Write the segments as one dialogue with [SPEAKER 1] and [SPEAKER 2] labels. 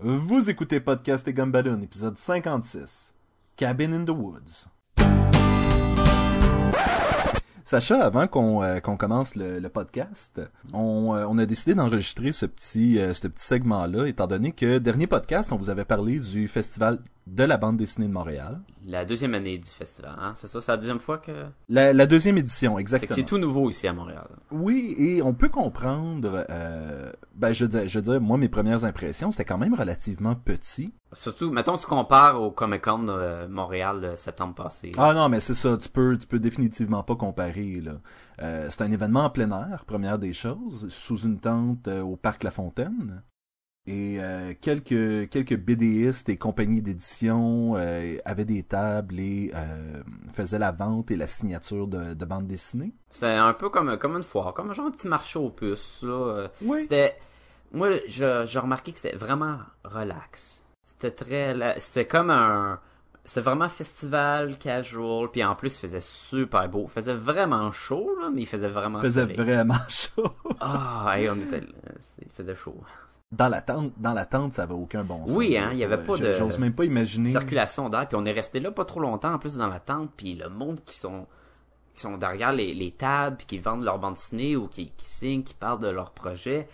[SPEAKER 1] Vous écoutez Podcast et Gumballoon, épisode 56, Cabin in the Woods. Sacha, avant qu'on euh, qu'on commence le, le podcast, on, euh, on a décidé d'enregistrer ce petit euh, ce petit segment-là, étant donné que dernier podcast, on vous avait parlé du festival de la bande dessinée de Montréal.
[SPEAKER 2] La deuxième année du festival, hein? c'est ça? C'est la deuxième fois que...
[SPEAKER 1] La, la deuxième édition,
[SPEAKER 2] Fait que
[SPEAKER 1] exactement.
[SPEAKER 2] c'est tout nouveau ici à Montréal.
[SPEAKER 1] Oui, et on peut comprendre. euh, ben, je dis, je dis, moi, mes premières impressions, c'était quand même relativement petit.
[SPEAKER 2] Surtout, mettons, tu compares au Comic-Con de euh, Montréal de septembre passé.
[SPEAKER 1] Ah non, mais c'est ça, tu peux, tu peux définitivement pas comparer. Là. Euh, c'est un événement en plein air, première des choses, sous une tente euh, au parc La Fontaine. Et euh, quelques quelques BDistes et compagnies d'édition euh, avaient des tables et euh, faisaient la vente et la signature de, de bandes dessinées.
[SPEAKER 2] C'était un peu comme, comme une foire, comme un genre de petit marché aux puces, là. Euh,
[SPEAKER 1] Oui.
[SPEAKER 2] C'était... Moi, je, je remarquais que c'était vraiment relax. C'était très... la- C'était comme un... C'était vraiment festival, casual, puis en plus, il faisait super beau. Il faisait vraiment chaud, là, mais il faisait vraiment...
[SPEAKER 1] Faisait
[SPEAKER 2] soleil.
[SPEAKER 1] vraiment chaud.
[SPEAKER 2] Ah, hey, on était... Il faisait chaud.
[SPEAKER 1] Dans la tente, dans la tente, ça avait aucun bon sens.
[SPEAKER 2] Oui, hein, il y avait
[SPEAKER 1] Ouais,
[SPEAKER 2] pas
[SPEAKER 1] je-
[SPEAKER 2] de-
[SPEAKER 1] J'ose même pas imaginer.
[SPEAKER 2] circulation d'air, puis on est resté là pas trop longtemps en plus dans la tente, puis le monde qui sont qui sont derrière les, les tables, puis qui vendent leur bande dessinée ou qui, qui signent, qui parlent de leur projet.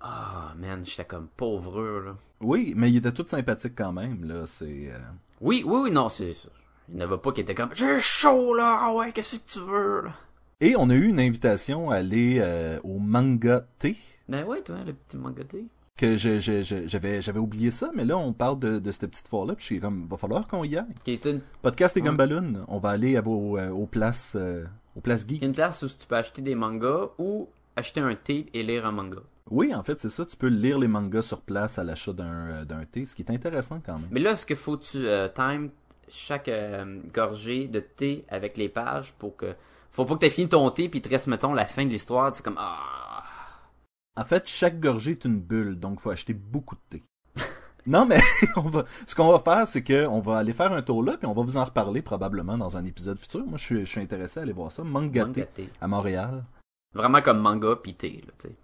[SPEAKER 2] Ah, man, j'étais comme pauvreux, là.
[SPEAKER 1] Oui, mais il était tout sympathique quand même là. C'est euh,
[SPEAKER 2] Oui, oui, oui, non, c'est ça. Il n'y en avait pas qui était comme « J'ai chaud, là! Ah ouais, qu'est-ce que tu veux, là?
[SPEAKER 1] Et on a eu une invitation à aller euh, au Manga T. »
[SPEAKER 2] Ben ouais, toi, le petit mangoté.
[SPEAKER 1] Que je- je- je- j'avais j'avais oublié ça, mais là, on parle de, de cette petite foire-là, puis je suis comme, va falloir qu'on y aille.
[SPEAKER 2] Qui est une,
[SPEAKER 1] Podcast et
[SPEAKER 2] Ouais.
[SPEAKER 1] Gumballoon, on va aller à vos, euh, aux places, euh, aux places
[SPEAKER 2] qui est
[SPEAKER 1] geek.
[SPEAKER 2] une place où tu peux acheter des mangas ou acheter un thé et lire un manga.
[SPEAKER 1] Oui, en fait, c'est ça, tu peux lire les mangas sur place à l'achat d'un euh, d'un thé, ce qui est intéressant quand même.
[SPEAKER 2] Mais là, ce que faut que tu euh, times chaque euh, gorgée de thé avec les pages pour que. Faut pas que t'aies fini ton thé puis il te reste, mettons, la fin de l'histoire. C'est comme. Ah!
[SPEAKER 1] En fait, chaque gorgée est une bulle, donc faut acheter beaucoup de thé. Non mais on va ce qu'on va faire c'est que on va aller faire un tour là puis on va vous en reparler probablement dans un épisode futur. Moi je suis, je suis intéressé à aller voir ça manga
[SPEAKER 2] Manga
[SPEAKER 1] thé
[SPEAKER 2] thé.
[SPEAKER 1] à Montréal.
[SPEAKER 2] Vraiment comme manga pis thé, là, tu sais.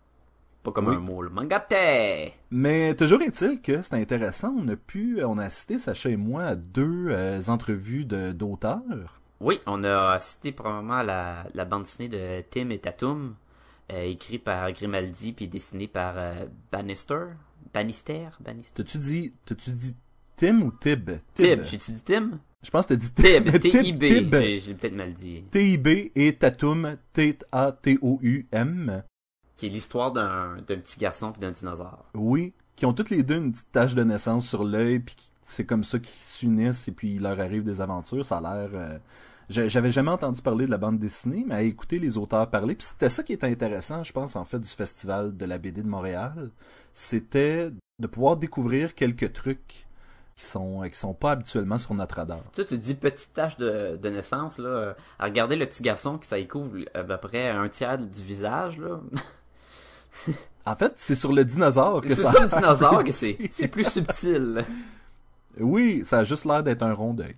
[SPEAKER 2] Pas comme
[SPEAKER 1] Oui.
[SPEAKER 2] un mot, le manga thé!
[SPEAKER 1] Mais toujours est-il que c'est intéressant, on a pu, euh, on a assisté, Sacha et moi, à deux euh, entrevues de- d'auteurs.
[SPEAKER 2] Oui, on a cité probablement la, la bande dessinée de Tim et Tatum, euh, écrit par Grimaldi puis dessiné par euh, Bannister. Bannister? Bannister?
[SPEAKER 1] T'as-tu dit, t'as-tu dit Tim ou Tib?
[SPEAKER 2] Tib, j'ai-tu dit Tim?
[SPEAKER 1] Je pense que t'as dit
[SPEAKER 2] Tib,
[SPEAKER 1] Tib.
[SPEAKER 2] T-I-B,
[SPEAKER 1] Tib.
[SPEAKER 2] j'ai j'ai peut-être mal dit.
[SPEAKER 1] T-I-B et Tatum, T-A-T-O-U-M.
[SPEAKER 2] qui est l'histoire d'un d'un petit garçon puis d'un dinosaure.
[SPEAKER 1] Oui. Qui ont toutes les deux une petite tache de naissance sur l'œil, puis qui- c'est comme ça qu'ils s'unissent et puis il leur arrive des aventures. Ça a l'air. euh, j'a- J'avais jamais entendu parler de la bande dessinée, mais à écouter les auteurs parler, puis c'était ça qui était intéressant, je pense, en fait, du festival de la BD de Montréal, c'était de pouvoir découvrir quelques trucs qui sont qui sont pas habituellement sur notre radar.
[SPEAKER 2] Tu sais, tu dis petite tache de, de naissance, là. euh, À regarder le petit garçon qui ça y couvre euh, à peu près un tiers du visage, là.
[SPEAKER 1] En fait, c'est sur le dinosaure que
[SPEAKER 2] C'est
[SPEAKER 1] ça.
[SPEAKER 2] ça le dinosaure que c'est. C'est plus subtil.
[SPEAKER 1] Oui, ça a juste l'air d'être un rond d'œil.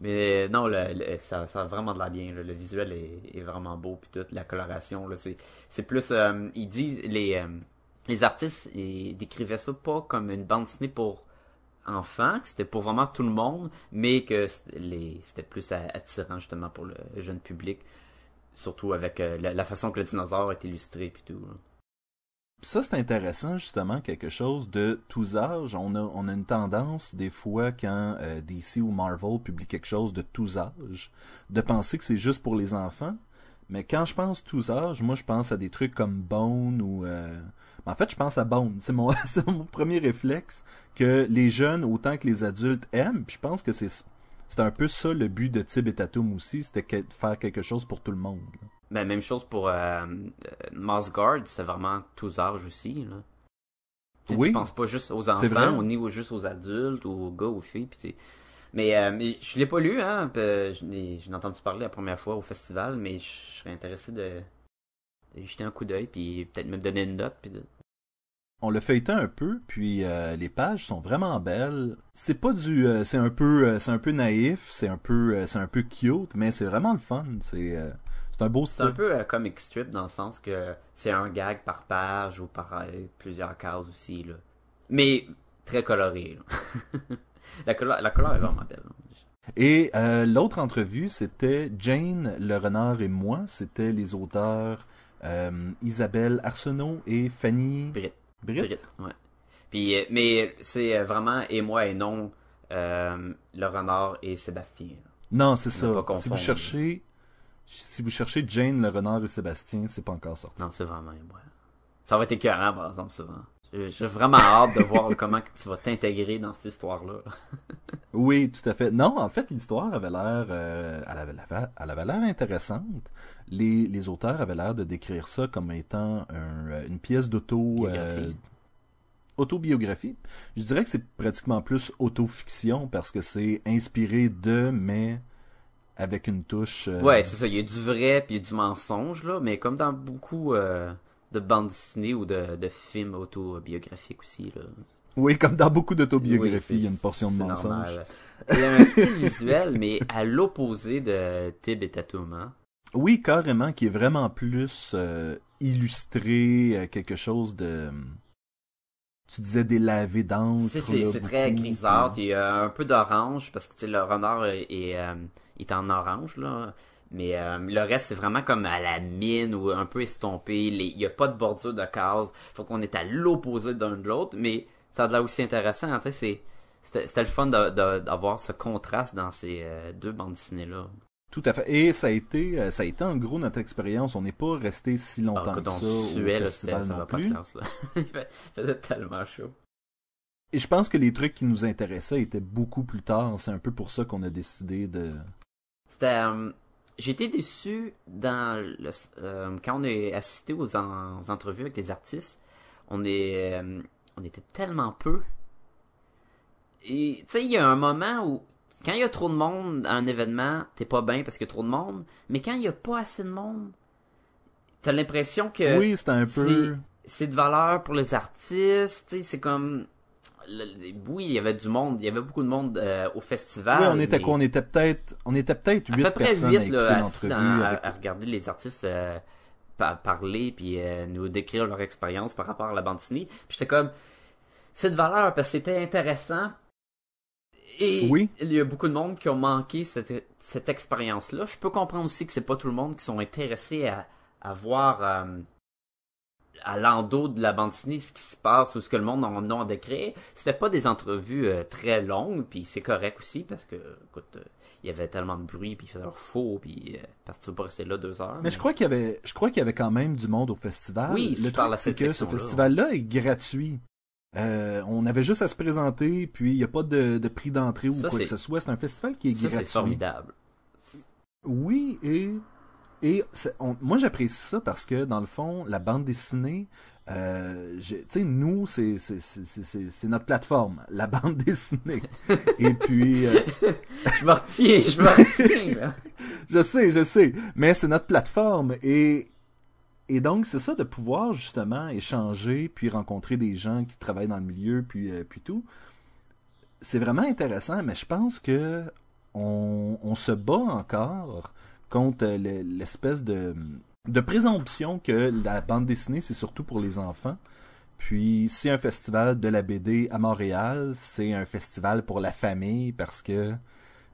[SPEAKER 2] Mais non, le- le- ça, ça a vraiment de la bien. là. Le visuel est, est vraiment beau, puis toute la coloration, là, c'est, c'est plus... euh, ils disent, les, euh, les artistes, ils décrivaient ça pas comme une bande dessinée pour enfants, que c'était pour vraiment tout le monde, mais que c'était, les, c'était plus euh, attirant, justement, pour le jeune public, surtout avec euh, la, la façon que le dinosaure est illustré, puis tout. là.
[SPEAKER 1] Ça, c'est intéressant, justement, quelque chose de tous âges. On a, on a une tendance, des fois, quand euh, DC ou Marvel publie quelque chose de tous âges, de penser que c'est juste pour les enfants. Mais quand je pense tous âges, moi, je pense à des trucs comme Bone ou... euh, En fait, je pense à Bone. C'est mon, c'est mon premier réflexe que les jeunes, autant que les adultes, aiment. Puis je pense que c'est... C'est un peu ça le but de Tib et Tatum aussi, c'était que- de faire quelque chose pour tout le monde. là.
[SPEAKER 2] Ben, même chose pour euh, euh, Mosgard, c'est vraiment tous âges aussi. Là. Tu, tu
[SPEAKER 1] Oui.
[SPEAKER 2] penses pas juste aux
[SPEAKER 1] C'est vrai.
[SPEAKER 2] enfants, ou ni aux- juste aux adultes, ou aux gars, aux filles. Pis tu- mais, euh, mais je l'ai pas lu, hein. pis, euh, je l'ai je l'ai entendu parler la première fois au festival, mais je serais intéressé de, de jeter un coup d'œil, puis peut-être me donner une note. Puis de-
[SPEAKER 1] On le feuilletait un peu, puis euh, les pages sont vraiment belles. C'est pas du, euh, c'est un peu, euh, c'est un peu naïf, c'est un peu, euh, c'est un peu cute, mais c'est vraiment le fun. C'est, euh, c'est un beau
[SPEAKER 2] C'est un
[SPEAKER 1] style.
[SPEAKER 2] peu euh, comic strip dans le sens que c'est un gag par page ou par euh, plusieurs cases aussi. Là. Mais très coloré. là. la, couleur, la couleur est vraiment belle. là.
[SPEAKER 1] Et euh, l'autre entrevue, c'était Jane, le renard et moi. C'était les auteurs euh, Isabelle Arsenault et Fanny
[SPEAKER 2] Britt.
[SPEAKER 1] Britt.
[SPEAKER 2] Britt, ouais. Puis, euh, mais c'est euh, vraiment et moi et non euh, le renard et Sébastien.
[SPEAKER 1] Non, c'est ça.
[SPEAKER 2] Ne
[SPEAKER 1] Si
[SPEAKER 2] pas
[SPEAKER 1] vous
[SPEAKER 2] confondre.
[SPEAKER 1] cherchez, si vous cherchez Jane, le renard et Sébastien, c'est pas encore sorti.
[SPEAKER 2] Non, c'est vraiment et moi. Ça va être écœurant, par exemple, souvent. J'ai j'ai vraiment hâte de voir comment que tu vas t'intégrer dans cette histoire-là.
[SPEAKER 1] Oui, tout à fait. Non, en fait, l'histoire avait l'air, euh, elle avait la- elle avait l'air intéressante. Les, les auteurs avaient l'air de décrire ça comme étant un, euh, une pièce d'auto, euh,
[SPEAKER 2] Biographie.
[SPEAKER 1] autobiographie. Je dirais que c'est pratiquement plus autofiction parce que c'est inspiré de, mais avec une touche. euh,
[SPEAKER 2] Ouais, c'est ça. Il y a du vrai puis il y a du mensonge, là. Mais comme dans beaucoup euh, de bandes dessinées ou de, de films autobiographiques aussi, là.
[SPEAKER 1] oui, comme dans beaucoup
[SPEAKER 2] Oui,
[SPEAKER 1] d'autobiographies,
[SPEAKER 2] c'est-
[SPEAKER 1] il y a une portion de
[SPEAKER 2] c'est
[SPEAKER 1] mensonge.
[SPEAKER 2] normal. Il y a un style visuel, mais à l'opposé de Tib et Tatum, hein.
[SPEAKER 1] Oui, carrément, qui est vraiment plus euh, illustré, euh, quelque chose de... Tu disais des lavés d'encre.
[SPEAKER 2] C'est, c'est,
[SPEAKER 1] là,
[SPEAKER 2] c'est très
[SPEAKER 1] beaucoup,
[SPEAKER 2] grisâtre,
[SPEAKER 1] puis-
[SPEAKER 2] il y a un peu d'orange, parce que tu sais, le renard est, est, euh, est en orange, là. Mais euh, le reste, c'est vraiment comme à la mine ou un peu estompé. Les- Il n'y a pas de bordure de case. Faut qu'on est à l'opposé d'un de l'autre, mais ça a de là aussi intéressant. hein, tu sais, c'est, c'était, c'était le fun de- de- d'avoir ce contraste dans ces euh, deux bandes dessinées-là.
[SPEAKER 1] Tout à fait. Et ça a été, euh, ça a été en gros notre expérience. On n'est pas resté si
[SPEAKER 2] Ah,
[SPEAKER 1] longtemps
[SPEAKER 2] quand
[SPEAKER 1] que
[SPEAKER 2] on
[SPEAKER 1] ça au
[SPEAKER 2] suait, là, c'était-
[SPEAKER 1] festival
[SPEAKER 2] ça
[SPEAKER 1] non
[SPEAKER 2] va pas de
[SPEAKER 1] plus.
[SPEAKER 2] classe, là. Il fait- faisait tellement chaud.
[SPEAKER 1] Et je pense que les trucs qui nous intéressaient étaient beaucoup plus tard. C'est un peu pour ça qu'on a décidé de...
[SPEAKER 2] C'était. euh, J'étais déçu dans le, euh, quand on est assisté aux, en- aux entrevues avec des artistes. On est, euh, on était tellement peu. Et tu sais, il y a un moment où quand il y a trop de monde à un événement, t'es pas bien parce qu'il y a trop de monde. Mais quand il y a pas assez de monde, t'as l'impression que
[SPEAKER 1] oui, c'était un peu...
[SPEAKER 2] c'est de valeur pour les artistes, tu sais, c'est comme le- le- oui, il y avait du monde, il y avait beaucoup de monde euh, au festival.
[SPEAKER 1] Oui, on était
[SPEAKER 2] mais
[SPEAKER 1] quoi? On était peut-être, on était peut-être
[SPEAKER 2] à
[SPEAKER 1] huit
[SPEAKER 2] peu près
[SPEAKER 1] personnes à
[SPEAKER 2] huit
[SPEAKER 1] écouter
[SPEAKER 2] là, assis
[SPEAKER 1] l'entrevue.
[SPEAKER 2] dans- à,
[SPEAKER 1] avec-
[SPEAKER 2] à regarder les artistes euh, pa- parler puis euh, nous décrire leur expérience par rapport à la bande dessinée. Puis j'étais comme c'est de valeur parce que c'était intéressant. Et
[SPEAKER 1] Oui.
[SPEAKER 2] il y a beaucoup de monde qui ont manqué cette, cette expérience-là. Je peux comprendre aussi que c'est pas tout le monde qui sont intéressés à, à voir euh, à l'endos de la bande dessinée ce qui se passe ou ce que le monde en a à décrire. C'était pas des entrevues euh, très longues, puis c'est correct aussi parce que, écoute, euh, il y avait tellement de bruit, puis il faisait chaud, puis euh, parce que tu peux pas rester là deux heures.
[SPEAKER 1] Mais je crois qu'il y avait, je crois qu'il y avait quand même du monde au festival.
[SPEAKER 2] Oui, si
[SPEAKER 1] le
[SPEAKER 2] tu parles
[SPEAKER 1] truc
[SPEAKER 2] à
[SPEAKER 1] c'est
[SPEAKER 2] cette
[SPEAKER 1] que ce
[SPEAKER 2] section-là,
[SPEAKER 1] festival-là est gratuit. Euh, on avait juste à se présenter, puis il n'y a pas de, de prix d'entrée ou
[SPEAKER 2] Ça,
[SPEAKER 1] quoi que
[SPEAKER 2] c'est-
[SPEAKER 1] ce soit. C'est un festival qui est
[SPEAKER 2] ça c'est
[SPEAKER 1] gratuit.
[SPEAKER 2] formidable.
[SPEAKER 1] Oui, et, et c'est- on- moi j'apprécie ça parce que dans le fond, la bande dessinée, euh, j'ai- tu sais, nous, c'est c'est- c'est- c'est- c'est- c'est notre plateforme, la bande dessinée. et puis, euh,
[SPEAKER 2] Je me retiens, je me retiens. là.
[SPEAKER 1] je sais, je sais, mais c'est notre plateforme et et donc c'est ça de pouvoir justement échanger puis rencontrer des gens qui travaillent dans le milieu puis euh, puis tout. C'est vraiment intéressant, mais je pense que on, on se bat encore contre euh, le- l'espèce de de présomption que la bande dessinée c'est surtout pour les enfants. Puis si un festival de la BD à Montréal, c'est un festival pour la famille parce que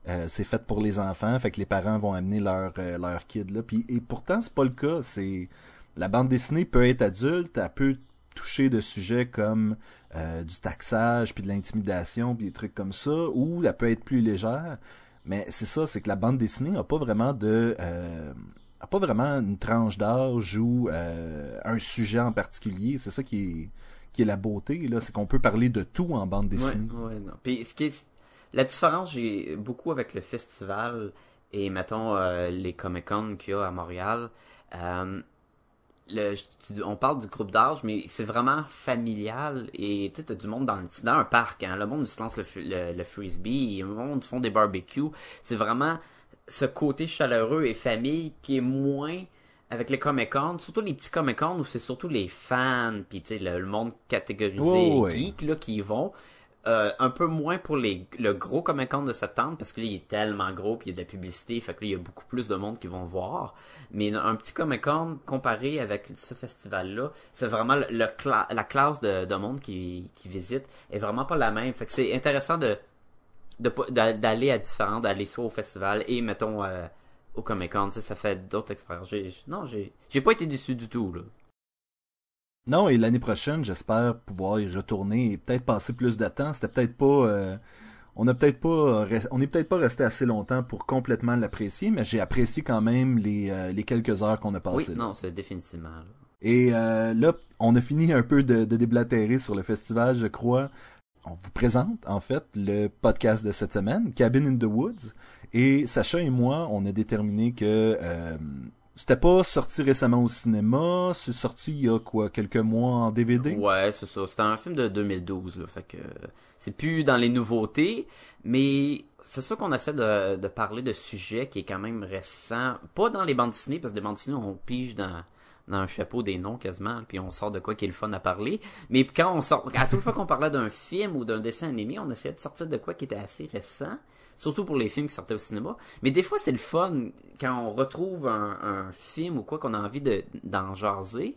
[SPEAKER 1] euh, c'est fait pour les enfants, fait que les parents vont amener leur euh, leur kid là. Puis et pourtant c'est pas le cas. C'est la bande dessinée peut être adulte, elle peut toucher de sujets comme euh, du taxage, puis de l'intimidation, puis des trucs comme ça, ou elle peut être plus légère. Mais c'est ça, c'est que la bande dessinée n'a pas vraiment de euh, a pas vraiment une tranche d'âge ou euh, un sujet en particulier. C'est ça qui est qui est la beauté là, c'est qu'on peut parler de tout en bande dessinée.
[SPEAKER 2] Ouais, ouais, non. Puis ce qui est- la différence j'ai beaucoup avec le festival et mettons euh, les Comic Con qu'il y a à Montréal, euh, le- je- tu- on parle du groupe d'âge, mais c'est vraiment familial et tu sais, t'as du monde dans, le- dans un parc. Hein, le monde se lance le, fu- le, le frisbee, le monde font des barbecues. C'est vraiment ce côté chaleureux et famille qui est moins avec les Comic Con, surtout les petits Comic Con où c'est surtout les fans, puis tu sais, le, le monde catégorisé
[SPEAKER 1] Ouais, ouais,
[SPEAKER 2] et geek là, qui y vont. Euh, un peu moins pour les, le gros Comic Con de septembre parce que là, il est tellement gros puis il y a de la publicité, fait que là, il y a beaucoup plus de monde qui vont voir. Mais un petit Comic Con comparé avec ce festival-là, c'est vraiment le, le cla la classe de, de monde qui, qui visite est vraiment pas la même. Fait que c'est intéressant de d'aller de, à différents, d'aller soit au festival et mettons euh, au Comic Con, ça fait d'autres expériences. non, j'ai j'ai pas été déçu du tout là.
[SPEAKER 1] Non, et l'année prochaine, j'espère pouvoir y retourner et peut-être passer plus de temps. C'était peut-être pas. Euh, on a peut-être pas. On n'est peut-être pas resté assez longtemps pour complètement l'apprécier, mais j'ai apprécié quand même les, euh, les quelques heures qu'on a passées.
[SPEAKER 2] Oui, non, c'est définitivement. Là.
[SPEAKER 1] Et euh, là, on a fini un peu de, de déblatérer sur le festival, je crois. On vous présente, en fait, le podcast de cette semaine, Cabin in the Woods. Et Sacha et moi, on a déterminé que euh, c'était pas sorti récemment au cinéma, c'est sorti il y a quoi, quelques mois en DVD?
[SPEAKER 2] Ouais, c'est ça. C'était un film de 2012, là, fait que c'est plus dans les nouveautés, mais c'est sûr qu'on essaie de, de, parler de sujets qui est quand même récent. Pas dans les bandes dessinées, parce que les bandes dessinées, on pige dans, dans un chapeau des noms quasiment, puis on sort de quoi qui est le fun à parler. Mais quand on sort, à toute fois qu'on parlait d'un film ou d'un dessin animé, on essayait de sortir de quoi qui était assez récent surtout pour les films qui sortaient au cinéma. Mais des fois, c'est le fun quand on retrouve un, un film ou quoi qu'on a envie d'en de, jaser.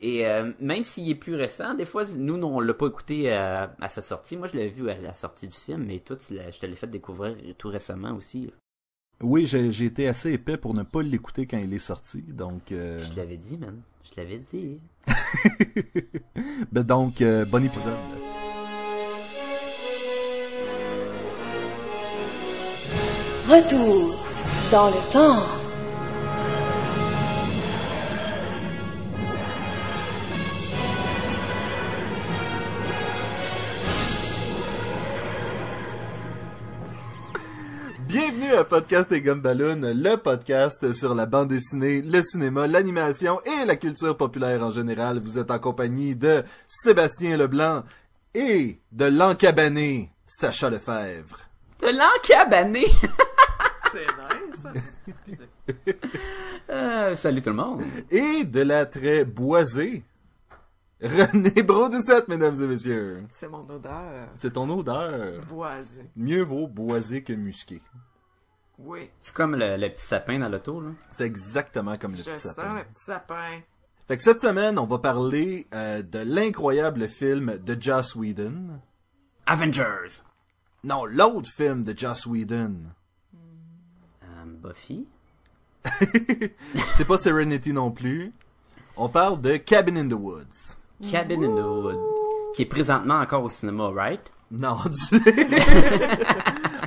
[SPEAKER 2] Et euh, même s'il est plus récent, des fois, nous, on l'a pas écouté euh, à sa sortie. Moi, je l'ai vu à la sortie du film, mais toi, tu je te l'ai fait découvrir tout récemment aussi. Là.
[SPEAKER 1] Oui, j'ai été assez épais pour ne pas l'écouter quand il est sorti, donc... Euh...
[SPEAKER 2] Je l'avais dit, man. Je l'avais dit.
[SPEAKER 1] ben donc, bon épisode.
[SPEAKER 3] Retour dans le temps.
[SPEAKER 1] Bienvenue à Podcast et Gumballoon, le podcast sur la bande dessinée, le cinéma, l'animation et la culture populaire en général. Vous êtes en compagnie de Sébastien Leblanc et de l'encabané Sacha Lefebvre.
[SPEAKER 2] De l'encabané!
[SPEAKER 4] C'est nice. Excusez.
[SPEAKER 2] Euh, salut tout le monde.
[SPEAKER 1] Et de la très boisée, René Brodoucette, mesdames et messieurs.
[SPEAKER 4] C'est mon odeur. euh,
[SPEAKER 1] C'est ton odeur.
[SPEAKER 4] Boisée.
[SPEAKER 1] Mieux vaut boisé que musqué.
[SPEAKER 4] Oui.
[SPEAKER 2] C'est comme le, le, petit sapin dans l'auto, là.
[SPEAKER 1] C'est exactement comme le
[SPEAKER 4] Je
[SPEAKER 1] petit
[SPEAKER 4] sens
[SPEAKER 1] sapin.
[SPEAKER 4] le petit sapin.
[SPEAKER 1] Fait que cette semaine, on va parler euh, de l'incroyable film de Joss Whedon.
[SPEAKER 2] Avengers!
[SPEAKER 1] Non, l'autre film de Joss Whedon.
[SPEAKER 2] Euh, Buffy?
[SPEAKER 1] c'est pas Serenity non plus. On parle de Cabin in the Woods.
[SPEAKER 2] Cabin in the Wood. Qui est présentement encore au cinéma, right?
[SPEAKER 1] Non, du...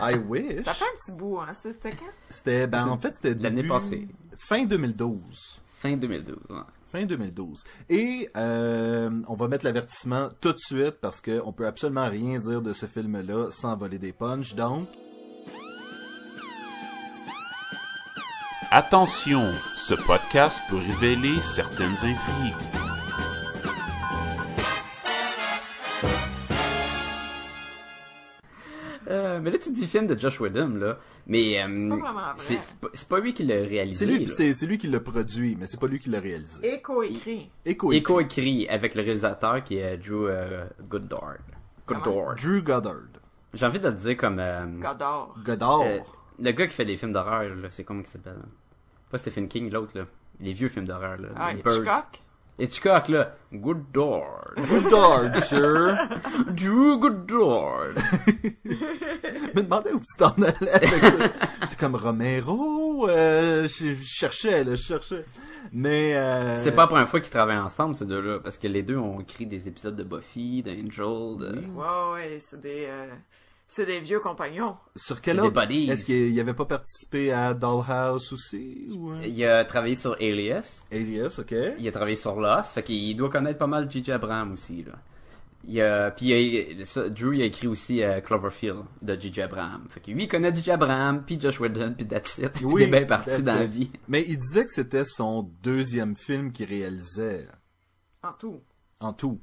[SPEAKER 1] I wish.
[SPEAKER 4] Ça fait un petit bout, hein? C'était quand?
[SPEAKER 1] C'était, ben, en fait, c'était
[SPEAKER 2] L'année
[SPEAKER 1] début-
[SPEAKER 2] passée.
[SPEAKER 1] Fin 2012.
[SPEAKER 2] Fin 2012, ouais.
[SPEAKER 1] Fin 2012. Et euh, on va mettre l'avertissement tout de suite parce qu'on peut absolument rien dire de ce film-là sans voler des punches. Donc,
[SPEAKER 5] Attention, ce podcast peut révéler certaines intrigues.
[SPEAKER 2] Euh, mais là, tu dis film de Josh Whedon, là. Mais, euh,
[SPEAKER 4] C'est pas vraiment vrai.
[SPEAKER 2] c'est- c'est pas, c'est pas lui qui l'a réalisé.
[SPEAKER 1] c'est lui,
[SPEAKER 2] là.
[SPEAKER 1] c'est, c'est lui qui l'a produit, mais c'est pas lui qui l'a réalisé.
[SPEAKER 4] Et coécrit.
[SPEAKER 1] Écho,
[SPEAKER 2] Écho écrit avec le réalisateur qui est Drew euh, Goddard. Goddard.
[SPEAKER 1] Drew Goddard.
[SPEAKER 2] J'ai envie de le dire comme euh,
[SPEAKER 1] Mm.
[SPEAKER 4] Godard.
[SPEAKER 1] Goddard.
[SPEAKER 2] euh, le gars qui fait des films d'horreur, là, c'est comment il s'appelle hein? Pas Stephen King, l'autre là. Les vieux films d'horreur là.
[SPEAKER 4] Ah,
[SPEAKER 2] Les Birds.
[SPEAKER 4] Hitchcock.
[SPEAKER 2] Hitchcock là. Goddard.
[SPEAKER 1] Goddard, sure.
[SPEAKER 2] Drew Goddard.
[SPEAKER 1] Je me demandais où tu t'en allais avec ça. J'étais comme Romero, euh, je, je cherchais, là, je cherchais. Mais euh,
[SPEAKER 2] C'est pas la première fois qu'ils travaillent ensemble ces deux-là, parce que les deux ont écrit des épisodes de Buffy, d'Angel, de...
[SPEAKER 4] Ouais, ouais, c'est des, euh, c'est des vieux compagnons.
[SPEAKER 1] sur quel
[SPEAKER 2] c'est
[SPEAKER 1] autre
[SPEAKER 2] des buddies.
[SPEAKER 1] Est-ce qu'il avait pas participé à Dollhouse aussi ou euh,
[SPEAKER 2] Il a travaillé sur Alias.
[SPEAKER 1] Alias, ok.
[SPEAKER 2] Il a travaillé sur Lost, fait qu'il doit connaître pas mal Gigi Abraham aussi, là. Il a, puis il a- ça, Drew, il a écrit aussi euh, Cloverfield de Gigi Abraham. Fait que lui, il connaît Gigi Abraham, puis Josh Whedon, puis that's it.
[SPEAKER 1] Oui,
[SPEAKER 2] il est bien parti
[SPEAKER 1] that's
[SPEAKER 2] dans la
[SPEAKER 1] it.
[SPEAKER 2] vie.
[SPEAKER 1] Mais il disait que c'était son deuxième film qu'il réalisait
[SPEAKER 4] En tout.
[SPEAKER 1] en tout.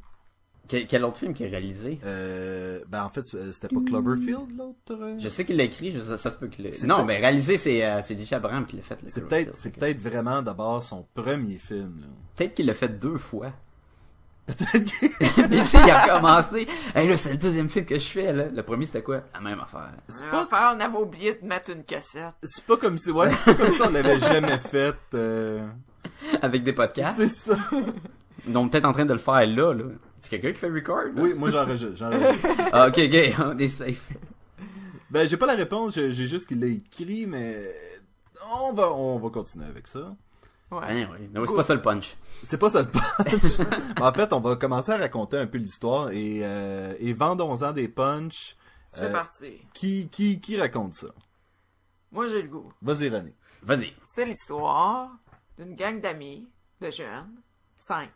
[SPEAKER 2] Quel, quel autre film qu'il a réalisé?
[SPEAKER 1] Euh, ben en fait c'était pas Cloverfield l'autre. euh?
[SPEAKER 2] Je sais qu'il l'a écrit, je- ça, ça se peut qu'il l'ait...
[SPEAKER 1] C'est
[SPEAKER 2] Non,
[SPEAKER 1] peut-être-
[SPEAKER 2] mais réalisé, c'est euh, c'est Gigi Abraham qui l'a fait. le
[SPEAKER 1] C'est
[SPEAKER 2] Cloverfield.
[SPEAKER 1] peut-être c'est
[SPEAKER 2] Fait que
[SPEAKER 1] peut-être vraiment d'abord son premier film là.
[SPEAKER 2] Peut-être qu'il l'a fait deux fois. Mais tu sais, il a recommencé. Hey, là, c'est le deuxième film que je fais, là. Le premier, c'était quoi? La même affaire.
[SPEAKER 4] C'est
[SPEAKER 1] pas-
[SPEAKER 4] on avait oublié de mettre une cassette.
[SPEAKER 1] C'est pas comme si, ouais, c'est pas comme si on l'avait jamais fait. euh,
[SPEAKER 2] Avec des podcasts.
[SPEAKER 1] C'est ça.
[SPEAKER 2] Ils sont peut-être en train de le faire là, là. C'est quelqu'un qui fait record? là?
[SPEAKER 1] Oui, moi j'enregistre. j'enregistre.
[SPEAKER 2] Ah, ok, ok, on est safe.
[SPEAKER 1] Ben, j'ai pas la réponse, j'ai j'ai juste qu'il l'a écrit, mais on va, on va continuer avec ça.
[SPEAKER 4] Ouais.
[SPEAKER 2] Ben oui. Non, c'est pas ça le punch.
[SPEAKER 1] C'est pas ça le punch. Mais en fait, on va commencer à raconter un peu l'histoire et, euh, et vendons-en des punchs.
[SPEAKER 4] C'est
[SPEAKER 1] Euh,
[SPEAKER 4] parti.
[SPEAKER 1] Qui, qui, qui raconte ça?
[SPEAKER 4] Moi, j'ai le goût.
[SPEAKER 1] Vas-y, René.
[SPEAKER 2] Vas-y.
[SPEAKER 4] C'est l'histoire d'une gang d'amis, de jeunes, cinq,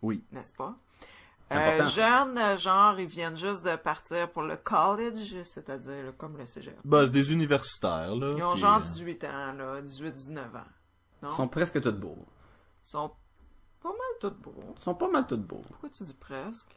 [SPEAKER 1] Oui.
[SPEAKER 4] n'est-ce pas?
[SPEAKER 2] C'est important.
[SPEAKER 4] jeunes, euh, genre, ils viennent juste de partir pour le college, c'est-à-dire là, comme le cégep.
[SPEAKER 1] Ben, c'est des universitaires, là.
[SPEAKER 4] Ils ont
[SPEAKER 1] puis,
[SPEAKER 4] genre
[SPEAKER 1] euh,
[SPEAKER 4] 18 ans, là, 18-19 ans. Non?
[SPEAKER 2] Ils sont presque tous beaux.
[SPEAKER 4] Ils sont pas mal tous beaux.
[SPEAKER 2] Ils sont pas mal tous beaux.
[SPEAKER 4] Pourquoi tu dis presque?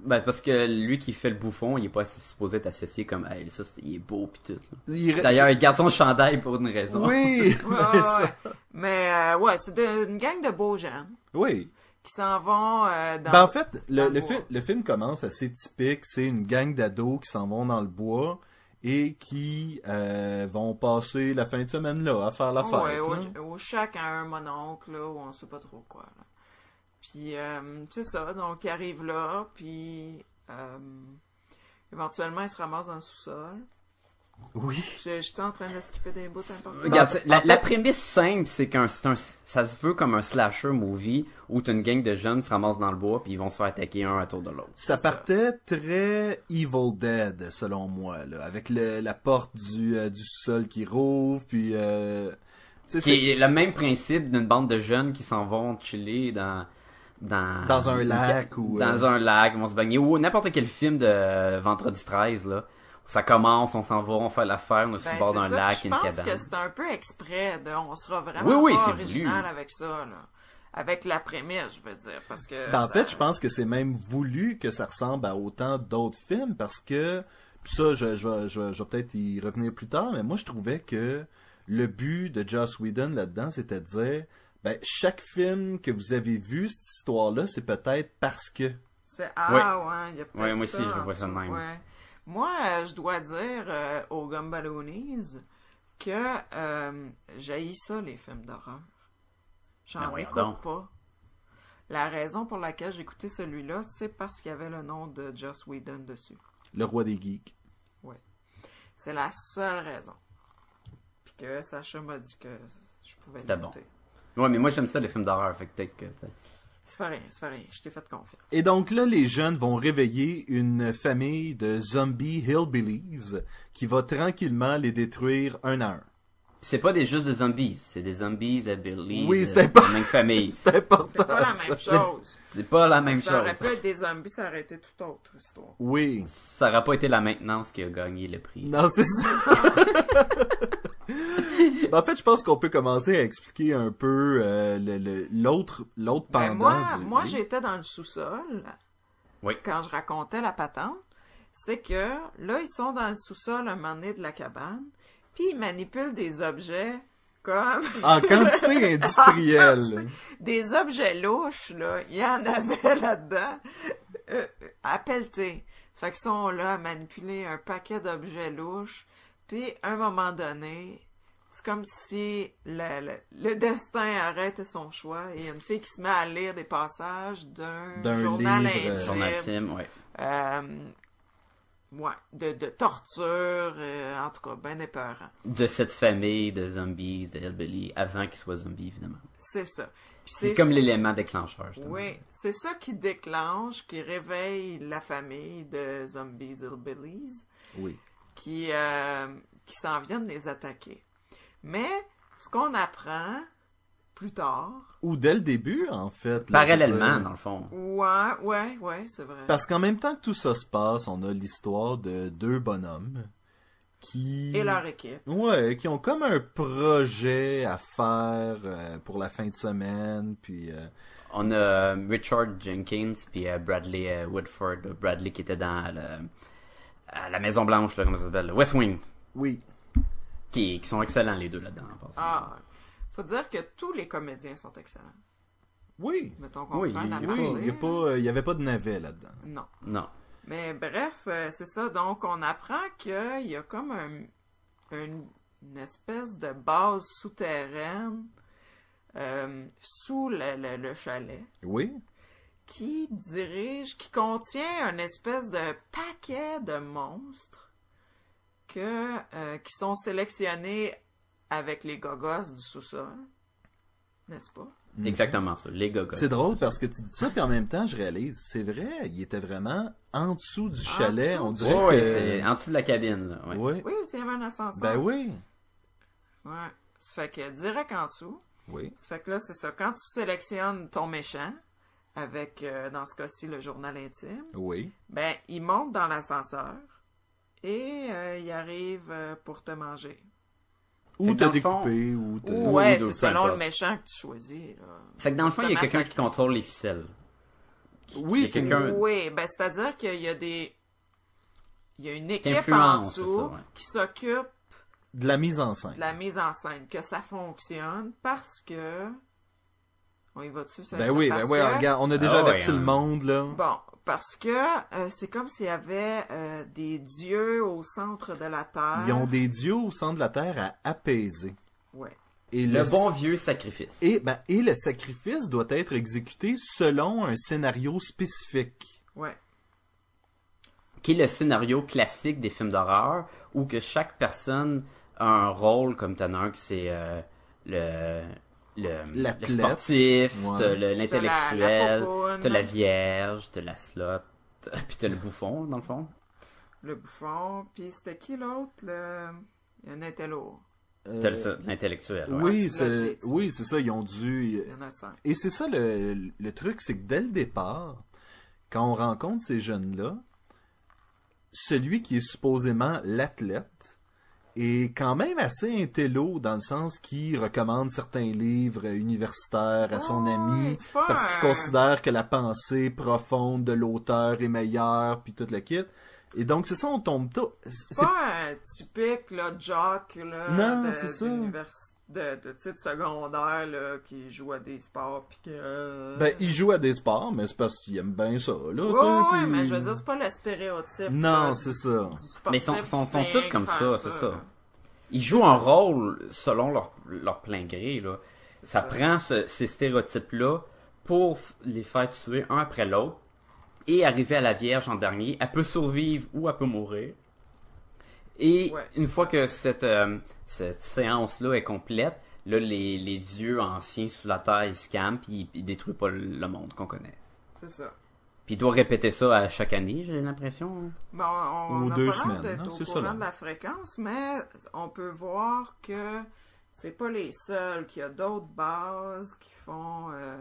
[SPEAKER 2] Ben, parce que lui qui fait le bouffon, il est pas supposé être associé comme, hey, ça, c'est- il est beau pis tout. là.
[SPEAKER 1] il reste-
[SPEAKER 2] D'ailleurs, il garde son chandail pour une raison.
[SPEAKER 1] Oui!
[SPEAKER 4] Ouais,
[SPEAKER 1] mais
[SPEAKER 4] ouais,
[SPEAKER 1] ça-
[SPEAKER 4] ouais. Mais euh, ouais, c'est de- une gang de beaux jeunes
[SPEAKER 1] Oui.
[SPEAKER 4] qui s'en vont euh, dans...
[SPEAKER 1] Ben, en fait, le,
[SPEAKER 4] dans le
[SPEAKER 1] le
[SPEAKER 4] bois.
[SPEAKER 1] film, le film commence assez typique. C'est une gang d'ados qui s'en vont dans le bois et qui euh, vont passer la fin de semaine là à faire la fête.
[SPEAKER 4] Ouais,
[SPEAKER 1] là.
[SPEAKER 4] au, au chac à un mononcle, là, où on sait pas trop quoi. là. Puis, euh, c'est ça, donc ils arrivent là, puis euh, éventuellement ils se ramassent dans le sous-sol.
[SPEAKER 1] Oui.
[SPEAKER 4] Je suis en train de skipper des bouts importants.
[SPEAKER 2] Regarde, c'est- la, la prémisse simple, c'est qu'un, c'est un- ça se veut comme un slasher movie où t'as une gang de jeunes qui se ramassent dans le bois puis ils vont se faire attaquer un à tour de l'autre.
[SPEAKER 1] Ça
[SPEAKER 4] C'est ça.
[SPEAKER 1] partait très Evil Dead selon moi là, avec le- la porte du euh, du sol qui rouvre puis euh, tu sais, c'est-
[SPEAKER 2] Qui est le même principe d'une bande de jeunes qui s'en vont chiller dans dans
[SPEAKER 1] Dans un lac ou, euh,
[SPEAKER 2] dans un lac, ils vont se baigner ou n'importe quel film de euh, vendredi 13 là. où Ça commence, on s'en va, on fait l'affaire, on est sur le
[SPEAKER 4] Ben,
[SPEAKER 2] bord
[SPEAKER 4] c'est
[SPEAKER 2] d'un
[SPEAKER 4] ça,
[SPEAKER 2] lac,
[SPEAKER 4] puis
[SPEAKER 2] une
[SPEAKER 4] Je pense
[SPEAKER 2] cabane.
[SPEAKER 4] que c'est un peu exprès. De, on sera vraiment
[SPEAKER 2] Oui, oui,
[SPEAKER 4] pas
[SPEAKER 2] c'est
[SPEAKER 4] original
[SPEAKER 2] voulu.
[SPEAKER 4] avec ça. Là. Avec la prémisse, je veux dire. Parce que
[SPEAKER 1] Ben, en
[SPEAKER 4] ça-
[SPEAKER 1] fait, je pense que c'est même voulu que ça ressemble à autant d'autres films parce que puis ça, je, je, vais- je, vais- je vais peut-être y revenir plus tard, mais moi je trouvais que le but de Joss Whedon là-dedans, c'était de dire ben chaque film que vous avez vu cette histoire-là, c'est peut-être parce que
[SPEAKER 4] C'est ah ouais, il y a peut-être
[SPEAKER 2] Ouais, moi aussi,
[SPEAKER 4] ça
[SPEAKER 2] je le
[SPEAKER 4] en
[SPEAKER 2] vois ça de
[SPEAKER 4] dessous,
[SPEAKER 2] même.
[SPEAKER 4] ouais. Moi, euh, je dois dire euh, aux Gumballoonies que euh, j'haïs ça les films
[SPEAKER 2] Ben
[SPEAKER 4] d'horreur. J'en
[SPEAKER 2] voyons
[SPEAKER 4] écoute
[SPEAKER 2] donc.
[SPEAKER 4] pas. La raison pour laquelle j'écoutais celui-là, c'est parce qu'il y avait le nom de Joss Whedon dessus.
[SPEAKER 1] le roi des geeks.
[SPEAKER 4] C'est la seule raison. Puis que Sacha m'a dit que je pouvais
[SPEAKER 2] C'était bon.
[SPEAKER 4] l'écouter.
[SPEAKER 2] Ouais, mais moi j'aime ça les films d'horreur, fait que peut-être que t'sais.
[SPEAKER 4] Ça fait rien, ça fait rien. Je t'ai fait confiance.
[SPEAKER 1] Et donc là, les jeunes vont réveiller une famille de zombies hillbillies qui va tranquillement les détruire un à un.
[SPEAKER 2] Puis c'est pas des juste des zombies, c'est des zombies à Billy.
[SPEAKER 1] Oui,
[SPEAKER 2] de-
[SPEAKER 1] c'était
[SPEAKER 2] de
[SPEAKER 1] pas-
[SPEAKER 2] la même famille.
[SPEAKER 1] C'est important.
[SPEAKER 4] C'est pas la même chose.
[SPEAKER 2] C'est pas la même
[SPEAKER 4] ça
[SPEAKER 2] chose.
[SPEAKER 4] aurait pu être des zombies, ça aurait été toute autre histoire.
[SPEAKER 1] Oui.
[SPEAKER 2] Ça aurait pas été la maintenance qui a gagné le prix.
[SPEAKER 1] Non, c'est ça. Ben, en fait, je pense qu'on peut commencer à expliquer un peu euh, le- le- l'autre l'autre pendant.
[SPEAKER 4] Ben, moi,
[SPEAKER 1] du-
[SPEAKER 4] moi
[SPEAKER 1] oui.
[SPEAKER 4] j'étais dans le sous-sol
[SPEAKER 2] Oui.
[SPEAKER 4] quand je racontais la patente. C'est que là, ils sont dans le sous-sol un moment donné de la cabane, puis ils manipulent des objets comme
[SPEAKER 1] en quantité industrielle.
[SPEAKER 4] des objets louches, là. Il y en avait là-dedans euh, à pelleter. Ça fait qu'ils sont là à manipuler un paquet d'objets louches, puis à un moment donné, c'est comme si le, le- le destin arrête son choix et il y a une fille qui se met à lire des passages d'un
[SPEAKER 1] D'un
[SPEAKER 4] journal
[SPEAKER 1] livre, euh,
[SPEAKER 4] intime,
[SPEAKER 2] Journal intime, ouais.
[SPEAKER 4] euh, ouais, de, de torture, euh, en tout cas, ben épeurant.
[SPEAKER 2] De cette famille de zombies, de Hellbilly, avant qu'ils soient zombies, évidemment.
[SPEAKER 4] C'est ça. Puis
[SPEAKER 2] C'est comme l'élément déclencheur, justement.
[SPEAKER 4] Oui, c'est ça qui déclenche, qui réveille la famille de zombies hillbillies
[SPEAKER 1] Oui.
[SPEAKER 4] qui, euh, qui s'en viennent les attaquer. Mais ce qu'on apprend plus tard,
[SPEAKER 1] Ou dès le début, en fait. là, je veux
[SPEAKER 2] Parallèlement,
[SPEAKER 1] dire.
[SPEAKER 2] dans le fond.
[SPEAKER 4] ouais, ouais, ouais, c'est vrai.
[SPEAKER 1] Parce qu'en même temps que tout ça se passe, on a l'histoire de deux bonhommes qui
[SPEAKER 4] Et leur équipe.
[SPEAKER 1] Ouais, qui ont comme un projet à faire euh, pour la fin de semaine, puis euh,
[SPEAKER 2] On a euh, Richard Jenkins puis euh, Bradley euh, Woodford. euh, Bradley qui était dans le- à la Maison Blanche, là, comment ça s'appelle, le West Wing,
[SPEAKER 1] oui,
[SPEAKER 2] qui, qui sont excellents les deux là-dedans. en passant.
[SPEAKER 4] Ah, faut dire que tous les comédiens sont excellents.
[SPEAKER 1] Oui.
[SPEAKER 4] Mettons qu'on
[SPEAKER 2] Oui,
[SPEAKER 4] prend la
[SPEAKER 1] Oui,
[SPEAKER 2] il-
[SPEAKER 4] parler,
[SPEAKER 1] il n'y a
[SPEAKER 4] là.
[SPEAKER 1] pas, il y avait pas de navet là-dedans.
[SPEAKER 4] Non.
[SPEAKER 2] Non.
[SPEAKER 4] Mais bref, euh, c'est ça. Donc, on apprend qu'il y a comme un- une, une espèce de base souterraine euh, sous le, le- le chalet
[SPEAKER 1] Oui.
[SPEAKER 4] qui dirige, qui contient une espèce de paquet de monstres que, euh, qui sont sélectionnés avec les gogos du sous-sol. N'est-ce pas?
[SPEAKER 2] Exactement ça. Les gogos.
[SPEAKER 1] C'est drôle parce que tu dis ça, puis en même temps, je réalise, c'est vrai, il était vraiment en dessous du chalet.
[SPEAKER 4] dessous
[SPEAKER 1] on
[SPEAKER 4] du
[SPEAKER 1] dirait
[SPEAKER 2] Ouais,
[SPEAKER 1] que-
[SPEAKER 2] c'est en dessous de la cabine, là. ouais.
[SPEAKER 1] Oui.
[SPEAKER 4] Oui, c'est un ascenseur.
[SPEAKER 1] Ben oui.
[SPEAKER 4] Ouais. Ça fait que direct en dessous.
[SPEAKER 1] Oui.
[SPEAKER 4] Ça fait que là, c'est ça. Quand tu sélectionnes ton méchant, avec, euh, dans ce cas-ci, le journal intime,
[SPEAKER 1] Oui.
[SPEAKER 4] ben, il monte dans l'ascenseur et euh, il arrive euh, pour te manger.
[SPEAKER 1] Ou
[SPEAKER 2] que
[SPEAKER 1] t'as
[SPEAKER 2] dans le fond-
[SPEAKER 1] découpé, ou t'as...
[SPEAKER 2] Ouh.
[SPEAKER 4] ouais,
[SPEAKER 2] oui,
[SPEAKER 4] c'est
[SPEAKER 2] donc,
[SPEAKER 4] selon
[SPEAKER 2] peu
[SPEAKER 4] le
[SPEAKER 2] importe.
[SPEAKER 4] méchant que tu choisis. là.
[SPEAKER 2] Fait que dans le fond, il y a
[SPEAKER 4] Le
[SPEAKER 2] quelqu'un
[SPEAKER 4] massacre.
[SPEAKER 2] qui contrôle les ficelles.
[SPEAKER 1] Oui,
[SPEAKER 2] c'est
[SPEAKER 1] c'est
[SPEAKER 2] quelqu'un-
[SPEAKER 4] Oui, ben, c'est-à-dire qu'il y a des... Il y a une équipe en
[SPEAKER 2] Qu'influence,
[SPEAKER 4] dessous
[SPEAKER 2] c'est ça, ouais.
[SPEAKER 4] qui s'occupe
[SPEAKER 1] de la mise en scène.
[SPEAKER 4] de la mise en scène, que ça fonctionne parce que... On y va dessus, ça?
[SPEAKER 1] Ben oui, ben
[SPEAKER 4] Parce
[SPEAKER 1] oui,
[SPEAKER 4] que-
[SPEAKER 1] regarde, on a déjà
[SPEAKER 2] Ah ouais,
[SPEAKER 1] averti
[SPEAKER 2] hein.
[SPEAKER 1] le monde, là.
[SPEAKER 4] Bon, parce que euh, c'est comme s'il y avait euh, des dieux au centre de la Terre.
[SPEAKER 1] Ils ont des dieux au centre de la terre à apaiser.
[SPEAKER 4] Ouais.
[SPEAKER 1] Et
[SPEAKER 2] Le bon
[SPEAKER 1] s-
[SPEAKER 2] vieux sacrifice.
[SPEAKER 1] et, ben, et le sacrifice doit être exécuté selon un scénario spécifique.
[SPEAKER 4] Ouais.
[SPEAKER 2] Qui est le scénario classique des films d'horreur où que chaque personne a un rôle comme t'en as un qui c'est euh, le, le, le
[SPEAKER 1] L'athlète.
[SPEAKER 2] sportif,
[SPEAKER 1] Ouais.
[SPEAKER 2] t'as le-
[SPEAKER 4] T'as la-
[SPEAKER 2] l'intellectuel,
[SPEAKER 4] la popoune.
[SPEAKER 2] t'as la vierge, t'as la slot, t'as- puis t'as le bouffon dans le fond.
[SPEAKER 4] Le bouffon, puis c'était qui l'autre le il y en était lourd.
[SPEAKER 1] Euh,
[SPEAKER 2] T'as le- ça, l'intellectuel. ouais.
[SPEAKER 1] oui,
[SPEAKER 4] tu l'as
[SPEAKER 1] c'est
[SPEAKER 4] dit, tu
[SPEAKER 1] oui, c'est ça, ils ont dû...
[SPEAKER 4] Il y en a cinq.
[SPEAKER 1] Et c'est ça le, le truc, c'est que dès le départ, quand on rencontre ces jeunes-là, celui qui est supposément l'athlète est quand même assez intello dans le sens qu'il recommande certains livres universitaires à son
[SPEAKER 4] Ouais,
[SPEAKER 1] ami
[SPEAKER 4] Oh, c'est pas
[SPEAKER 1] parce qu'il
[SPEAKER 4] un-
[SPEAKER 1] considère que la pensée profonde de l'auteur est meilleure puis tout le kit. Et donc c'est ça on tombe tôt.
[SPEAKER 4] C'est
[SPEAKER 1] C'est
[SPEAKER 4] pas un typique là jock là
[SPEAKER 1] Non,
[SPEAKER 4] de,
[SPEAKER 1] c'est ça.
[SPEAKER 4] d'univers- de, de titre secondaire là qui joue à des sports puis que
[SPEAKER 1] ben il joue à des sports mais c'est parce qu'il aime bien ça là.
[SPEAKER 4] Ouais,
[SPEAKER 1] tu sais,
[SPEAKER 4] ouais,
[SPEAKER 1] puis-
[SPEAKER 4] mais je veux dire c'est pas le stéréotype.
[SPEAKER 1] Non,
[SPEAKER 4] là,
[SPEAKER 1] c'est
[SPEAKER 4] du-
[SPEAKER 1] ça.
[SPEAKER 4] du sportif
[SPEAKER 2] Mais ils sont, sont, sont
[SPEAKER 4] qui
[SPEAKER 2] tous comme
[SPEAKER 4] saigne
[SPEAKER 2] ça,
[SPEAKER 4] faire
[SPEAKER 2] c'est ça. Ils jouent un rôle selon leur, leur plein gré. Là. Ça,
[SPEAKER 4] ça.
[SPEAKER 2] prend ce- ces stéréotypes-là pour f- les faire tuer un après l'autre et arriver à la Vierge en dernier. Elle peut survivre ou elle peut mourir. Et
[SPEAKER 4] Ouais,
[SPEAKER 2] une
[SPEAKER 4] c'est
[SPEAKER 2] fois que cette, euh, cette séance-là est complète, là, les, les dieux anciens sous la terre, ils se campent puis ils, ils détruisent pas le- le monde qu'on connaît.
[SPEAKER 4] C'est ça.
[SPEAKER 2] Puis il doit répéter ça à chaque année, j'ai l'impression. hein.
[SPEAKER 4] Bon, Ben, on,
[SPEAKER 1] Ou
[SPEAKER 4] on a
[SPEAKER 1] deux
[SPEAKER 4] pas
[SPEAKER 1] semaines,
[SPEAKER 4] l'air d'être
[SPEAKER 1] hein,
[SPEAKER 4] au
[SPEAKER 1] c'est ça,
[SPEAKER 4] courant
[SPEAKER 1] là.
[SPEAKER 4] de la fréquence, mais on peut voir que c'est pas les seuls, qu'il y a d'autres bases qui font... euh,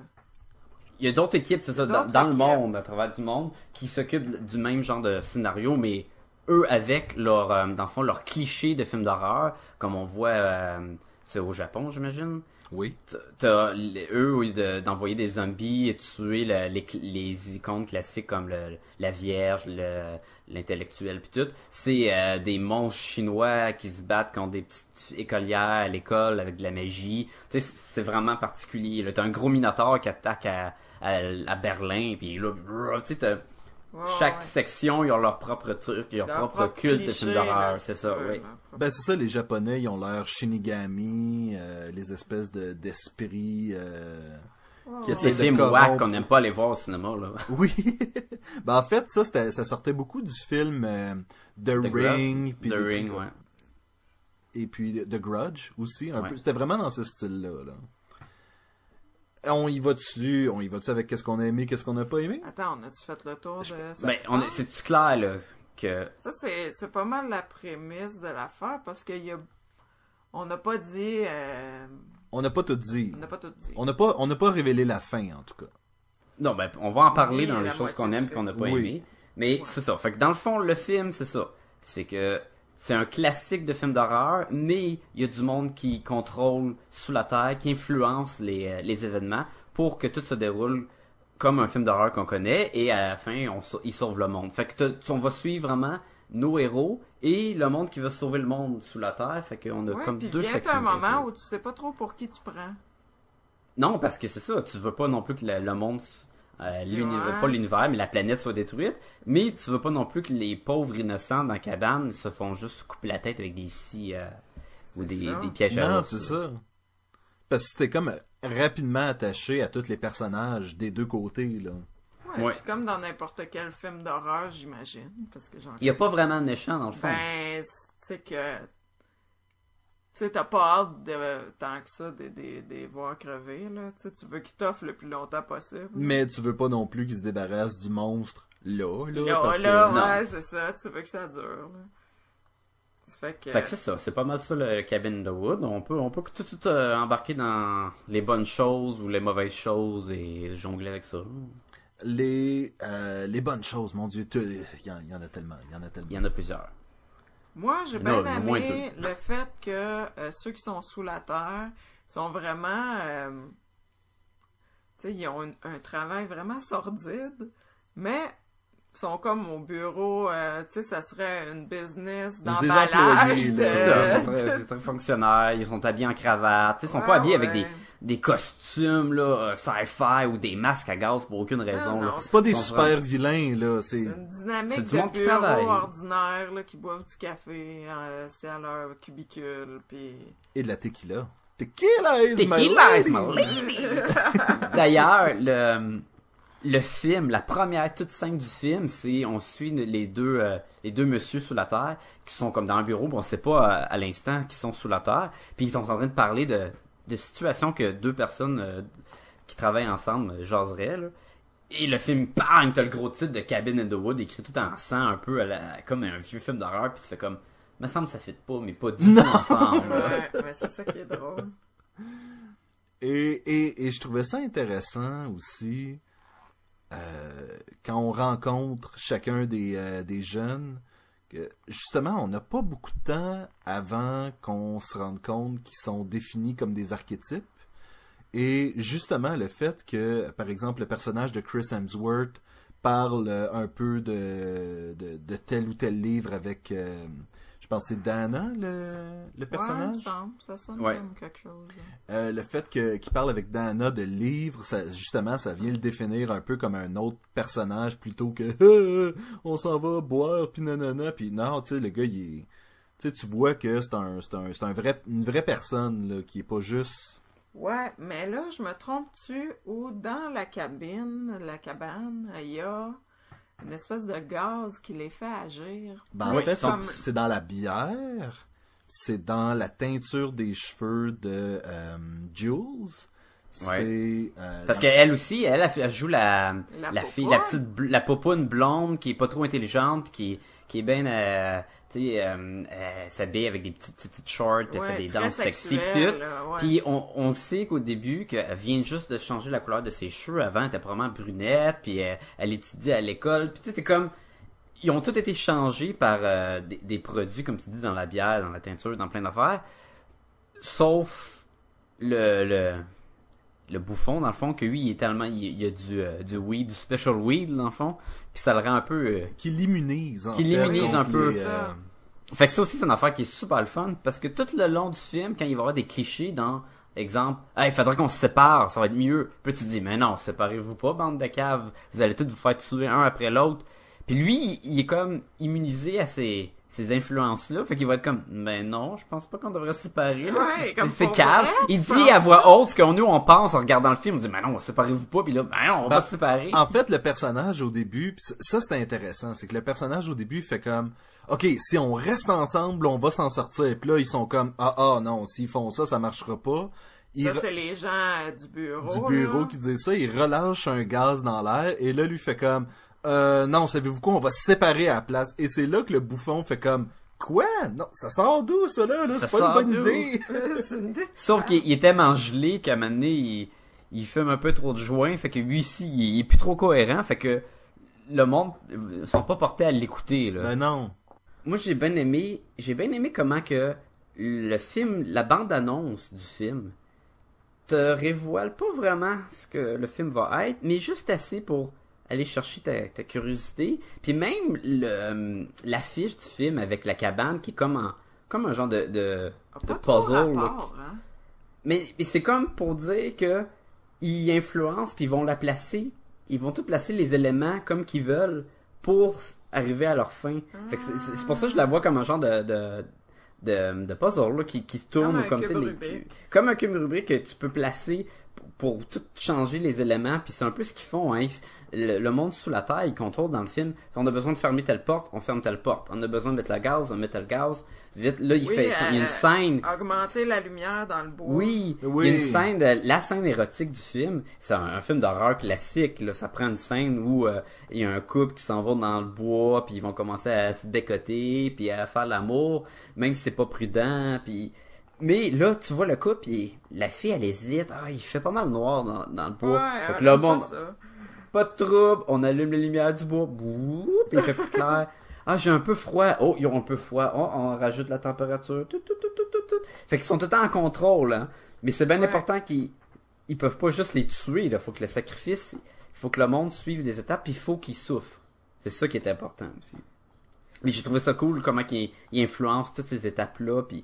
[SPEAKER 2] Il y a d'autres équipes, c'est ça, dans,
[SPEAKER 4] D'autres
[SPEAKER 2] dans le
[SPEAKER 4] équipes.
[SPEAKER 2] monde, à travers du monde, qui s'occupent du même genre de scénario, mais eux avec leur, euh, dans le fond, leur cliché de film d'horreur, comme on voit, euh, c'est au Japon, j'imagine.
[SPEAKER 1] Oui.
[SPEAKER 2] T- T'as les- eux oui, de- d'envoyer des zombies et tuer le- les, cl- les icônes classiques comme le- la Vierge, le- l'intellectuel puis tout. C'est euh, des monstres chinois qui se battent contre des petites écolières à l'école avec de la magie. Tu sais, c- c'est vraiment particulier. là. T'as un gros minotaure qui attaque à, à- à Berlin puis là, brrr, tu sais, t'as-
[SPEAKER 4] ouais,
[SPEAKER 2] chaque
[SPEAKER 4] ouais.
[SPEAKER 2] section ils ont leur propre truc, leur,
[SPEAKER 4] Leur
[SPEAKER 2] propre, culte de
[SPEAKER 4] cliché,
[SPEAKER 2] film
[SPEAKER 4] là,
[SPEAKER 2] d'horreur,
[SPEAKER 4] si
[SPEAKER 2] c'est
[SPEAKER 4] tu
[SPEAKER 2] ça.
[SPEAKER 4] veux,
[SPEAKER 2] oui.
[SPEAKER 4] leur propre-
[SPEAKER 1] Ben c'est ça, les Japonais, ils ont leur shinigami, euh, les espèces de d'esprits euh, qui
[SPEAKER 2] C'est
[SPEAKER 1] essaient
[SPEAKER 2] des
[SPEAKER 1] de
[SPEAKER 2] films
[SPEAKER 1] corrompre.
[SPEAKER 2] whack qu'on n'aime pas aller voir au cinéma là.
[SPEAKER 1] Oui. ben en fait, ça c'était- ça sortait beaucoup du film euh, The,
[SPEAKER 2] The Grudge.
[SPEAKER 1] Ring, puis
[SPEAKER 2] The
[SPEAKER 1] des
[SPEAKER 2] Ring,
[SPEAKER 1] trucs-
[SPEAKER 2] ouais.
[SPEAKER 1] et puis The Grudge aussi un
[SPEAKER 2] Ouais.
[SPEAKER 1] peu. C'était vraiment dans ce style-là. là. On y va dessus, on y va dessus avec qu'est-ce qu'on a aimé, qu'est-ce qu'on n'a pas aimé.
[SPEAKER 4] Attends, on a-tu fait le tour de... ça
[SPEAKER 2] Ben,
[SPEAKER 4] se
[SPEAKER 2] on est-
[SPEAKER 4] passe?
[SPEAKER 2] c'est-tu clair, là, que...
[SPEAKER 4] Ça, c'est c'est pas mal la prémisse de l'affaire, parce qu'il y a... On n'a pas dit... euh,
[SPEAKER 1] On n'a pas tout dit.
[SPEAKER 4] On n'a pas tout dit.
[SPEAKER 1] On n'a pas, on n'a pas révélé la fin en tout cas.
[SPEAKER 2] Non, ben, on va en parler
[SPEAKER 4] Oui,
[SPEAKER 2] dans
[SPEAKER 4] la
[SPEAKER 2] les choses
[SPEAKER 4] moitié
[SPEAKER 2] qu'on
[SPEAKER 4] du
[SPEAKER 2] aime et
[SPEAKER 4] film.
[SPEAKER 2] qu'on n'a pas
[SPEAKER 1] Oui.
[SPEAKER 2] aimé. Mais c'est ça. Fait que dans le fond, le film, c'est ça. C'est que c'est un classique de film d'horreur, mais il y a du monde qui contrôle sous la terre, qui influence les, euh, les événements pour que tout se déroule comme un film d'horreur qu'on connaît et à la fin, on, sau- ils sauvent le monde. Fait que t'as- tu- on va suivre vraiment nos héros et le monde qui veut sauver le monde sous la terre. Fait qu'on a
[SPEAKER 4] Ouais,
[SPEAKER 2] comme
[SPEAKER 4] puis
[SPEAKER 2] deux
[SPEAKER 4] vient
[SPEAKER 2] sections.
[SPEAKER 4] un moment où tu sais pas trop pour qui tu prends.
[SPEAKER 2] Non, parce que c'est ça, tu veux pas non plus que le, le monde, s- euh,
[SPEAKER 4] C'est
[SPEAKER 2] l'univers-
[SPEAKER 4] vrai.
[SPEAKER 2] pas l'univers, mais la planète soit détruite, mais tu veux pas non plus que les pauvres innocents dans la cabane se font juste couper la tête avec des scies euh, ou des,
[SPEAKER 4] ça.
[SPEAKER 2] des pièges à
[SPEAKER 1] Non,
[SPEAKER 2] os,
[SPEAKER 1] c'est
[SPEAKER 2] là.
[SPEAKER 1] ça. Parce que t'es comme rapidement attaché à tous les personnages des deux côtés, là.
[SPEAKER 4] Ouais,
[SPEAKER 2] Ouais.
[SPEAKER 4] puis comme dans n'importe quel film d'horreur, j'imagine. Parce que j'en
[SPEAKER 2] Il y a pas vraiment de méchant dans le fond.
[SPEAKER 4] Ben, c'est que. Tu sais, t'as pas hâte de, tant que ça de, de, de les voir crever, là. Tu sais, tu veux qu'ils t'offrent le plus longtemps possible.
[SPEAKER 1] Mais tu veux pas non plus qu'ils se débarrassent du monstre là, là.
[SPEAKER 4] Là,
[SPEAKER 1] parce que-
[SPEAKER 4] là,
[SPEAKER 2] non.
[SPEAKER 4] ouais, c'est ça. Tu veux que ça dure, là. Ça Fait que.
[SPEAKER 2] Fait que c'est ça, c'est pas mal ça le Cabin in the Wood. On peut, on peut tout de suite euh, embarquer dans les bonnes choses ou les mauvaises choses et jongler avec ça.
[SPEAKER 1] les, euh, les bonnes choses, mon Dieu. tu- Il y, en- il y en a tellement, il y en a tellement.
[SPEAKER 2] Il y en a plusieurs.
[SPEAKER 4] Moi, j'ai
[SPEAKER 2] Non,
[SPEAKER 4] bien
[SPEAKER 2] au moins
[SPEAKER 4] aimé le fait que euh, ceux qui sont sous la terre sont vraiment. euh, tu sais, ils ont une- un travail vraiment sordide, mais sont comme au bureau, euh, tu sais, ça serait une business
[SPEAKER 1] des
[SPEAKER 4] d'emballage.
[SPEAKER 1] employés,
[SPEAKER 4] de-
[SPEAKER 1] là.
[SPEAKER 2] C'est ça, c'est
[SPEAKER 1] Euh,
[SPEAKER 2] très, c'est très fonctionnaire, ils sont habillés en cravate, tu sais, ils sont
[SPEAKER 4] Ouais,
[SPEAKER 2] pas habillés avec
[SPEAKER 4] ouais.
[SPEAKER 2] des, des costumes là, euh, sci-fi ou des masques à gaz pour aucune raison.
[SPEAKER 4] non,
[SPEAKER 2] là.
[SPEAKER 1] C'est pas des
[SPEAKER 2] Ils sont
[SPEAKER 1] super
[SPEAKER 2] vraiment-
[SPEAKER 1] vilains, là. C'est,
[SPEAKER 4] C'est une dynamique
[SPEAKER 2] C'est du
[SPEAKER 4] de
[SPEAKER 2] monde qui
[SPEAKER 4] bureau
[SPEAKER 2] travaille.
[SPEAKER 4] ordinaire, là, qui boivent du café, euh, c'est à leur cubicule, puis...
[SPEAKER 1] et de la tequila. Tequila is my
[SPEAKER 2] Tequila is
[SPEAKER 1] lady.
[SPEAKER 2] my lady. D'ailleurs, le, le film, la première toute scène du film, c'est on suit les deux euh, les deux messieurs sous la terre qui sont comme dans un bureau, bon, on sait pas euh, à l'instant qui sont sous la terre, puis ils sont en train de parler de de situations que deux personnes euh, qui travaillent ensemble euh, jaseraient là. Et le film, bang, t'as le gros titre de Cabin in the Wood, écrit tout en sang, un peu à la- comme un vieux film d'horreur, puis tu fais comme, me semble que ça fit pas, mais pas du tout ensemble. là.
[SPEAKER 4] Ouais, ouais, c'est ça qui est drôle.
[SPEAKER 1] Et, et, et je trouvais ça intéressant aussi euh, quand on rencontre chacun des, euh, des jeunes. Que justement, on n'a pas beaucoup de temps avant qu'on se rende compte qu'ils sont définis comme des archétypes. Et justement, le fait que, par exemple, le personnage de Chris Hemsworth parle euh, un peu de, de, de tel ou tel livre avec, euh, je pense que c'est Dana, le, le
[SPEAKER 4] Ouais, il me
[SPEAKER 1] personnage.
[SPEAKER 4] semble, ça sonne
[SPEAKER 2] Ouais.
[SPEAKER 4] comme quelque chose. là.
[SPEAKER 1] Euh, le fait que qu'il parle avec Dana de livres, ça, justement, ça vient le définir un peu comme un autre personnage plutôt que Euh, on s'en va boire puis nanana puis non, tu sais le gars il est tu sais, tu vois que c'est un c'est un c'est un vrai une vraie personne là qui est pas juste
[SPEAKER 4] Ouais, mais là, je me trompe-tu ou dans la cabine, la cabane, il y a une espèce de gaz qui les fait agir.
[SPEAKER 1] ben, en
[SPEAKER 4] Plus
[SPEAKER 1] fait
[SPEAKER 4] comme-
[SPEAKER 1] c'est dans la bière, c'est dans la teinture des cheveux de euh, Jules, c'est euh,
[SPEAKER 2] Parce
[SPEAKER 1] dans-
[SPEAKER 2] qu'elle aussi, elle, elle, elle joue la,
[SPEAKER 4] La
[SPEAKER 2] la, fille,
[SPEAKER 4] popoune.
[SPEAKER 2] la petite, bl- la popoune blonde qui est pas trop intelligente, puis qui, est- qui est bien, euh, tu sais, euh, elle s'habille avec des petites, petites, petites shorts, elle
[SPEAKER 4] Ouais,
[SPEAKER 2] fait des
[SPEAKER 4] très
[SPEAKER 2] danses sexy,
[SPEAKER 4] sexuelle,
[SPEAKER 2] puis tout.
[SPEAKER 4] là, ouais.
[SPEAKER 2] Puis on, on sait qu'au début, qu'elle vient juste de changer la couleur de ses cheveux. Avant, elle était probablement brunette, puis elle, elle étudie à l'école, puis tu sais, t'es comme... Ils ont tous été changés par euh, des, des produits, comme tu dis, dans la bière, dans la teinture, dans plein d'affaires. Sauf le, le, le bouffon, dans le fond, que lui, il est tellement. Il, il a du, euh, du weed, du special weed, dans le fond. Puis ça le rend un peu. euh,
[SPEAKER 1] qui l'immunise en
[SPEAKER 2] Qui
[SPEAKER 1] fait,
[SPEAKER 2] l'immunise
[SPEAKER 1] contre
[SPEAKER 2] un peu.
[SPEAKER 1] les, euh,
[SPEAKER 2] Fait que ça aussi, c'est une affaire qui est super le fun. Parce que tout le long du film, quand il va y avoir des clichés dans. Exemple, hey, faudrait qu'on se sépare, ça va être mieux. Puis tu te dis, mais non, séparez-vous pas, bande de caves. Vous allez tous vous faire tuer un après l'autre. Puis lui, il, il est comme immunisé à ces, ces influences-là. Fait qu'il va être comme, mais non, je pense pas qu'on devrait se séparer. là.
[SPEAKER 4] Ouais,
[SPEAKER 2] C'est-
[SPEAKER 4] comme
[SPEAKER 2] c'est
[SPEAKER 4] pour
[SPEAKER 2] cave.
[SPEAKER 4] vrai,
[SPEAKER 2] Il
[SPEAKER 4] tu
[SPEAKER 2] dit à
[SPEAKER 4] penses
[SPEAKER 2] voix haute ce qu'on nous, on pense en regardant le film. On dit, mais non, séparez-vous pas. Puis là, ben non, on va
[SPEAKER 1] Ben,
[SPEAKER 2] pas se séparer.
[SPEAKER 1] En fait, le personnage au début, pis ça- ça c'est intéressant, c'est que le personnage au début fait comme, ok, si on reste ensemble, on va s'en sortir. Puis là, ils sont comme, ah ah non, s'ils font ça, ça marchera pas. Ils
[SPEAKER 4] Ça,
[SPEAKER 1] re-
[SPEAKER 4] c'est les gens euh, du bureau.
[SPEAKER 1] du bureau
[SPEAKER 4] là.
[SPEAKER 1] qui disait ça, il relâche un gaz dans l'air et là lui fait comme, euh, non, savez-vous quoi, on va se séparer à la place. Et c'est là que le bouffon fait comme, quoi, non, ça sort d'où ça là, là
[SPEAKER 2] Ça
[SPEAKER 1] c'est pas une
[SPEAKER 2] sort
[SPEAKER 1] bonne
[SPEAKER 2] d'où?
[SPEAKER 1] idée.
[SPEAKER 4] C'est une dé-
[SPEAKER 2] Sauf qu'il il est tellement gelé qu'à un moment donné, il, il fume un peu trop de joint, fait que lui ici, il, est plus trop cohérent, fait que le monde euh, sont pas portés à l'écouter là.
[SPEAKER 1] Ben non.
[SPEAKER 2] Moi j'ai bien aimé, j'ai bien aimé comment que le film, la bande annonce du film te révoile pas vraiment ce que le film va être, mais juste assez pour aller chercher ta, ta curiosité. Puis même le euh, l'affiche du film avec la cabane qui est comme en- comme un genre de de,
[SPEAKER 4] Ah,
[SPEAKER 2] de
[SPEAKER 4] pas trop
[SPEAKER 2] puzzle là, qui-
[SPEAKER 4] rapport, hein.
[SPEAKER 2] mais, mais c'est comme pour dire que ils influencent, puis ils vont la placer. Ils vont tout placer les éléments comme qu'ils veulent pour arriver à leur fin. Fait que c'est- c'est c'est pour ça que je la vois comme un genre de, de, de, de puzzle là, qui, qui tourne
[SPEAKER 4] Comme un
[SPEAKER 2] comme, tu sais,
[SPEAKER 4] cube
[SPEAKER 2] les-
[SPEAKER 4] Rubik.
[SPEAKER 2] comme un cube Rubik que tu peux placer pour, pour tout changer les éléments. Puis c'est un peu ce qu'ils font. Hein. Ils- Le, le monde sous la terre, ils contrôlent dans le film. On a besoin de fermer telle porte, on ferme telle porte. On a besoin de mettre le gaz, on met le gaz. Vite, là, il,
[SPEAKER 4] Oui,
[SPEAKER 2] fait, il y a
[SPEAKER 4] euh,
[SPEAKER 2] une scène.
[SPEAKER 4] Augmenter la lumière dans le bois.
[SPEAKER 2] Oui,
[SPEAKER 1] Oui.
[SPEAKER 2] il y a une scène, de- la scène érotique du film, c'est un, un film d'horreur classique. Là, ça prend une scène où euh, il y a un couple qui s'en va dans le bois, puis ils vont commencer à se bécoter, puis à faire l'amour, même si c'est pas prudent. Puis mais là, tu vois le couple, puis la fille elle hésite. Ah, il fait pas mal noir dans, dans le bois.
[SPEAKER 4] Ouais,
[SPEAKER 2] fait que
[SPEAKER 4] on
[SPEAKER 2] là,
[SPEAKER 4] fait
[SPEAKER 2] bon,
[SPEAKER 4] pas ça.
[SPEAKER 2] pas de trouble, on allume les lumières du bois, bouh, puis il fait plus clair. Ah, j'ai un peu froid. Oh, ils ont un peu froid. Oh, on rajoute la température. Tout, tout, tout, tout, tout, tout. Fait qu'ils sont tout le temps en contrôle. hein. Mais c'est bien
[SPEAKER 4] Ouais.
[SPEAKER 2] important qu'ils ils peuvent pas juste les tuer. Il faut que le sacrifice, il faut que le monde suive des étapes, puis il faut qu'ils souffrent. C'est ça qui est important aussi. Mais j'ai trouvé ça cool comment qu'il il influence toutes ces étapes-là. Puis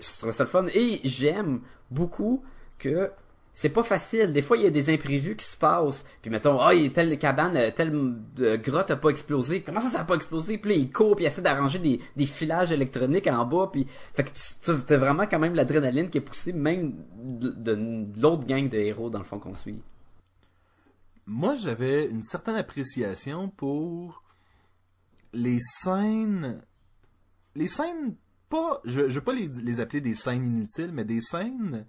[SPEAKER 2] je trouvais ça le fun. Et j'aime beaucoup que c'est pas facile. Des fois, il y a des imprévus qui se passent. Puis mettons, ah, il y a telle cabane, euh, telle euh, grotte a pas explosé. Comment ça, ça a pas explosé? Puis là, il court, puis il essaie d'arranger des, des filages électroniques en bas. Puis fait que tu, tu- t'as vraiment quand même l'adrénaline qui est poussée, même de, de l'autre gang de héros dans le fond qu'on suit.
[SPEAKER 1] Moi, j'avais une certaine appréciation pour les scènes. Les scènes, pas. Je, je veux pas les, les appeler des scènes inutiles, mais des scènes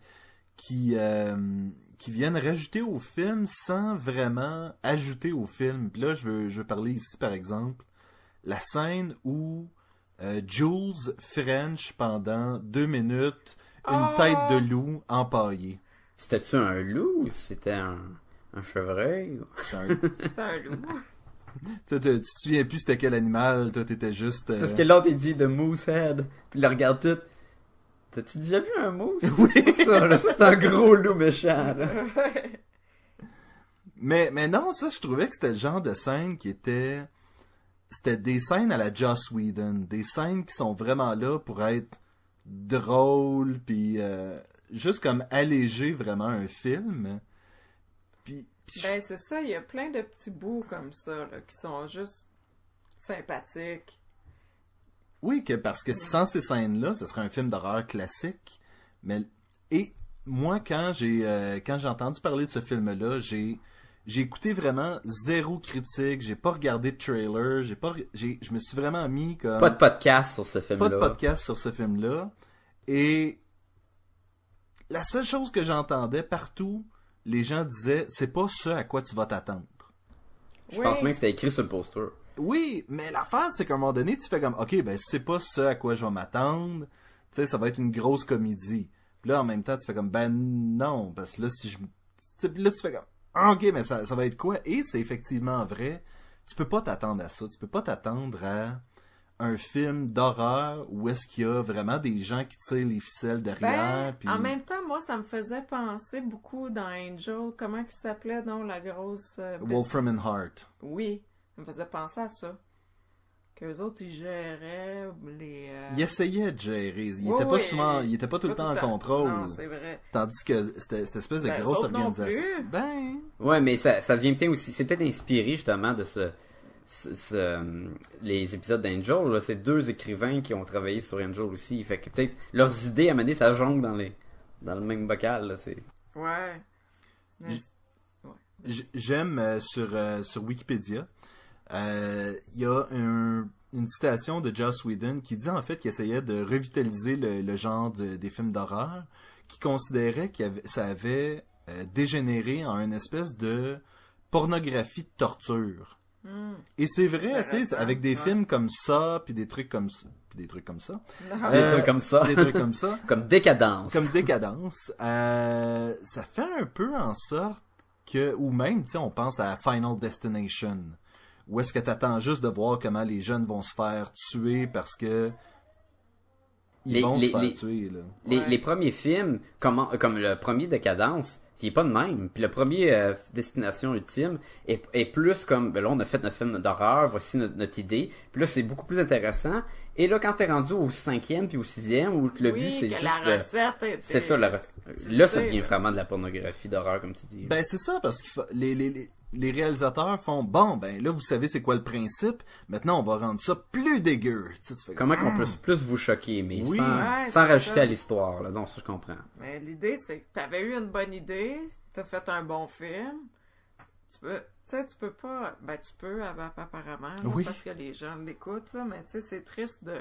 [SPEAKER 1] qui, euh, qui viennent rajouter au film sans vraiment ajouter au film. Puis là, je veux, je veux parler ici, par exemple, la scène où euh, Jules French, pendant deux minutes, une tête de loup empaillée.
[SPEAKER 2] C'était-tu un loup ou c'était un, un chevreuil?
[SPEAKER 1] C'est un- tu,
[SPEAKER 4] C'est un loup.
[SPEAKER 1] tu- tu te souviens plus c'était quel animal, toi, t'étais juste.
[SPEAKER 2] C'est
[SPEAKER 1] euh,
[SPEAKER 2] parce que l'autre, il dit de Moosehead. Puis il le regarde tout. T'as-tu déjà vu un mousse? Oui. Ça, là, ça, c'est un gros loup méchant, là.
[SPEAKER 1] Mais, mais non, ça, je trouvais que c'était le genre de scène qui était. C'était des scènes à la Joss Whedon. Des scènes qui sont vraiment là pour être drôles, puis euh, juste comme alléger vraiment un film. Puis, puis je-
[SPEAKER 4] ben, c'est ça, il y a plein de petits bouts comme ça, là, qui sont juste sympathiques.
[SPEAKER 1] oui, que parce que sans ces scènes-là, ce serait un film d'horreur classique. Mais et moi, quand j'ai euh, quand j'ai entendu parler de ce film-là, j'ai j'ai écouté vraiment zéro critique. J'ai pas regardé de trailer. J'ai pas re- j'ai je me suis vraiment mis comme
[SPEAKER 2] Pas de podcast sur ce
[SPEAKER 1] pas de
[SPEAKER 2] film-là.
[SPEAKER 1] podcast sur ce film-là. Et la seule chose que j'entendais partout, les gens disaient, c'est pas ce à quoi tu vas t'attendre.
[SPEAKER 2] Je
[SPEAKER 4] Oui.
[SPEAKER 2] pense même que c'était écrit sur le poster.
[SPEAKER 1] Oui, mais l'affaire, c'est qu'à un moment donné, tu fais comme, ok, ben c'est pas ce à quoi je vais m'attendre. Tu sais, ça va être une grosse comédie. Puis là, en même temps, tu fais comme, ben non, parce que là, si je... Tu sais, puis là, tu fais comme, ah, ok, mais ça, ça va être quoi? Et c'est effectivement vrai. Tu peux pas t'attendre à ça. Tu peux pas t'attendre à un film d'horreur où est-ce qu'il y a vraiment des gens qui tirent les ficelles derrière.
[SPEAKER 4] Ben,
[SPEAKER 1] puis...
[SPEAKER 4] En même temps, moi, ça me faisait penser beaucoup dans Angel. Comment qui s'appelait, donc, la grosse... euh, petite-
[SPEAKER 1] Wolfram and Hart.
[SPEAKER 4] Oui, ça me faisait penser à ça. Qu'eux autres, ils géraient les... euh,
[SPEAKER 1] Il essayait de gérer. Il
[SPEAKER 4] oui,
[SPEAKER 1] était pas
[SPEAKER 4] oui,
[SPEAKER 1] souvent,
[SPEAKER 4] oui.
[SPEAKER 1] il était pas tout le temps en contrôle.
[SPEAKER 4] Non, c'est vrai.
[SPEAKER 1] Tandis que c'était cette espèce de
[SPEAKER 4] Ben,
[SPEAKER 1] grosse
[SPEAKER 4] eux autres non
[SPEAKER 1] organisation.
[SPEAKER 4] plus.
[SPEAKER 1] Ben.
[SPEAKER 2] Ouais, mais ça, ça devient peut-être aussi. C'est peut-être inspiré justement de ce. ce- ce, euh, les épisodes d'Angel, là. C'est deux écrivains qui ont travaillé sur Angel aussi. Fait que peut-être leurs idées à mener, ça jongle dans les. Dans le même bocal, là, c'est...
[SPEAKER 4] Ouais. Mais-
[SPEAKER 1] J- J'aime euh, sur, euh, sur Wikipédia, euh, il y a un- une citation de Joss Whedon qui dit en fait qu'il essayait de revitaliser le, le genre de- des films d'horreur, qui considérait que ça avait euh, dégénéré en une espèce de pornographie de torture.
[SPEAKER 4] Hmm.
[SPEAKER 1] Et c'est vrai,
[SPEAKER 4] Intéressant,
[SPEAKER 1] tu sais, avec des
[SPEAKER 4] ouais.
[SPEAKER 1] films comme ça, puis des trucs comme ça, puis des trucs comme ça,
[SPEAKER 4] Non.
[SPEAKER 2] Des
[SPEAKER 1] Euh,
[SPEAKER 2] trucs comme ça.
[SPEAKER 1] des trucs comme ça,
[SPEAKER 2] Comme décadence.
[SPEAKER 1] comme décadence, euh, ça fait un peu en sorte que, ou même, tu sais, on pense à Final Destination, où est-ce que t'attends juste de voir comment les jeunes vont se faire tuer parce que ils
[SPEAKER 2] Les-
[SPEAKER 1] vont
[SPEAKER 2] les-
[SPEAKER 1] se faire
[SPEAKER 2] les-
[SPEAKER 1] tuer, là.
[SPEAKER 2] Les,
[SPEAKER 4] Ouais.
[SPEAKER 2] les premiers films, comment, comme le premier Décadence, qui est pas de même. Puis le premier euh, Destination Ultime est, est plus comme, ben là, on a fait notre film d'horreur, voici notre, notre idée. Puis là, c'est beaucoup plus intéressant. Et là, quand t'es rendu au cinquième puis au sixième, où le
[SPEAKER 4] oui,
[SPEAKER 2] but, c'est
[SPEAKER 4] que
[SPEAKER 2] juste
[SPEAKER 4] la
[SPEAKER 2] de-
[SPEAKER 4] recette était-
[SPEAKER 2] C'est ça, la recette.
[SPEAKER 4] Tu
[SPEAKER 2] Là,
[SPEAKER 4] le
[SPEAKER 2] ça
[SPEAKER 4] sais,
[SPEAKER 2] devient
[SPEAKER 4] là.
[SPEAKER 2] vraiment de la pornographie d'horreur, comme tu dis.
[SPEAKER 1] Ben c'est ça parce que les, les, les- les réalisateurs font bon ben là vous savez c'est quoi le principe maintenant on va rendre ça plus dégueu. Tu sais, tu fais comme,
[SPEAKER 2] Comment qu'on peut plus vous choquer, mais
[SPEAKER 1] ah. Oui.
[SPEAKER 2] sans,
[SPEAKER 4] Ouais,
[SPEAKER 2] sans
[SPEAKER 4] c'est
[SPEAKER 2] rajouter
[SPEAKER 4] ça.
[SPEAKER 2] à l'histoire, là. Non, ça, je comprends.
[SPEAKER 4] Mais l'idée, c'est que t'avais eu une bonne idée, t'as fait un bon film. Tu peux, tu sais, tu peux pas, ben tu peux app- apparemment, là,
[SPEAKER 1] Oui.
[SPEAKER 4] parce que les gens l'écoutent là, mais tu sais, c'est triste de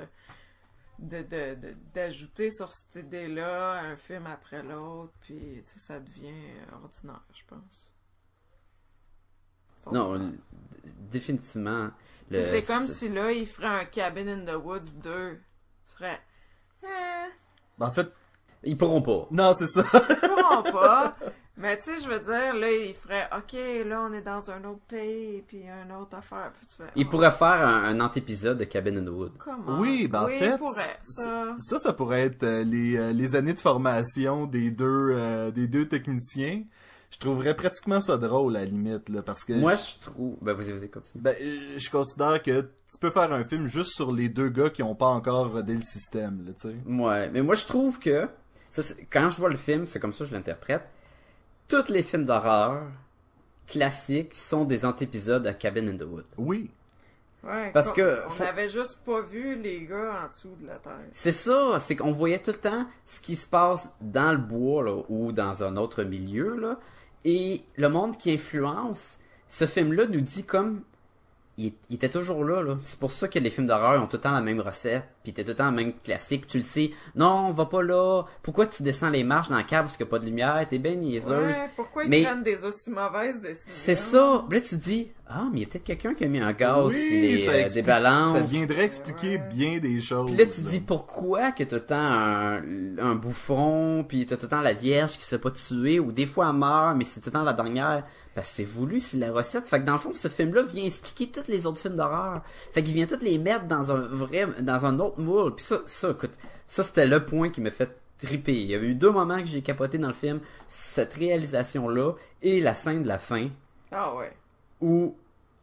[SPEAKER 4] de- de- de- d'ajouter sur cette idée-là un film après l'autre, puis tu sais, ça devient euh, ordinaire, je pense. C'est
[SPEAKER 2] Non,
[SPEAKER 4] ordinaire.
[SPEAKER 2] l- définitivement.
[SPEAKER 4] Tu
[SPEAKER 2] le-
[SPEAKER 4] sais, c'est comme si là, il ferait un Cabin in the Woods 2. Tu ferais, eh,
[SPEAKER 1] Ben, en fait
[SPEAKER 2] Ils pourront pas.
[SPEAKER 1] non c'est ça.
[SPEAKER 4] pourront pas. Mais tu sais, je veux dire, là, il ferait, OK, là, on est dans un autre pays, puis un autre affaire. Puis tu fais,
[SPEAKER 2] Ils
[SPEAKER 4] oh,
[SPEAKER 2] pourraient faire un, un antépisode de Cabin in the Wood.
[SPEAKER 4] comment?
[SPEAKER 1] Oui ben en
[SPEAKER 4] oui,
[SPEAKER 1] fait
[SPEAKER 4] il pourrait, ça.
[SPEAKER 1] ça ça, ça pourrait être euh, les, euh, les années de formation des deux euh, des deux techniciens. Je trouverais pratiquement ça drôle à la limite là parce que
[SPEAKER 2] Moi,
[SPEAKER 1] je-
[SPEAKER 2] je trouve... Ben, vas-y, vas-y, continue.
[SPEAKER 1] Ben, euh, je considère que tu peux faire un film juste sur les deux gars qui ont pas encore rodé le système, là, tu sais.
[SPEAKER 2] Ouais, mais moi, je trouve que... ça, c'est- quand je vois le film, c'est comme ça que je l'interprète. Tous les films d'horreur classiques sont des antépisodes à Cabin in the Wood.
[SPEAKER 1] Oui.
[SPEAKER 4] Ouais,
[SPEAKER 2] Parce
[SPEAKER 4] qu'on-
[SPEAKER 2] que-
[SPEAKER 4] On
[SPEAKER 2] faut-
[SPEAKER 4] n'avait juste pas vu les gars en dessous de la terre.
[SPEAKER 2] C'est ça, c'est qu'on voyait tout le temps ce qui se passe dans le bois là, ou dans un autre milieu. Là, et le monde qui influence, ce film-là nous dit comme... Il, est- il était toujours là, là. C'est pour ça que les films d'horreur ont tout le temps la même recette, puis t'es tout le temps le même classique, puis tu le sais. Non, on va pas là. Pourquoi tu descends les marches dans la cave parce qu'il n'y a pas de lumière? T'es bien niaiseuse.
[SPEAKER 4] Ouais, pourquoi ils
[SPEAKER 2] Mais-
[SPEAKER 4] prennent des aussi mauvaises décisions?
[SPEAKER 2] C'est ça. Puis Là, tu te dis, ah, mais il y a peut-être quelqu'un qui a mis un gaz qui les
[SPEAKER 1] ça
[SPEAKER 2] euh,
[SPEAKER 1] explique-
[SPEAKER 2] débalance.
[SPEAKER 1] Ça viendrait expliquer bien des choses.
[SPEAKER 2] Puis là, tu te dis pourquoi que t'as tant un, un bouffon, puis t'as tout le temps la vierge qui s'est pas tuée, ou des fois elle meurt, mais c'est tout le temps la dernière. Parce que c'est voulu, c'est la recette. Fait que dans le fond, ce film-là vient expliquer tous les autres films d'horreur. Fait qu'il vient tous les mettre dans un vrai, dans un autre moule. Puis ça, ça, écoute, ça c'était le point qui m'a fait triper. Il y avait eu deux moments que j'ai capoté dans le film, cette réalisation-là, et la scène de la fin,
[SPEAKER 4] Ah ouais.
[SPEAKER 2] où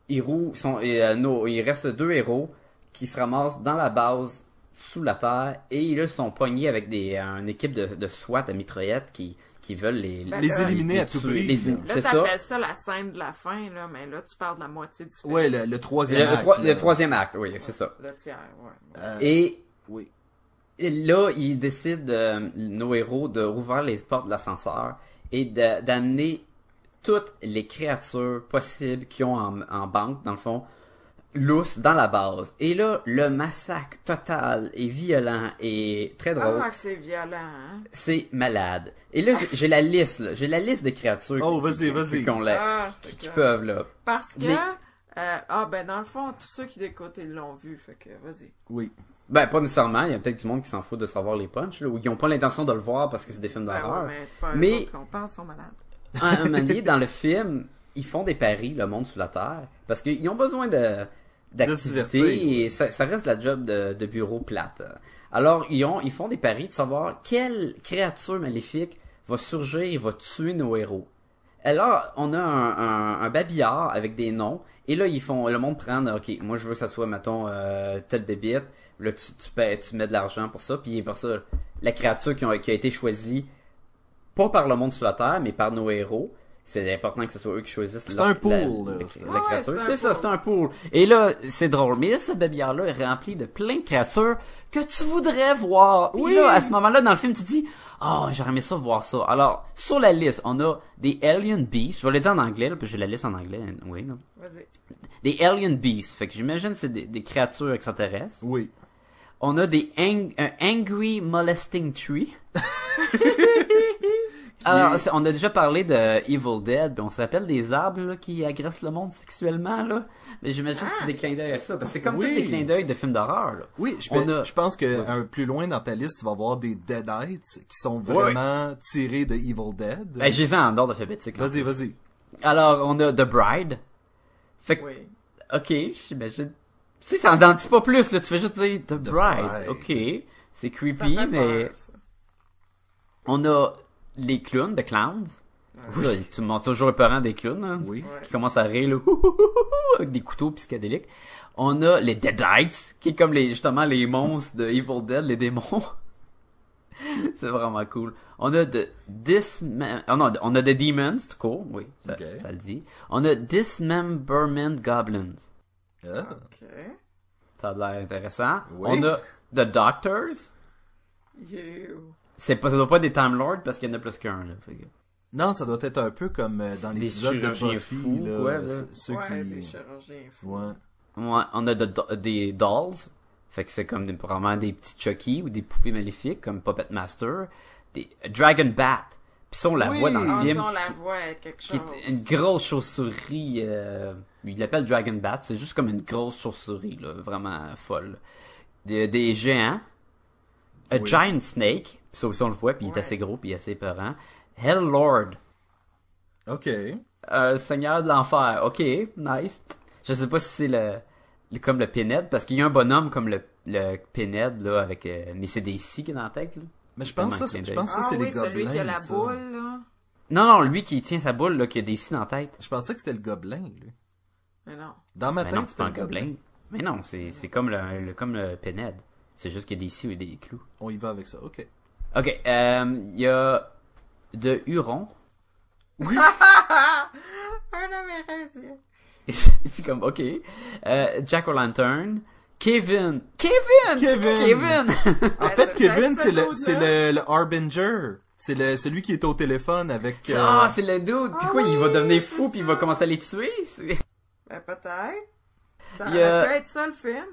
[SPEAKER 2] ils roulent- sont, et, euh, nos- il reste deux héros qui se ramassent dans la base sous la terre et là, ils sont pognés avec des, euh, une équipe de, de SWAT à mitraillette qui, qui veulent les,
[SPEAKER 4] Ben,
[SPEAKER 1] Les éliminer à tout
[SPEAKER 2] tuer,
[SPEAKER 1] prix.
[SPEAKER 2] les-
[SPEAKER 1] là.
[SPEAKER 4] Là,
[SPEAKER 2] C'est ça.
[SPEAKER 4] t'appelles ça la scène de la fin, là, mais là, tu parles de la moitié du film.
[SPEAKER 1] Ouais, le, le troisième.
[SPEAKER 2] Le, le
[SPEAKER 1] acte,
[SPEAKER 2] troi-
[SPEAKER 1] là.
[SPEAKER 2] le troisième acte, oui, c'est ça.
[SPEAKER 4] Le tiers, ouais.
[SPEAKER 1] Euh,
[SPEAKER 2] Et
[SPEAKER 1] Oui.
[SPEAKER 2] Et là, ils décident, euh, nos héros, de rouvrir les portes de l'ascenseur et de- d'amener toutes les créatures possibles qu'ils ont en, en banque, dans le fond, lousses dans la base. Et là, le massacre total et violent et très drôle.
[SPEAKER 4] Ah, que c'est violent, hein?
[SPEAKER 2] C'est malade. Et là, j'ai- j'ai la liste, là. J'ai la liste des créatures
[SPEAKER 1] Oh,
[SPEAKER 2] qui-
[SPEAKER 1] vas-y,
[SPEAKER 2] qui-
[SPEAKER 1] vas-y.
[SPEAKER 2] qui- qu'on l'a-
[SPEAKER 4] Ah,
[SPEAKER 2] qui-
[SPEAKER 4] c'est
[SPEAKER 2] qui
[SPEAKER 4] clair.
[SPEAKER 2] peuvent, là.
[SPEAKER 4] Parce que,
[SPEAKER 2] Les-
[SPEAKER 4] euh, ah ben dans le fond, tous ceux qui l'écoutent, ils l'ont vu, fait que vas-y.
[SPEAKER 1] Oui.
[SPEAKER 2] Ben, pas nécessairement. Il y a peut-être du monde qui s'en fout de savoir les punchs, là, ou qui n'ont pas l'intention de le voir parce que c'est des films
[SPEAKER 4] Ben
[SPEAKER 2] d'horreur.
[SPEAKER 4] ouais, mais c'est pas
[SPEAKER 2] Mais-
[SPEAKER 4] mais... qu'on pense, ils sont malades.
[SPEAKER 2] un, un moment donné, dans le film, ils font des paris, le monde sous la terre, parce qu'ils ont besoin de
[SPEAKER 1] divertir,
[SPEAKER 2] d'activités et ça, ça reste la job de, de bureau plate. Alors, ils, ont, ils font des paris de savoir quelle créature maléfique va surgir et va tuer nos héros. Alors, on a un, un- un babillard avec des noms, et là, ils font, le monde prend, ok, moi je veux que ça soit, mettons, euh, telle bébite, là, tu, tu, paies- tu mets de l'argent pour ça, puis par ça, la créature qui a, qui a été choisie, pas par le monde sur la Terre, mais par nos héros. C'est important que ce soit eux qui choisissent leur-
[SPEAKER 1] un pool,
[SPEAKER 2] la,
[SPEAKER 1] là.
[SPEAKER 2] la- la
[SPEAKER 4] Ouais,
[SPEAKER 2] créature.
[SPEAKER 4] c'est un
[SPEAKER 2] C'est ça,
[SPEAKER 4] pool.
[SPEAKER 2] c'est un pool. Et là, c'est drôle. Mais là, ce babillard-là est rempli de plein de créatures que tu voudrais voir. Puis là, à ce moment-là, dans le film, tu te dis, oh, j'aurais aimé ça voir ça. Alors, sur la liste, on a des Alien Beasts. Je vais le dire en anglais, là, puis j'ai la liste en anglais. Oui, non.
[SPEAKER 4] Vas-y.
[SPEAKER 2] Des Alien Beasts. Fait que j'imagine que c'est des, des créatures extraterrestres.
[SPEAKER 1] Oui.
[SPEAKER 2] On a des ang- un Angry Molesting Tree. Alors, c'est- on a déjà parlé de Evil Dead, puis on se rappelle des arbres là, qui agressent le monde sexuellement, là. Mais j'imagine que c'est des clins d'œil à ça, parce que c'est comme
[SPEAKER 1] Oui.
[SPEAKER 2] tous des clins d'œil de films d'horreur, là.
[SPEAKER 1] Oui, je,
[SPEAKER 2] On
[SPEAKER 1] pe-
[SPEAKER 2] a-
[SPEAKER 1] je pense que un- plus loin dans ta liste, tu vas voir des Deadites qui sont
[SPEAKER 2] Ouais.
[SPEAKER 1] vraiment tirés de Evil Dead.
[SPEAKER 2] Ben, j'ai ça en ordre alphabétique. en
[SPEAKER 1] vas-y,
[SPEAKER 2] plus.
[SPEAKER 1] vas-y.
[SPEAKER 2] Alors, on a The Bride. Fait que,
[SPEAKER 4] Oui.
[SPEAKER 2] ok, j'imagine... Tu sais, ça en dit pas plus, là. Tu fais juste dire The,
[SPEAKER 1] Bride.
[SPEAKER 2] Bride. Ok, c'est
[SPEAKER 4] Ça
[SPEAKER 2] creepy,
[SPEAKER 4] fait
[SPEAKER 2] mais...
[SPEAKER 4] peur, ça.
[SPEAKER 2] On a les clowns, The Clowns. Ça, ils te montrent toujours épeurant des clowns, hein,
[SPEAKER 1] Oui.
[SPEAKER 2] qui commencent à rire, là, hou, hou, hou, hou, avec des couteaux psychédéliques. On a les Deadites, qui est comme les, justement, les monstres de Evil Dead, les démons. c'est vraiment cool. On a de Dismem... Oh non, on a de Demons, tout court, oui, ça,
[SPEAKER 1] Ok.
[SPEAKER 2] ça le dit. On a Dismemberment Goblins.
[SPEAKER 1] Ah.
[SPEAKER 4] OK.
[SPEAKER 2] Ça a l'air intéressant.
[SPEAKER 1] Oui.
[SPEAKER 2] On a The Doctors.
[SPEAKER 4] You.
[SPEAKER 2] C'est pas, ça doit pas être des Time Lords parce qu'il y en a plus qu'un, là. Fait que-
[SPEAKER 1] Non, ça doit être un peu comme euh, dans
[SPEAKER 2] Des
[SPEAKER 1] l'épisode de
[SPEAKER 2] chirurgiens
[SPEAKER 1] Buffy,
[SPEAKER 2] fous,
[SPEAKER 1] là,
[SPEAKER 2] quoi, là.
[SPEAKER 1] c- ceux
[SPEAKER 4] ouais,
[SPEAKER 1] qui...
[SPEAKER 4] les chirurgiens fous.
[SPEAKER 1] Ouais.
[SPEAKER 2] Ouais, on a de- de- des dolls. Fait que c'est comme des, probablement des petits Chucky ou des poupées maléfiques comme Puppet Master. Des euh, Dragon Bat. Puis ça, on la
[SPEAKER 1] Oui,
[SPEAKER 2] voit dans
[SPEAKER 4] Ah,
[SPEAKER 2] le
[SPEAKER 4] ça,
[SPEAKER 2] film.
[SPEAKER 4] on la voix être quelque
[SPEAKER 2] Qui
[SPEAKER 4] chose.
[SPEAKER 2] est une grosse chauve-souris. Euh, il l'appelle Dragon Bat. C'est juste comme une grosse chauve-souris, là. Vraiment folle. Des, des géants. A
[SPEAKER 1] Oui.
[SPEAKER 2] Giant Snake. Puis ça aussi, on le voit. Puis il est
[SPEAKER 4] Ouais.
[SPEAKER 2] assez gros. Puis il est assez peurant. Hell Lord.
[SPEAKER 1] OK.
[SPEAKER 2] Euh, Seigneur de l'enfer. Ok, nice. Je sais pas si c'est le, le- comme le Pinhead, parce qu'il y a un bonhomme comme le, le Pinhead, là, avec, euh, mais c'est des scies qui est dans la tête, là.
[SPEAKER 1] Mais je pense
[SPEAKER 2] Tellement
[SPEAKER 1] que ça, c'est- je
[SPEAKER 2] clin
[SPEAKER 1] pense que
[SPEAKER 4] Ah
[SPEAKER 1] ça, c'est
[SPEAKER 4] oui,
[SPEAKER 1] les gobelins.
[SPEAKER 4] celui qui a la
[SPEAKER 1] ça.
[SPEAKER 4] boule, là.
[SPEAKER 2] Non, non, lui qui tient sa boule, là, qui a des scies dans la tête.
[SPEAKER 1] Je pensais que c'était le gobelin, lui.
[SPEAKER 4] Mais non.
[SPEAKER 1] Dans ma
[SPEAKER 2] Mais
[SPEAKER 1] tête,
[SPEAKER 2] Ben non, c'est
[SPEAKER 1] c'était
[SPEAKER 2] pas un
[SPEAKER 1] le gobelin.
[SPEAKER 2] gobelin. Mais non, c'est, c'est comme le, le- comme le Pinhead. C'est juste qu'il y a des scies et des clous.
[SPEAKER 1] On y va avec ça, OK.
[SPEAKER 4] Ben,
[SPEAKER 2] Ok, euh, il y a de Huron.
[SPEAKER 4] Un Amérindien.
[SPEAKER 2] c'est comme, ok. Euh, Jack O'Lantern. Kevin. Kevin!
[SPEAKER 1] Kevin!
[SPEAKER 2] Kevin!
[SPEAKER 1] En
[SPEAKER 4] Ben,
[SPEAKER 1] fait,
[SPEAKER 4] c'est-
[SPEAKER 1] Kevin,
[SPEAKER 4] c'est
[SPEAKER 1] c'est le,
[SPEAKER 4] l'autre,
[SPEAKER 1] c'est le, le Harbinger. C'est le, celui qui est au téléphone avec... euh,
[SPEAKER 2] Ah, c'est le dude. Puis
[SPEAKER 4] Ah
[SPEAKER 2] quoi, il va
[SPEAKER 4] oui,
[SPEAKER 2] devenir
[SPEAKER 4] c'est
[SPEAKER 2] fou puis il
[SPEAKER 4] ça.
[SPEAKER 2] va commencer à les tuer. C'est-
[SPEAKER 4] Ben, peut-être. Ça
[SPEAKER 2] Il y a-
[SPEAKER 4] peut être ça, le film.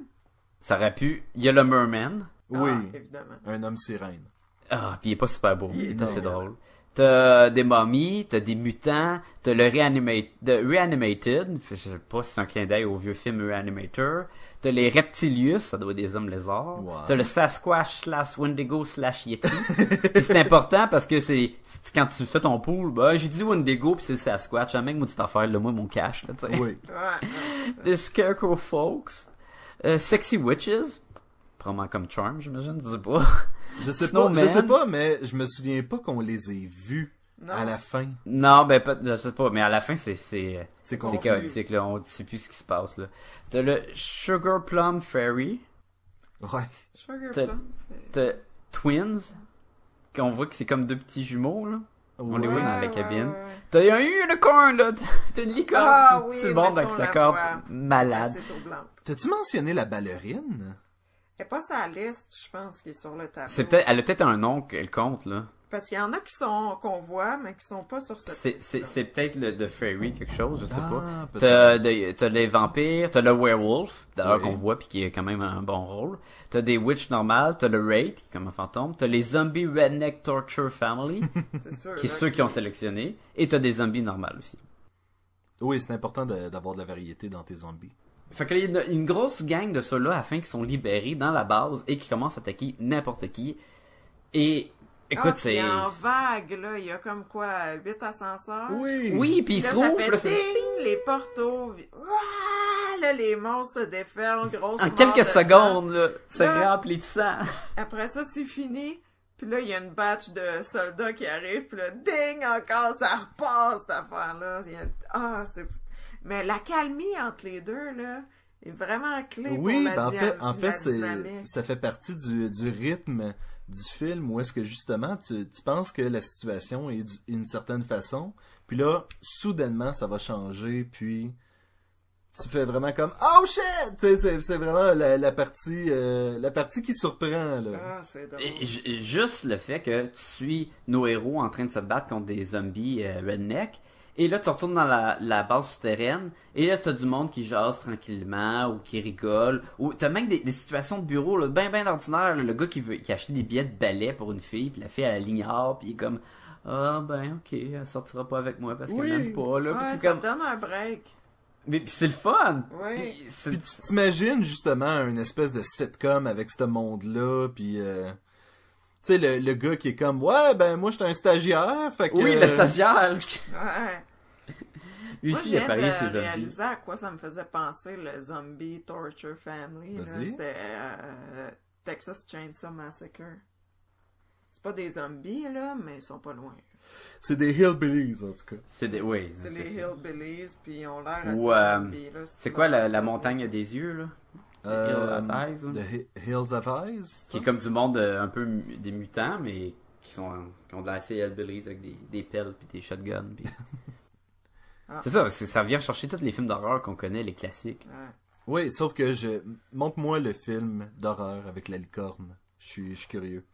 [SPEAKER 2] Ça aurait pu. Il y a le merman.
[SPEAKER 1] Oui,
[SPEAKER 4] Ah, évidemment.
[SPEAKER 1] un homme sirène.
[SPEAKER 2] Ah, puis il est pas super beau. Il est
[SPEAKER 1] Non.
[SPEAKER 2] assez drôle. T'as des momies, t'as des mutants, t'as le reanimate, the Reanimated. Je sais pas si c'est un clin d'œil au vieux film Reanimator. T'as les Reptilius, ça doit être des hommes lézards.
[SPEAKER 1] Wow.
[SPEAKER 2] T'as le Sasquatch slash Wendigo slash Yeti. Puis c'est important parce que c'est, c'est quand tu fais ton pool, bah j'ai dit Wendigo puis c'est le Sasquatch. Ah, mec, moi, petite affaire, là, moi, mon cash, là, tu sais.
[SPEAKER 1] Oui.
[SPEAKER 4] Ouais, non, c'est ça.
[SPEAKER 2] The Scarecrow Folks, euh, Sexy Witches, probablement comme Charm, j'imagine, je sais pas.
[SPEAKER 1] Je sais pas,
[SPEAKER 2] Snowman.
[SPEAKER 1] je sais pas, mais je me souviens pas qu'on les ait vus
[SPEAKER 4] Non.
[SPEAKER 1] à la fin.
[SPEAKER 2] Non, ben, peut- je sais pas, mais à la fin, c'est, c'est,
[SPEAKER 1] C'est
[SPEAKER 2] c'est
[SPEAKER 1] confus.
[SPEAKER 2] chaotique, là, on sait plus ce qui se passe, là. T'as le Sugar Plum Fairy,
[SPEAKER 1] Ouais.
[SPEAKER 4] Sugar
[SPEAKER 2] T'as-
[SPEAKER 4] Plum.
[SPEAKER 2] t'as Twins, qu'on voit que c'est comme deux petits jumeaux, là. On les voit dans la
[SPEAKER 4] Ouais,
[SPEAKER 2] cabine.
[SPEAKER 4] ouais, ouais.
[SPEAKER 2] T'as un unicorn, là, t'as une licorne,
[SPEAKER 4] Ah
[SPEAKER 2] tout-
[SPEAKER 4] oui,
[SPEAKER 2] sur le
[SPEAKER 4] mais
[SPEAKER 2] bord
[SPEAKER 4] ça,
[SPEAKER 2] avec
[SPEAKER 4] on
[SPEAKER 2] sa
[SPEAKER 4] la
[SPEAKER 2] corde,
[SPEAKER 4] voit. Ah,
[SPEAKER 2] malade.
[SPEAKER 4] C'est troublante.
[SPEAKER 1] T'as-tu mentionné la ballerine?
[SPEAKER 4] Elle est pas sur la liste, je pense, qui est sur le tableau.
[SPEAKER 2] C'est peut-être, elle a peut-être un nom qu'elle compte, là.
[SPEAKER 4] Parce qu'il y en a qui sont, qu'on voit, mais qui sont pas sur cette
[SPEAKER 2] C'est, c'est, c'est peut-être le de Fairy quelque chose, je sais
[SPEAKER 1] Ah,
[SPEAKER 2] pas. T'as,
[SPEAKER 1] peut-être.
[SPEAKER 2] de- t'as les vampires, t'as le werewolf, d'ailleurs
[SPEAKER 1] Oui.
[SPEAKER 2] qu'on voit puis qui a quand même un bon rôle. T'as des witches normales, t'as le wraith qui est comme un fantôme, t'as les zombies redneck torture family
[SPEAKER 4] C'est sûr.
[SPEAKER 2] qui est
[SPEAKER 4] là, Ah,
[SPEAKER 2] ceux qui ont sélectionné, et t'as des zombies normales aussi.
[SPEAKER 1] Oui, c'est important de- d'avoir de la variété dans tes zombies.
[SPEAKER 2] Fait qu'il y a une, une grosse gang de ceux-là afin qu'ils sont libérés dans la base et qui commencent à attaquer n'importe qui. Et écoute,
[SPEAKER 4] Ah, puis
[SPEAKER 2] c'est
[SPEAKER 4] en vague, là, il y a comme quoi, 8 ascenseurs.
[SPEAKER 1] Oui!
[SPEAKER 2] oui, puis ils
[SPEAKER 4] Là,
[SPEAKER 2] se
[SPEAKER 4] ça
[SPEAKER 2] rouvrent.
[SPEAKER 4] fait
[SPEAKER 2] là, c'est-
[SPEAKER 4] ting, les portos. Ouah, là, les monstres se déferlent, grosse
[SPEAKER 2] En
[SPEAKER 4] mort de
[SPEAKER 2] quelques
[SPEAKER 4] sang.
[SPEAKER 2] secondes, là, ça
[SPEAKER 4] Là.
[SPEAKER 2] remplit de sang.
[SPEAKER 4] Après ça, c'est fini. Puis là, il y a une batch de soldats qui arrivent. Puis là, ding, encore, ça repart, cette affaire-là. Il y a- Ah, c'était... Mais la calmie entre les deux, là, est vraiment clé pour
[SPEAKER 1] Oui,
[SPEAKER 4] la
[SPEAKER 1] ben en
[SPEAKER 4] dia-
[SPEAKER 1] fait, en
[SPEAKER 4] la
[SPEAKER 1] fait c'est,
[SPEAKER 4] dynamique.
[SPEAKER 1] ça fait partie du, du rythme du film où est-ce que justement tu, tu penses que la situation est du- d'une certaine façon, puis là, soudainement, ça va changer, puis tu fais vraiment comme Oh shit! Tu sais, C'est, c'est vraiment la, la partie euh, la partie qui surprend là.
[SPEAKER 4] Ah, c'est drôle.
[SPEAKER 2] Et ju- Juste le fait que tu suis nos héros en train de se battre contre des zombies euh, redneck, et là tu retournes dans la, la base souterraine, et là t'as du monde qui jase tranquillement, ou qui rigole, ou t'as même des, des situations de bureau là, ben ben ordinaires, là, le gars qui veut qui a acheté des billets de ballet pour une fille, puis la fille elle l'ignore, puis il est comme ah ben ok, elle sortira pas avec moi parce qu'elle
[SPEAKER 1] Oui.
[SPEAKER 2] m'aime pas là,
[SPEAKER 4] Ouais,
[SPEAKER 2] Puis
[SPEAKER 4] ça
[SPEAKER 2] c'est comme
[SPEAKER 4] me donne un break.
[SPEAKER 2] mais puis c'est le fun.
[SPEAKER 4] Oui.
[SPEAKER 2] Puis c'est-
[SPEAKER 1] Puis tu t'imagines justement une espèce de sitcom avec ce monde-là, puis euh, tu sais le, le gars qui est comme ouais ben moi j'étais un stagiaire, fait que
[SPEAKER 2] Oui,
[SPEAKER 1] euh,
[SPEAKER 2] le stagiaire,
[SPEAKER 4] Ouais.
[SPEAKER 2] lui
[SPEAKER 4] Moi,
[SPEAKER 2] aussi
[SPEAKER 4] je
[SPEAKER 2] il a
[SPEAKER 4] viens
[SPEAKER 2] parié
[SPEAKER 4] de
[SPEAKER 2] ses zombies.
[SPEAKER 4] réaliser à quoi ça me faisait penser le Zombie Torture Family. là.
[SPEAKER 1] Vas-y.
[SPEAKER 4] C'était euh, Texas Chainsaw Massacre. C'est pas des zombies, là, mais ils sont pas loin.
[SPEAKER 1] C'est des hillbillies, en tout cas.
[SPEAKER 2] C'est des... Oui.
[SPEAKER 4] C'est
[SPEAKER 2] c'est
[SPEAKER 4] les
[SPEAKER 2] ça.
[SPEAKER 4] Hillbillies, puis ils ont l'air assez
[SPEAKER 2] Ou, euh,
[SPEAKER 4] zombies, là,
[SPEAKER 2] C'est
[SPEAKER 4] sinon-
[SPEAKER 2] quoi la, la montagne à des yeux, là? The Hill of Eyes, là?
[SPEAKER 1] The Euh, Hi- Hills of Eyes. c'est
[SPEAKER 2] Qui est
[SPEAKER 1] ça?
[SPEAKER 2] comme du monde euh, un peu mu- des mutants, mais qui sont qui ont de la hillbillies avec des, des pelles puis des shotguns. puis-
[SPEAKER 4] Ah.
[SPEAKER 2] C'est ça, c'est- ça vient chercher tous les films d'horreur qu'on connaît, les classiques.
[SPEAKER 4] Ouais.
[SPEAKER 1] Oui, sauf que je. Montre-moi le film d'horreur avec la licorne. Je suis, je suis curieux.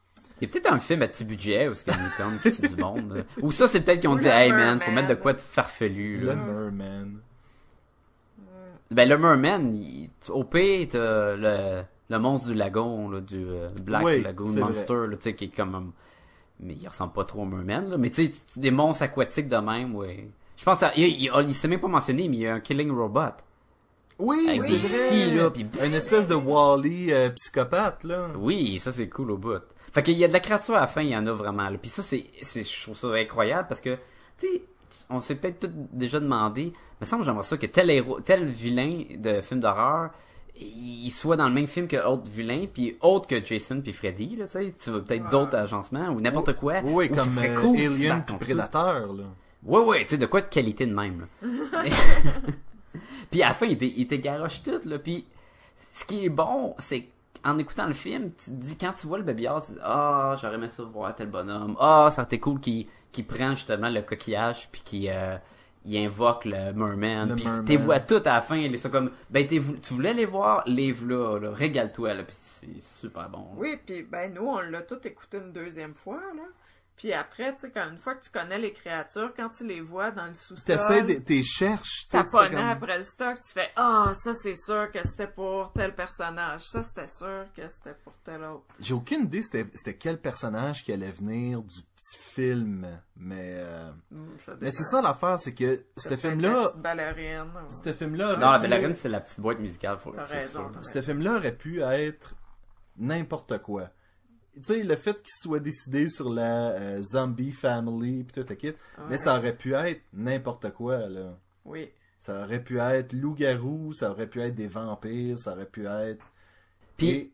[SPEAKER 2] Il y a peut-être un film à petit budget où c'est une licorne qui tue du monde. Ou ça, c'est peut-être qu'ils ont
[SPEAKER 4] Ou
[SPEAKER 2] dit,
[SPEAKER 4] le
[SPEAKER 2] hey man, faut
[SPEAKER 4] Merman.
[SPEAKER 2] mettre de quoi de farfelu.
[SPEAKER 1] Le
[SPEAKER 2] Là.
[SPEAKER 1] Merman.
[SPEAKER 2] Ben, le Merman, il- au pire, t'as le, le monstre du lagon, là, du euh, Black
[SPEAKER 1] Oui,
[SPEAKER 2] Lagoon
[SPEAKER 1] c'est vrai.
[SPEAKER 2] Monster, là, tu sais, qui est comme. un- Mais il ressemble pas trop au Merman, là. Mais tu sais, tu- tu- des monstres aquatiques de même, ouais. Je pense, à- il, il, il s'est même pas mentionné, mais il y a un Killing Robot.
[SPEAKER 1] Oui,
[SPEAKER 2] Avec
[SPEAKER 1] c'est
[SPEAKER 2] des
[SPEAKER 1] vrai.
[SPEAKER 2] scies, là, puis-
[SPEAKER 1] Une espèce de Wally euh, psychopathe, là.
[SPEAKER 2] Mmh. Oui, ça c'est cool au bout. Fait qu'il y a de la créature à la fin, il y en a vraiment. Là. Puis ça, c'est, c'est, je trouve ça incroyable parce que, tu sais, on s'est peut-être tout déjà demandé, mais semble que j'aimerais ça que tel héros, tel vilain de film d'horreur, il soit dans le même film que autre vilain, puis autre que Jason puis Freddy, là, tu sais, tu veux peut-être d'autres agencements ou n'importe quoi.
[SPEAKER 1] Oui,
[SPEAKER 2] ou
[SPEAKER 1] comme
[SPEAKER 2] ce serait
[SPEAKER 1] euh,
[SPEAKER 2] cool qu'ils se
[SPEAKER 1] Alien
[SPEAKER 2] battent
[SPEAKER 1] puis
[SPEAKER 2] contre eux.
[SPEAKER 1] Prédateur, là.
[SPEAKER 2] Ouais, ouais, tu sais, de quoi de qualité de même, là. puis à la fin, il t'é- il t'égaroche tout, là. Puis ce qui est bon, c'est qu'en écoutant le film, tu te dis, quand tu vois le babillard, tu te dis, ah, j'aurais aimé ça voir tel bonhomme. Ah, ça t'est cool qu'il qu'il prend justement le coquillage, puis qu'il euh, il invoque le merman.
[SPEAKER 1] Le
[SPEAKER 2] Puis
[SPEAKER 1] merman.
[SPEAKER 2] t'es vois tout à la fin, ils sont comme, ben, t'es vou- tu voulais les voir, les là, là régale-toi, là. Puis c'est super bon. là.
[SPEAKER 4] Oui, puis ben nous, on l'a tout écouté une deuxième fois, là. Puis après, tu sais, quand une fois que tu connais les créatures, quand tu les vois dans le sous-sol,
[SPEAKER 1] T'essaies, de- t'es cherches. tu sais,
[SPEAKER 4] ça
[SPEAKER 1] tu fais
[SPEAKER 4] ponnait
[SPEAKER 1] comme-
[SPEAKER 4] après le stock, tu fais « Ah, ça c'est sûr que c'était pour tel personnage, ça c'était sûr que c'était pour tel autre.
[SPEAKER 1] J'ai aucune idée c'était, c'était quel personnage qui allait venir du petit film, mais... euh, »
[SPEAKER 4] Hum,
[SPEAKER 1] Mais
[SPEAKER 4] dépend.
[SPEAKER 1] c'est ça l'affaire, c'est que ce
[SPEAKER 4] Peut-être la
[SPEAKER 1] film-là...
[SPEAKER 4] petite ballerine. ou-
[SPEAKER 1] Ce film-là...
[SPEAKER 2] Non, la
[SPEAKER 1] aurait pu-
[SPEAKER 2] ballerine, c'est la petite boîte musicale, faut
[SPEAKER 4] T'as
[SPEAKER 2] c'est sûr.
[SPEAKER 4] raison. t'as
[SPEAKER 1] Ce film-là aurait pu être n'importe quoi. Tu sais, le fait qu'il soit décidé sur la euh, zombie family pis tout le kit, mais ça aurait pu être n'importe quoi, là.
[SPEAKER 4] Oui.
[SPEAKER 1] Ça aurait pu être loup-garou, ça aurait pu être des vampires, ça aurait pu être...
[SPEAKER 2] Puis
[SPEAKER 1] Et-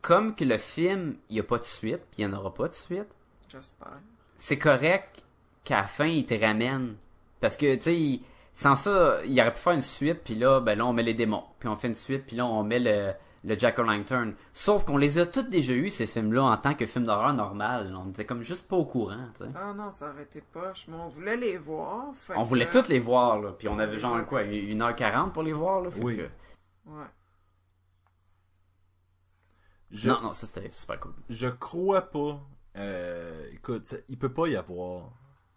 [SPEAKER 2] comme que le film, il n'y a pas de suite, puis il n'y en aura pas de suite,
[SPEAKER 4] J'espère.
[SPEAKER 2] c'est correct qu'à la fin, il te ramène. Parce que, tu sais, il- sans ça, il aurait pu faire une suite, puis là, ben là, on met les démons. Puis on fait une suite, puis là, on met le, le Jack-O'-Lantern. Sauf qu'on les a tous déjà eu ces films-là, en tant que films d'horreur normal. On était comme juste pas au courant, tu sais.
[SPEAKER 4] Ah non, ça aurait été poche, mais on voulait les voir. fait
[SPEAKER 2] On voulait
[SPEAKER 4] que-
[SPEAKER 2] toutes les voir, là. Puis on avait genre, quoi, 1h40 pour les voir, là. Fait
[SPEAKER 1] Oui.
[SPEAKER 2] que-
[SPEAKER 4] Ouais.
[SPEAKER 1] Je,
[SPEAKER 2] Non, non, ça, c'était super cool.
[SPEAKER 1] je crois pas... euh, écoute, ça- il peut pas y avoir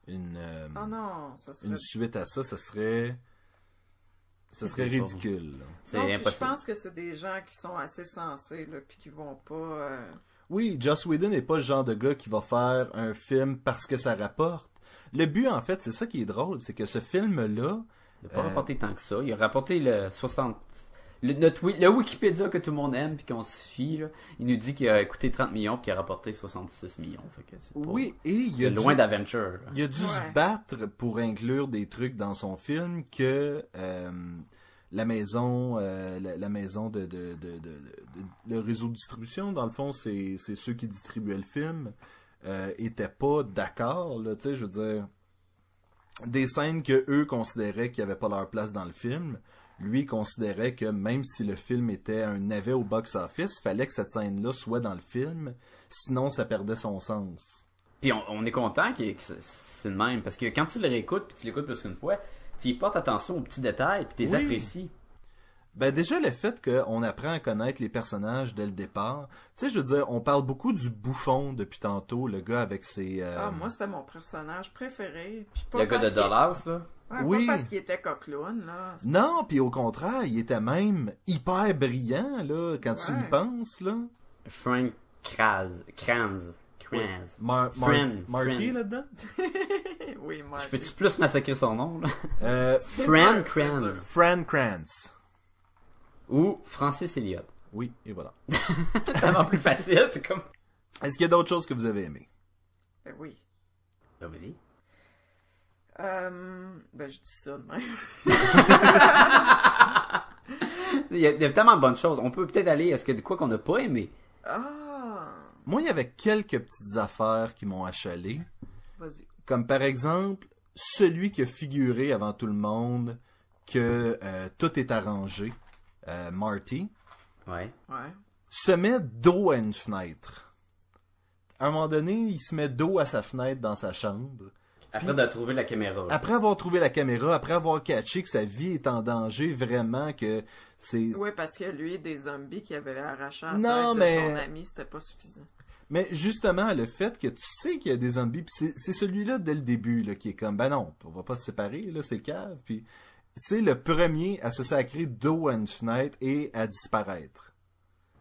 [SPEAKER 1] une... euh,
[SPEAKER 4] Ah non, ça serait...
[SPEAKER 1] une suite à ça, ça serait... Ça serait
[SPEAKER 2] C'est pas-
[SPEAKER 1] ridicule. là.
[SPEAKER 2] C'est
[SPEAKER 4] Non, puis
[SPEAKER 2] impossible.
[SPEAKER 4] Je pense que c'est des gens qui sont assez sensés, là, puis qui vont pas... euh,
[SPEAKER 1] Oui, Joss Whedon n'est pas le genre de gars qui va faire un film parce que ça rapporte. Le but, en fait, c'est ça qui est drôle, c'est que ce film-là,
[SPEAKER 2] Il n'a pas
[SPEAKER 1] Euh,
[SPEAKER 2] rapporté tant que ça. Il a rapporté le 60. Le, notre, wi- le Wikipédia que tout le monde aime puis qu'on se fie, là, il nous dit qu'il a coûté 30 millions puis qu'il a rapporté 66 millions. Fait que c'est pas-
[SPEAKER 1] oui, et il y a
[SPEAKER 2] c'est loin
[SPEAKER 1] dû,
[SPEAKER 2] d'Aventure. là.
[SPEAKER 1] il a dû
[SPEAKER 4] Ouais.
[SPEAKER 1] se battre pour inclure des trucs dans son film que euh, la maison, euh, la, la maison de, de, de- de- de- le réseau de distribution, dans le fond, c'est c'est ceux qui distribuaient le film, euh, étaient pas d'accord. là, Tu sais, je veux dire, des scènes que eux considéraient qu'il n'y avait pas leur place dans le film. lui considérait que même si le film était un navet au box-office, fallait que cette scène-là soit dans le film, sinon ça perdait son sens.
[SPEAKER 2] Puis on, on est content que, que c'est- c'est le même parce que quand tu le réécoutes puis tu l'écoutes plus qu'une fois, tu y portes attention aux petits détails puis tu les
[SPEAKER 1] Oui.
[SPEAKER 2] apprécies.
[SPEAKER 1] Ben déjà le fait qu'on apprend à connaître les personnages dès le départ, tu sais je veux dire, on parle beaucoup du bouffon depuis tantôt, le gars avec ses... euh,
[SPEAKER 4] Ah, moi, c'était mon personnage préféré. Puis pas
[SPEAKER 2] Le gars de
[SPEAKER 4] parce qu'il-
[SPEAKER 2] Dollars, là.
[SPEAKER 4] Ouais,
[SPEAKER 1] Oui.
[SPEAKER 4] Pas parce qu'il était coqueloune, là.
[SPEAKER 1] Non, puis au contraire, il était même hyper brillant là quand tu y
[SPEAKER 4] Ouais.
[SPEAKER 1] penses là.
[SPEAKER 2] Frank Kraz. Kranz. Kranz.
[SPEAKER 1] Mar- Mar-
[SPEAKER 2] Friend,
[SPEAKER 1] Marky
[SPEAKER 2] friend.
[SPEAKER 1] là-dedans.
[SPEAKER 4] oui, moi.
[SPEAKER 2] Je peux-tu plus massacrer son nom, là?
[SPEAKER 1] Euh,
[SPEAKER 2] Frank
[SPEAKER 4] dur, c'est
[SPEAKER 2] Kranz.
[SPEAKER 4] dur.
[SPEAKER 1] Fran Kranz.
[SPEAKER 2] Ou Francis Elliott.
[SPEAKER 1] Oui, et voilà.
[SPEAKER 2] C'est tellement plus facile, c'est comme...
[SPEAKER 1] Est-ce qu'il y a d'autres choses que vous avez aimées?
[SPEAKER 4] Ben oui.
[SPEAKER 2] Ben, vas-y.
[SPEAKER 4] Euh, ben, je dis ça de même.
[SPEAKER 2] Il y, a, il y a tellement de bonnes choses. On peut peut-être aller à ce que de quoi qu'on n'a pas aimé.
[SPEAKER 4] Ah!
[SPEAKER 1] Moi, il y avait quelques petites affaires qui m'ont achalé.
[SPEAKER 4] Vas-y.
[SPEAKER 1] Comme par exemple, celui qui a figuré avant tout le monde que euh, tout est arrangé, euh, Marty,
[SPEAKER 2] Ouais.
[SPEAKER 4] Ouais.
[SPEAKER 1] se met dos à une fenêtre. À un moment donné, il se met dos à sa fenêtre dans sa chambre.
[SPEAKER 2] Après de trouver la caméra. là.
[SPEAKER 1] Après avoir trouvé la caméra, après avoir catché que sa vie est en danger vraiment, que c'est...
[SPEAKER 4] Ouais, parce que lui, des zombies qui avaient arraché la
[SPEAKER 1] Non,
[SPEAKER 4] tête
[SPEAKER 1] mais-
[SPEAKER 4] de son ami, c'était pas suffisant.
[SPEAKER 1] Mais justement, le fait que tu sais qu'il y a des zombies, pis c'est c'est celui-là dès le début là, qui est comme, ben non, on va pas se séparer, là, c'est le cave. Puis c'est le premier à se sacrer dos à une fenêtre et à disparaître.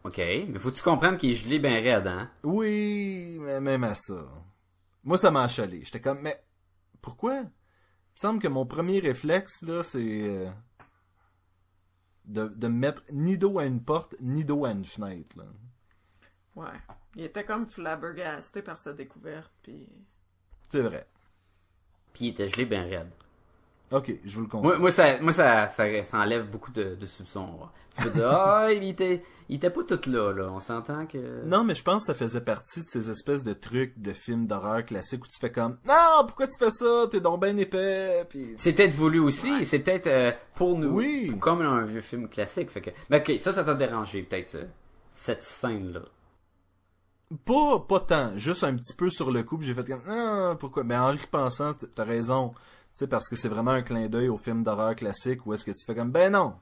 [SPEAKER 2] Ok, mais faut-tu comprendre qu'il est gelé ben raide, hein?
[SPEAKER 1] Oui, mais même à ça. Moi, ça m'a achalé. J'étais comme, mais pourquoi? Il me semble que mon premier réflexe, là, c'est euh, de, de me mettre ni dos à une porte, ni dos à une fenêtre. Là.
[SPEAKER 4] Ouais. Il était comme flabbergasté par sa découverte, puis...
[SPEAKER 1] C'est vrai.
[SPEAKER 2] Puis il était gelé ben raide.
[SPEAKER 1] Ok, je vous le conseille.
[SPEAKER 2] Moi, moi, ça, moi ça, ça, ça enlève beaucoup de, de soupçons. là. Tu peux dire, ah, il était, il était pas tout là, là. On s'entend que.
[SPEAKER 1] Non, mais je pense que ça faisait partie de ces espèces de trucs de films d'horreur classiques où tu fais comme Non, pourquoi tu fais ça? T'es donc ben épais puis
[SPEAKER 2] C'est peut-être voulu aussi, c'est peut-être euh, pour nous.
[SPEAKER 1] Oui.
[SPEAKER 2] pour- Comme un vieux film classique. Fait que... Mais ok, ça, ça t'a dérangé, peut-être, ça. Cette scène-là.
[SPEAKER 1] pas, pas tant, juste un petit peu sur le coup, puis j'ai fait comme Non, pourquoi? Mais en repensant, t- t'as raison. Tu sais, parce que c'est vraiment un clin d'œil aux films d'horreur classiques où est-ce que tu fais comme Ben non!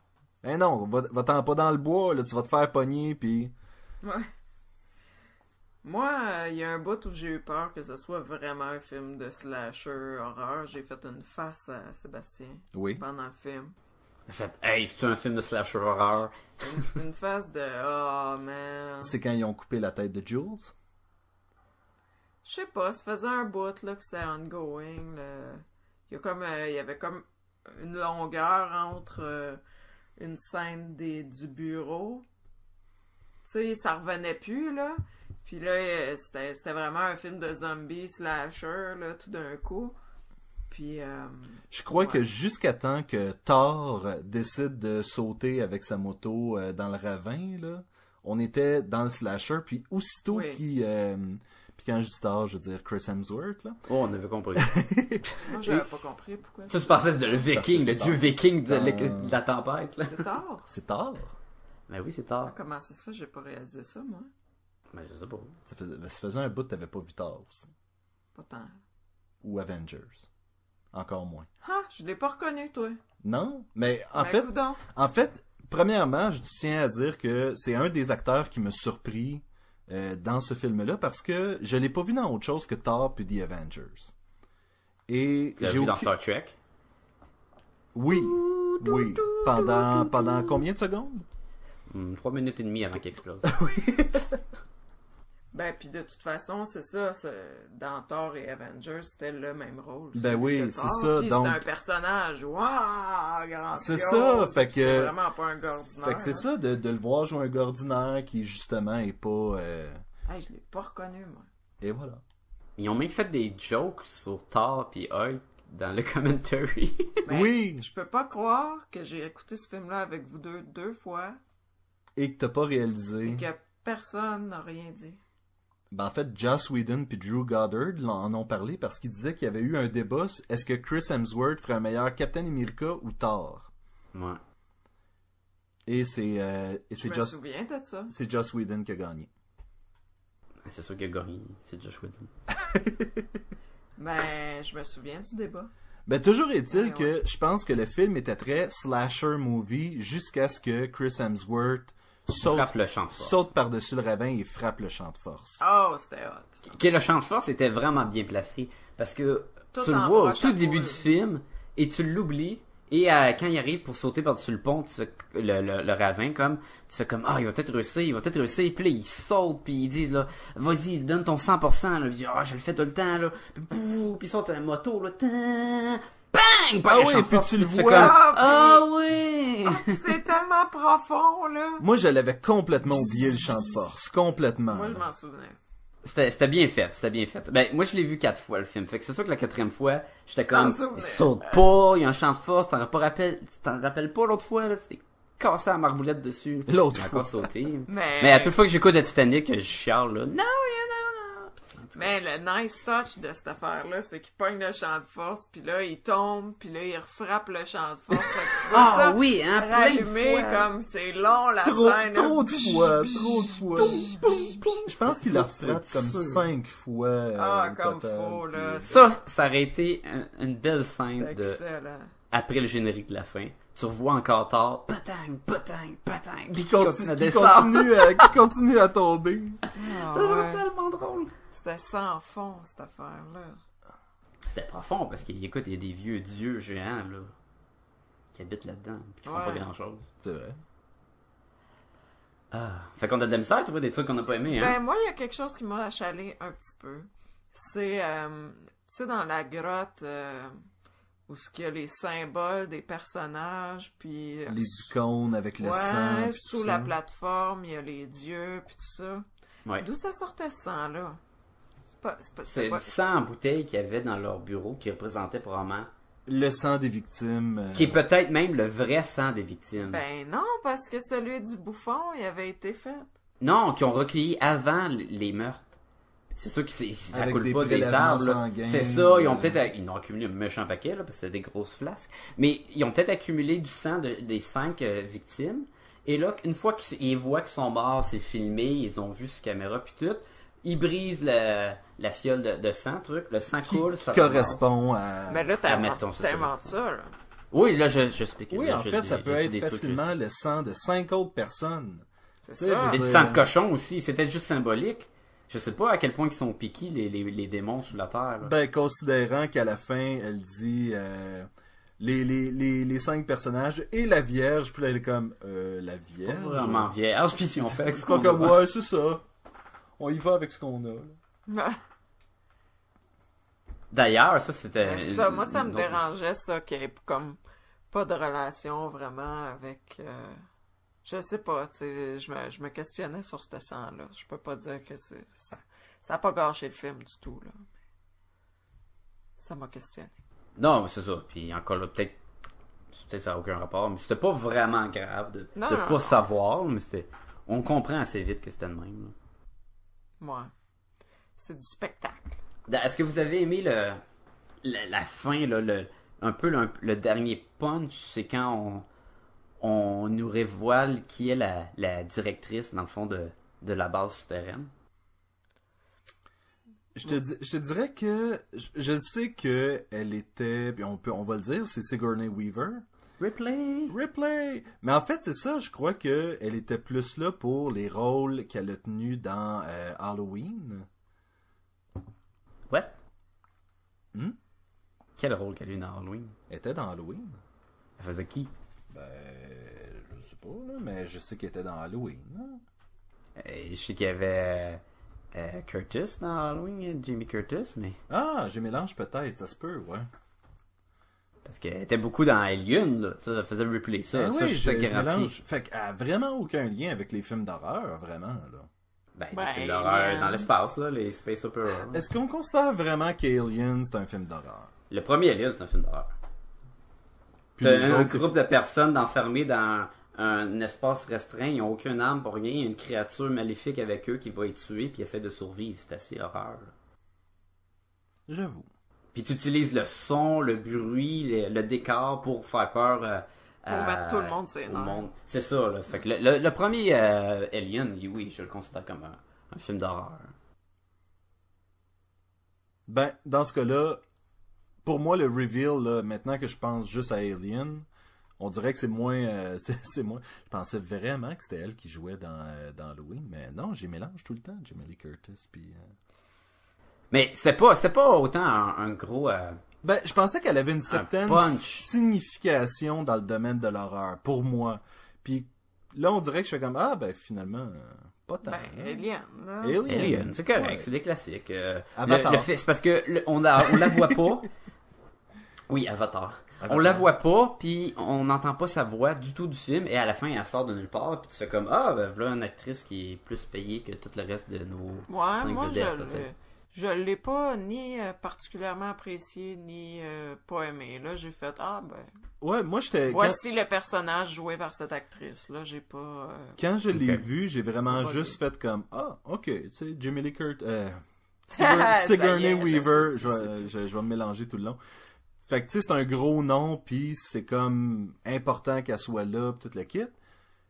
[SPEAKER 1] Ben non, va- va-t'en pas dans le bois, là, tu vas te faire pogner puis
[SPEAKER 4] Ouais. Moi, euh, il y a un bout où j'ai eu peur que ce soit vraiment un film de slasher horreur. J'ai fait une face à Sébastien
[SPEAKER 1] Oui.
[SPEAKER 4] pendant le film.
[SPEAKER 2] En fait, hey, c'est un film de slasher horreur.
[SPEAKER 4] Une, une face de « Oh, man... »
[SPEAKER 1] C'est quand ils ont coupé la tête de Jules.
[SPEAKER 4] Je sais pas, ça faisait un bout là, que c'était ongoing. Là. Il, y a comme, euh, il y avait comme une longueur entre euh, une scène des, du bureau. Tu sais, ça revenait plus, là. Puis là, euh, c'était c'était vraiment un film de zombie slasher, là, tout d'un coup. Puis, euh,
[SPEAKER 1] Je crois que jusqu'à temps que Thor décide de sauter avec sa moto euh, dans le ravin, là, on était dans le slasher, puis aussitôt
[SPEAKER 4] Oui.
[SPEAKER 1] qu'il... euh, puis quand je dis Thor, je veux dire Chris Hemsworth, là.
[SPEAKER 2] Oh, on avait compris.
[SPEAKER 4] moi, j'avais pas compris pourquoi.
[SPEAKER 2] ça, tu pensais de le viking, le
[SPEAKER 1] c'est
[SPEAKER 2] dieu viking de, l'é-
[SPEAKER 1] Dans-
[SPEAKER 2] de la tempête, là.
[SPEAKER 4] C'est tard.
[SPEAKER 1] C'est Thor.
[SPEAKER 2] Euh, Ben oui, c'est
[SPEAKER 4] Ah,
[SPEAKER 2] tard.
[SPEAKER 4] Comment ça se fait? J'ai pas réalisé ça, moi.
[SPEAKER 2] Ben, je sais pas.
[SPEAKER 1] Ça faisait, ça faisait un bout que t'avais pas vu Thor, ça.
[SPEAKER 4] Pas tant.
[SPEAKER 1] ou Avengers. Encore moins.
[SPEAKER 4] Ah, je l'ai pas reconnu, toi.
[SPEAKER 1] Non, mais en
[SPEAKER 4] Ben,
[SPEAKER 1] fait,
[SPEAKER 4] coudonc.
[SPEAKER 1] En fait, premièrement, je tiens à dire que c'est un des acteurs qui me surprit euh, dans ce film-là parce que je l'ai pas vu dans autre chose que Thor puis The Avengers. Et
[SPEAKER 2] Tu l'as
[SPEAKER 1] j'ai
[SPEAKER 2] vu dans
[SPEAKER 1] aucune-
[SPEAKER 2] Star Trek?
[SPEAKER 1] Oui, oui. Pendant pendant combien de secondes
[SPEAKER 2] Hmm, Trois minutes et demie avant qu'il explose.
[SPEAKER 4] Ben, puis de toute façon, c'est ça, ce- dans Thor et Avengers, c'était le même rôle.
[SPEAKER 1] Ben oui, c'est ça, donc-
[SPEAKER 4] donc... c'est un personnage, waouh, grand
[SPEAKER 1] C'est ça, fait que-
[SPEAKER 4] C'est vraiment pas un gars ordinaire. hein.
[SPEAKER 1] Fait que c'est ça de, de le voir jouer un gars ordinaire qui justement est pas euh,
[SPEAKER 4] Hey, je l'ai pas reconnu, moi.
[SPEAKER 1] et voilà.
[SPEAKER 2] Ils ont même fait des jokes sur Thor puis Hulk dans le commentary.
[SPEAKER 4] Ben,
[SPEAKER 1] Oui,
[SPEAKER 4] Je peux pas croire que j'ai écouté ce film-là avec vous deux deux fois
[SPEAKER 1] et que t'as pas réalisé.
[SPEAKER 4] et que personne n'a rien dit.
[SPEAKER 1] Ben, en fait, Joss Whedon puis Drew Goddard l'en- en ont parlé parce qu'ils disaient qu'il y avait eu un débat. sur Est-ce que Chris Hemsworth ferait un meilleur Captain America ou Thor?
[SPEAKER 2] ouais.
[SPEAKER 1] Et c'est euh, et
[SPEAKER 4] Je
[SPEAKER 1] c'est
[SPEAKER 4] me
[SPEAKER 1] Joss
[SPEAKER 4] souviens de ça.
[SPEAKER 1] c'est Joss Whedon qui a gagné.
[SPEAKER 2] Ben, C'est sûr que Gory, c'est Josh Whedon.
[SPEAKER 4] Ben, je me souviens du débat.
[SPEAKER 1] Ben toujours est-il
[SPEAKER 4] Ouais,
[SPEAKER 1] que je pense que le film était très slasher movie jusqu'à ce que Chris Hemsworth saute
[SPEAKER 2] Frappe le champ de force.
[SPEAKER 1] saute par-dessus le ravin et frappe le champ de force.
[SPEAKER 4] Oh, c'était hot.
[SPEAKER 2] que le champ de force était vraiment bien placé parce que
[SPEAKER 4] Tout
[SPEAKER 2] tu le
[SPEAKER 4] en
[SPEAKER 2] vois au
[SPEAKER 4] broche
[SPEAKER 2] tout
[SPEAKER 4] à
[SPEAKER 2] début
[SPEAKER 4] poil.
[SPEAKER 2] du film et tu l'oublies et euh, quand il arrive pour sauter par-dessus le pont, tu sais, le, le- le ravin comme tu fais comme ah il va peut-être réussir, il va peut-être réussir, puis là il saute puis ils disent là vas-y donne ton 100% là, il dit ah je le fais tout le temps là, puis pouf, puis il saute à la moto là, tan, bang par
[SPEAKER 1] Ah
[SPEAKER 2] le
[SPEAKER 1] oui,
[SPEAKER 2] champ de
[SPEAKER 1] puis
[SPEAKER 2] force,
[SPEAKER 1] tu le
[SPEAKER 2] fais
[SPEAKER 1] vois.
[SPEAKER 2] comme,
[SPEAKER 4] Ah, puis-
[SPEAKER 2] ah oui
[SPEAKER 4] c'est tellement profond, là.
[SPEAKER 1] Moi, je l'avais complètement oublié le champ de force, complètement.
[SPEAKER 4] Moi, je m'en souvenais.
[SPEAKER 2] C'était c'était bien fait, c'était bien fait. Ben, moi, je l'ai vu quatre fois, le film. Fait que c'est sûr que la quatrième fois, j'étais
[SPEAKER 4] Tu t'en
[SPEAKER 2] comme,
[SPEAKER 4] souvenais.
[SPEAKER 2] il saute pas, il y a un champ de force, t'en rappelles, rappelles- tu t'en rappelles pas l'autre fois, là, c'était cassé la marboulette dessus.
[SPEAKER 6] L'autre
[SPEAKER 2] Elle a
[SPEAKER 6] fois.
[SPEAKER 2] encore sauté.
[SPEAKER 4] Mais,
[SPEAKER 2] Mais à toute fois que j'écoute le Titanic, je chiale, là. Non,
[SPEAKER 4] mais le nice touch de cette affaire-là, c'est qu'il pogne le champ de force, puis là, il tombe, puis là, il refrappe le champ de force. Fait que tu vois
[SPEAKER 2] Ah
[SPEAKER 4] ça
[SPEAKER 2] oui, hein, plein de
[SPEAKER 4] rallumé,
[SPEAKER 2] fois.
[SPEAKER 4] comme c'est long la
[SPEAKER 6] Trop,
[SPEAKER 4] scène. là.
[SPEAKER 6] trop de fois, trop de fois.
[SPEAKER 1] Je pense qu'il la frappe
[SPEAKER 6] C'est
[SPEAKER 1] comme
[SPEAKER 6] sûr.
[SPEAKER 1] cinq fois. euh,
[SPEAKER 4] Ah,
[SPEAKER 1] au
[SPEAKER 4] comme
[SPEAKER 1] total,
[SPEAKER 4] faux,
[SPEAKER 1] puis-
[SPEAKER 4] là.
[SPEAKER 2] ça, ça aurait été un- une belle scène
[SPEAKER 4] C'est
[SPEAKER 2] de,
[SPEAKER 4] excellent.
[SPEAKER 2] après le générique de la fin. Tu revois encore tard, patang, patang, patang, puis
[SPEAKER 1] Qui
[SPEAKER 2] qui continue
[SPEAKER 1] continue,
[SPEAKER 2] à
[SPEAKER 1] qui
[SPEAKER 2] descendre.
[SPEAKER 1] continue à, qui continue à tomber.
[SPEAKER 4] Ah,
[SPEAKER 2] Ça serait
[SPEAKER 4] ouais.
[SPEAKER 2] tellement drôle.
[SPEAKER 4] C'était sans fond, cette affaire-là.
[SPEAKER 2] C'était profond parce qu'il écoute, il y a des vieux dieux géants là qui habitent là-dedans, puis qui font
[SPEAKER 4] Ouais.
[SPEAKER 2] pas grand-chose.
[SPEAKER 1] C'est vrai.
[SPEAKER 2] Ah. Fait qu'on a de la misère, tu vois, des trucs qu'on n'a pas aimé, hein.
[SPEAKER 4] Ben, moi, il y a quelque chose qui m'a achalé un petit peu. C'est, euh, tu sais, dans la grotte, euh, où ce qu'il y a les symboles des personnages, puis... euh,
[SPEAKER 1] Les icônes avec le sang.
[SPEAKER 4] ouais,
[SPEAKER 1] puis tout
[SPEAKER 4] sous
[SPEAKER 1] ça.
[SPEAKER 4] la plateforme, il y a les dieux, puis tout ça.
[SPEAKER 2] Ouais.
[SPEAKER 4] Ben, D'où ça sortait ce sang-là? C'est pas... C'est pas... c'est
[SPEAKER 2] C'est
[SPEAKER 4] pas-
[SPEAKER 2] du sang en bouteille qu'il y avait dans leur bureau qui représentait probablement,
[SPEAKER 1] Le sang des victimes. euh,
[SPEAKER 2] qui est peut-être même le vrai sang des victimes.
[SPEAKER 4] Ben non, parce que celui du bouffon, il avait été fait.
[SPEAKER 2] Non, qui ont recueilli avant l- les meurtres. C'est sûr que c'est- ça
[SPEAKER 1] Avec
[SPEAKER 2] coule
[SPEAKER 1] des
[SPEAKER 2] pas des
[SPEAKER 1] prélèvements
[SPEAKER 2] arbres. là.
[SPEAKER 1] sanguins,
[SPEAKER 2] C'est ça, ils
[SPEAKER 1] euh,
[SPEAKER 2] ont peut-être ils ont accumulé un méchant paquet là, parce que c'était des grosses flasques, mais ils ont peut-être accumulé du sang de- des cinq euh, victimes. Et là, une fois qu'ils voient qu'ils sont morts, c'est filmé, ils ont vu sur caméra puis tout, ils brisent la, la fiole de, de sang, truc, le sang
[SPEAKER 1] qui,
[SPEAKER 2] coule,
[SPEAKER 1] qui
[SPEAKER 2] ça ramasse.
[SPEAKER 1] correspond à.
[SPEAKER 4] Mais là,
[SPEAKER 2] mettons,
[SPEAKER 4] t'inventes
[SPEAKER 2] Ben, ça, ça
[SPEAKER 4] t'inventes
[SPEAKER 2] doit
[SPEAKER 4] ça, là.
[SPEAKER 2] Oui, là je, je spécule.
[SPEAKER 1] Oui,
[SPEAKER 2] là,
[SPEAKER 1] en
[SPEAKER 2] je
[SPEAKER 1] fait,
[SPEAKER 2] dis-
[SPEAKER 1] ça
[SPEAKER 2] je
[SPEAKER 1] peut
[SPEAKER 2] dis
[SPEAKER 1] être
[SPEAKER 2] des trucs, je-
[SPEAKER 1] facilement le sang de cinq autres personnes.
[SPEAKER 4] C'est
[SPEAKER 1] Tu sais,
[SPEAKER 4] ça.
[SPEAKER 1] je-
[SPEAKER 2] C'est du sang de cochon aussi, c'est peut-être juste symbolique. Je sais pas à quel point ils sont piqués les, les, les démons sous la terre. là.
[SPEAKER 1] Ben, considérant qu'à la fin, elle dit euh, les, les, les, les cinq personnages et la Vierge, puis là, elle est comme euh, la Vierge.
[SPEAKER 2] pas vraiment vierge, puis si on fait avec ce
[SPEAKER 1] C'est pas
[SPEAKER 2] qu'on
[SPEAKER 1] comme
[SPEAKER 2] a.
[SPEAKER 1] ouais, c'est ça. On y va avec ce qu'on a. là.
[SPEAKER 2] D'ailleurs, ça c'était.
[SPEAKER 4] Mais ça, moi, ça
[SPEAKER 2] Euh, une- une
[SPEAKER 4] me
[SPEAKER 2] autre-
[SPEAKER 4] dérangeait, ça, qu'il y ait comme pas de relation vraiment avec. euh, je sais pas, tu sais, je me, je me questionnais sur ce sang-là. Je peux pas dire que c'est. Ça ça a pas gâché le film du tout, là. Ça m'a questionné.
[SPEAKER 2] Non, mais c'est ça. Puis encore là, peut-être. Peut-être ça n'a aucun rapport, mais c'était pas vraiment grave de,
[SPEAKER 4] Non,
[SPEAKER 2] de
[SPEAKER 4] non,
[SPEAKER 2] pas
[SPEAKER 4] non.
[SPEAKER 2] savoir, mais c'était. On comprend assez vite que c'était le même. là.
[SPEAKER 4] Moi. C'est du spectacle.
[SPEAKER 2] Da- Est-ce que vous avez aimé le la, la fin, là, le, un peu le, le dernier punch, c'est quand on, on nous révoile qui est la, la directrice, dans le fond, de, de la base souterraine.
[SPEAKER 1] Je te, di- je te dirais que je, je sais que elle était, puis on peut, on va le dire, c'est Sigourney Weaver.
[SPEAKER 2] Ripley!
[SPEAKER 1] Ripley. Mais en fait, c'est ça. Je crois que elle était plus là pour les rôles qu'elle a tenus dans euh, Halloween.
[SPEAKER 2] What?
[SPEAKER 1] Hmm?
[SPEAKER 2] Quel rôle qu'elle a eu dans Halloween?
[SPEAKER 1] Elle était dans Halloween.
[SPEAKER 2] Elle faisait qui?
[SPEAKER 1] Ben, je sais pas là, mais je sais qu'elle était dans Halloween. hein.
[SPEAKER 2] Euh, je sais qu'il y avait euh, euh, Curtis dans Halloween, euh, Jimmy Curtis, mais
[SPEAKER 1] Ah, j'ai mélange peut-être, ça se peut, ouais.
[SPEAKER 2] parce qu'elle était beaucoup dans Alien, là. Ça, elle faisait Ripley, ça.
[SPEAKER 1] Ben
[SPEAKER 2] ça,
[SPEAKER 1] oui,
[SPEAKER 2] je te garantis.
[SPEAKER 1] mélange. Fait qu'elle a vraiment aucun lien avec les films d'horreur, vraiment là.
[SPEAKER 2] Ben,
[SPEAKER 4] Ben,
[SPEAKER 2] c'est l'horreur
[SPEAKER 4] euh,
[SPEAKER 2] dans l'espace, là, les Space Opera. là.
[SPEAKER 1] Est-ce qu'on considère vraiment qu'Alien c'est un film d'horreur
[SPEAKER 2] Le premier Alien, c'est un film d'horreur.
[SPEAKER 1] Puis
[SPEAKER 2] T'as
[SPEAKER 1] les
[SPEAKER 2] un,
[SPEAKER 1] autres,
[SPEAKER 2] groupe de personnes enfermées dans un espace restreint, ils n'ont aucune arme pour rien, il y a une créature maléfique avec eux qui va les tuer puis ils essaient de survivre. C'est assez horreur, là.
[SPEAKER 1] J'avoue.
[SPEAKER 2] Puis tu utilises le son, le bruit, le, le décor pour faire peur. euh,
[SPEAKER 4] Pour
[SPEAKER 2] à-
[SPEAKER 4] mettre tout le monde sur les
[SPEAKER 2] au
[SPEAKER 4] nerfs.
[SPEAKER 2] monde. C'est ça, là. Fait que le, le- le premier euh, Alien, il- oui, je le considère comme un, un film d'horreur.
[SPEAKER 1] Ben, dans ce cas-là, pour moi, le reveal, là, maintenant que je pense juste à Alien, on dirait que c'est moins. euh, c'est c'est moins. Je pensais vraiment que c'était elle qui jouait dans, euh, dans Halloween, mais non, j'ai mélange tout le temps, Jamie Lee Curtis. Puis, euh.
[SPEAKER 2] Mais c'est pas, c'est pas autant un, un gros. euh,
[SPEAKER 1] Ben, je pensais qu'elle avait une certaine
[SPEAKER 2] punch.
[SPEAKER 1] signification dans le domaine de l'horreur, pour moi. Puis là, on dirait que je fais comme Ah, ben finalement, euh, pas tant.
[SPEAKER 2] Ah.
[SPEAKER 4] Ben,
[SPEAKER 1] hein.
[SPEAKER 4] Eliane, là.
[SPEAKER 1] Alien.
[SPEAKER 4] euh,
[SPEAKER 2] Alien, c'est correct,
[SPEAKER 1] Ouais.
[SPEAKER 2] c'est des classiques. euh,
[SPEAKER 1] Avatar.
[SPEAKER 2] le- le fait- c'est parce que le- on, a- on la voit pas. Oui, Avatar.
[SPEAKER 1] Avatar.
[SPEAKER 2] On la voit pas, puis on n'entend pas sa voix du tout du film, et à la fin, elle sort de nulle part, puis tu fais comme Ah, ben voilà une actrice qui est plus payée que tout le reste de nos
[SPEAKER 4] Ouais,
[SPEAKER 2] cinq
[SPEAKER 4] moi,
[SPEAKER 2] vedettes. là, tu
[SPEAKER 4] je
[SPEAKER 2] sais.
[SPEAKER 4] l'ai- je l'ai pas ni euh, particulièrement apprécié ni euh, pas aimé. Là, j'ai fait ah ben
[SPEAKER 1] Ouais, moi j'étais. Quand,
[SPEAKER 4] voici le personnage joué par cette actrice. Là, j'ai pas. euh,
[SPEAKER 1] quand je l'ai
[SPEAKER 2] Ok.
[SPEAKER 1] vu, j'ai vraiment
[SPEAKER 4] Ok.
[SPEAKER 1] juste fait comme Ah, ok, tu sais, Jimmy Lee Curtis. euh,
[SPEAKER 4] Ça
[SPEAKER 1] Sigour-
[SPEAKER 4] y
[SPEAKER 1] Sigourney
[SPEAKER 4] est,
[SPEAKER 1] Weaver,
[SPEAKER 4] là,
[SPEAKER 1] je vais, euh, je, je vais me mélanger tout le long. Fait que tu sais, c'est un gros nom, puis c'est comme important qu'elle soit là, pis tout le kit.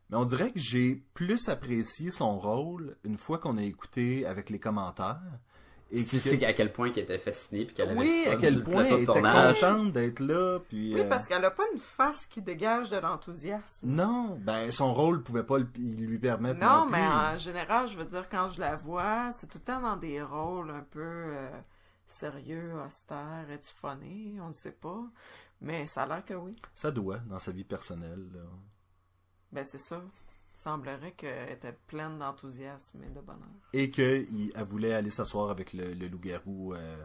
[SPEAKER 1] Mais on dirait que j'ai plus apprécié son rôle une fois qu'on a écouté avec les commentaires. Et
[SPEAKER 2] tu
[SPEAKER 1] que-
[SPEAKER 2] sais à quel point qu'elle était fascinée puis qu'elle avait
[SPEAKER 1] oui,
[SPEAKER 2] du fun
[SPEAKER 1] à
[SPEAKER 2] sur
[SPEAKER 1] quel
[SPEAKER 2] le
[SPEAKER 1] point
[SPEAKER 2] plateau
[SPEAKER 1] elle
[SPEAKER 2] de
[SPEAKER 1] était
[SPEAKER 2] tournage.
[SPEAKER 1] contente d'être là, puis.
[SPEAKER 4] Oui,
[SPEAKER 1] euh,
[SPEAKER 4] parce qu'elle a pas une face qui dégage de l'enthousiasme.
[SPEAKER 1] Non, ben son rôle pouvait pas le- il lui permettre.
[SPEAKER 4] Non,
[SPEAKER 1] plus.
[SPEAKER 4] mais en général, je veux dire, quand je la vois, c'est tout le temps dans des rôles un peu euh, sérieux, austères, étufonnés, on ne sait pas. Mais ça a l'air que oui.
[SPEAKER 1] ça doit dans sa vie personnelle. là.
[SPEAKER 4] Ben, c'est ça. Il semblerait qu'elle était pleine d'enthousiasme et de bonheur.
[SPEAKER 1] Et que il- elle voulait aller s'asseoir avec le, le loup-garou euh,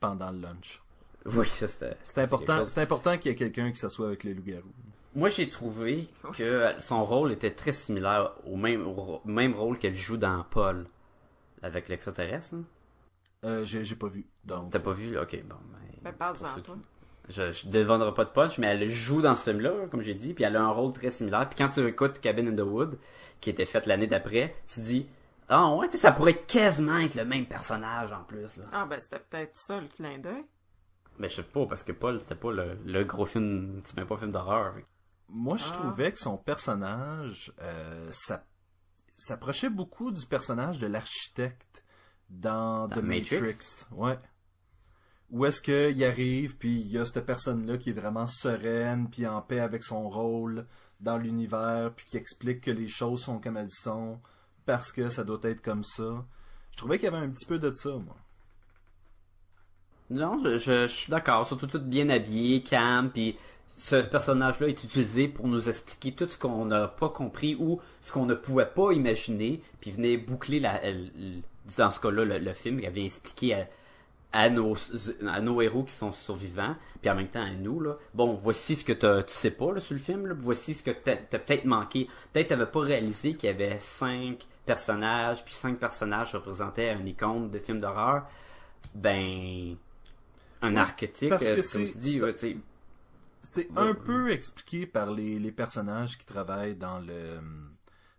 [SPEAKER 1] pendant le lunch.
[SPEAKER 2] Oui, ça c'était.
[SPEAKER 1] C'est
[SPEAKER 2] quelque
[SPEAKER 1] important,
[SPEAKER 2] chose.
[SPEAKER 1] c'est important qu'il y ait quelqu'un qui s'assoie avec le loup-garou.
[SPEAKER 2] Moi, j'ai trouvé que son rôle était très similaire au même, au même rôle qu'elle joue dans Paul avec l'extraterrestre. hein.
[SPEAKER 1] Euh, j'ai, j'ai pas vu. Donc,
[SPEAKER 2] T'as pas vu là? Ok, bon. ben,
[SPEAKER 4] Ben,
[SPEAKER 2] pour
[SPEAKER 4] parle-en,
[SPEAKER 2] ceux qui-
[SPEAKER 4] toi.
[SPEAKER 2] Je, je devendrai pas de punch, mais elle joue dans ce film-là, comme j'ai dit, puis elle a un rôle très similaire. Puis quand tu écoutes Cabin in the Wood, qui était faite l'année d'après, tu dis Ah ouais, tu sais, ça pourrait être quasiment être le même personnage en plus. Là.
[SPEAKER 4] Ah, ben, c'était peut-être ça le clin d'œil.
[SPEAKER 2] Mais je sais pas, parce que Paul, c'était pas le, le gros film, c'est même pas un film d'horreur. fait que-
[SPEAKER 1] moi, je
[SPEAKER 4] Ah.
[SPEAKER 1] trouvais que son personnage euh, s'ap- s'approchait beaucoup du personnage de l'architecte dans,
[SPEAKER 2] Dans
[SPEAKER 1] The Matrix.
[SPEAKER 2] Matrix.
[SPEAKER 1] Ouais. Où est-ce qu'il arrive, puis il y a cette personne-là qui est vraiment sereine, puis en paix avec son rôle dans l'univers, puis qui explique que les choses sont comme elles sont, parce que ça doit être comme ça. Je trouvais qu'il y avait un petit peu de ça, moi.
[SPEAKER 2] Non, je, je- je suis d'accord. Surtout tout bien habillé, calme, puis ce personnage-là est utilisé pour nous expliquer tout ce qu'on n'a pas compris ou ce qu'on ne pouvait pas imaginer, puis venait boucler la, l- l- dans ce cas-là le, le film, qui avait expliqué à, à nos à nos héros qui sont survivants, puis en même temps à nous là. Bon, voici ce que t'as- tu sais pas là, sur le film, là. voici ce que t'as t'as peut-être manqué. Peut-être t'avais pas réalisé qu'il y avait cinq personnages, puis cinq personnages représentaient un icône de film d'horreur. Ben un archétype,
[SPEAKER 1] parce que
[SPEAKER 2] euh,
[SPEAKER 1] c'est-
[SPEAKER 2] comme tu dis, ouais, tu sais.
[SPEAKER 1] C'est
[SPEAKER 2] Ouais.
[SPEAKER 1] un peu expliqué par les, les personnages qui travaillent dans le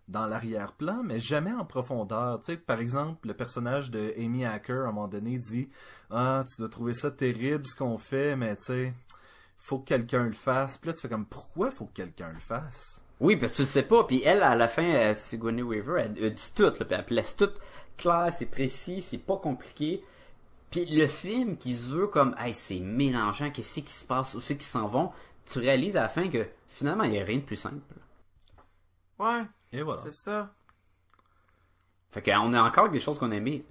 [SPEAKER 1] dans l'arrière-plan, mais jamais en profondeur. Tu sais, par exemple, le personnage de Amy Hacker, à un moment donné, dit « Ah, tu dois trouver ça terrible, ce qu'on fait, mais tu sais, faut que quelqu'un le fasse. » Puis là, tu fais comme « Pourquoi faut que quelqu'un le fasse?
[SPEAKER 2] Oui, parce que tu le sais pas. Puis elle, à la fin, euh, Sigourney Weaver, elle, elle dit tout. Là, puis elle laisse tout clair, c'est précis, c'est pas compliqué. Puis le film qui se veut comme, hey, c'est mélangeant, qu'est-ce qui se passe, où c'est qu'ils s'en vont, tu réalises à la fin que finalement, il n'y a rien de plus simple.
[SPEAKER 4] Ouais, »
[SPEAKER 1] Et
[SPEAKER 2] Ah.
[SPEAKER 1] voilà.
[SPEAKER 4] c'est ça.
[SPEAKER 2] Fait qu'on a encore des choses qu'on a aimées.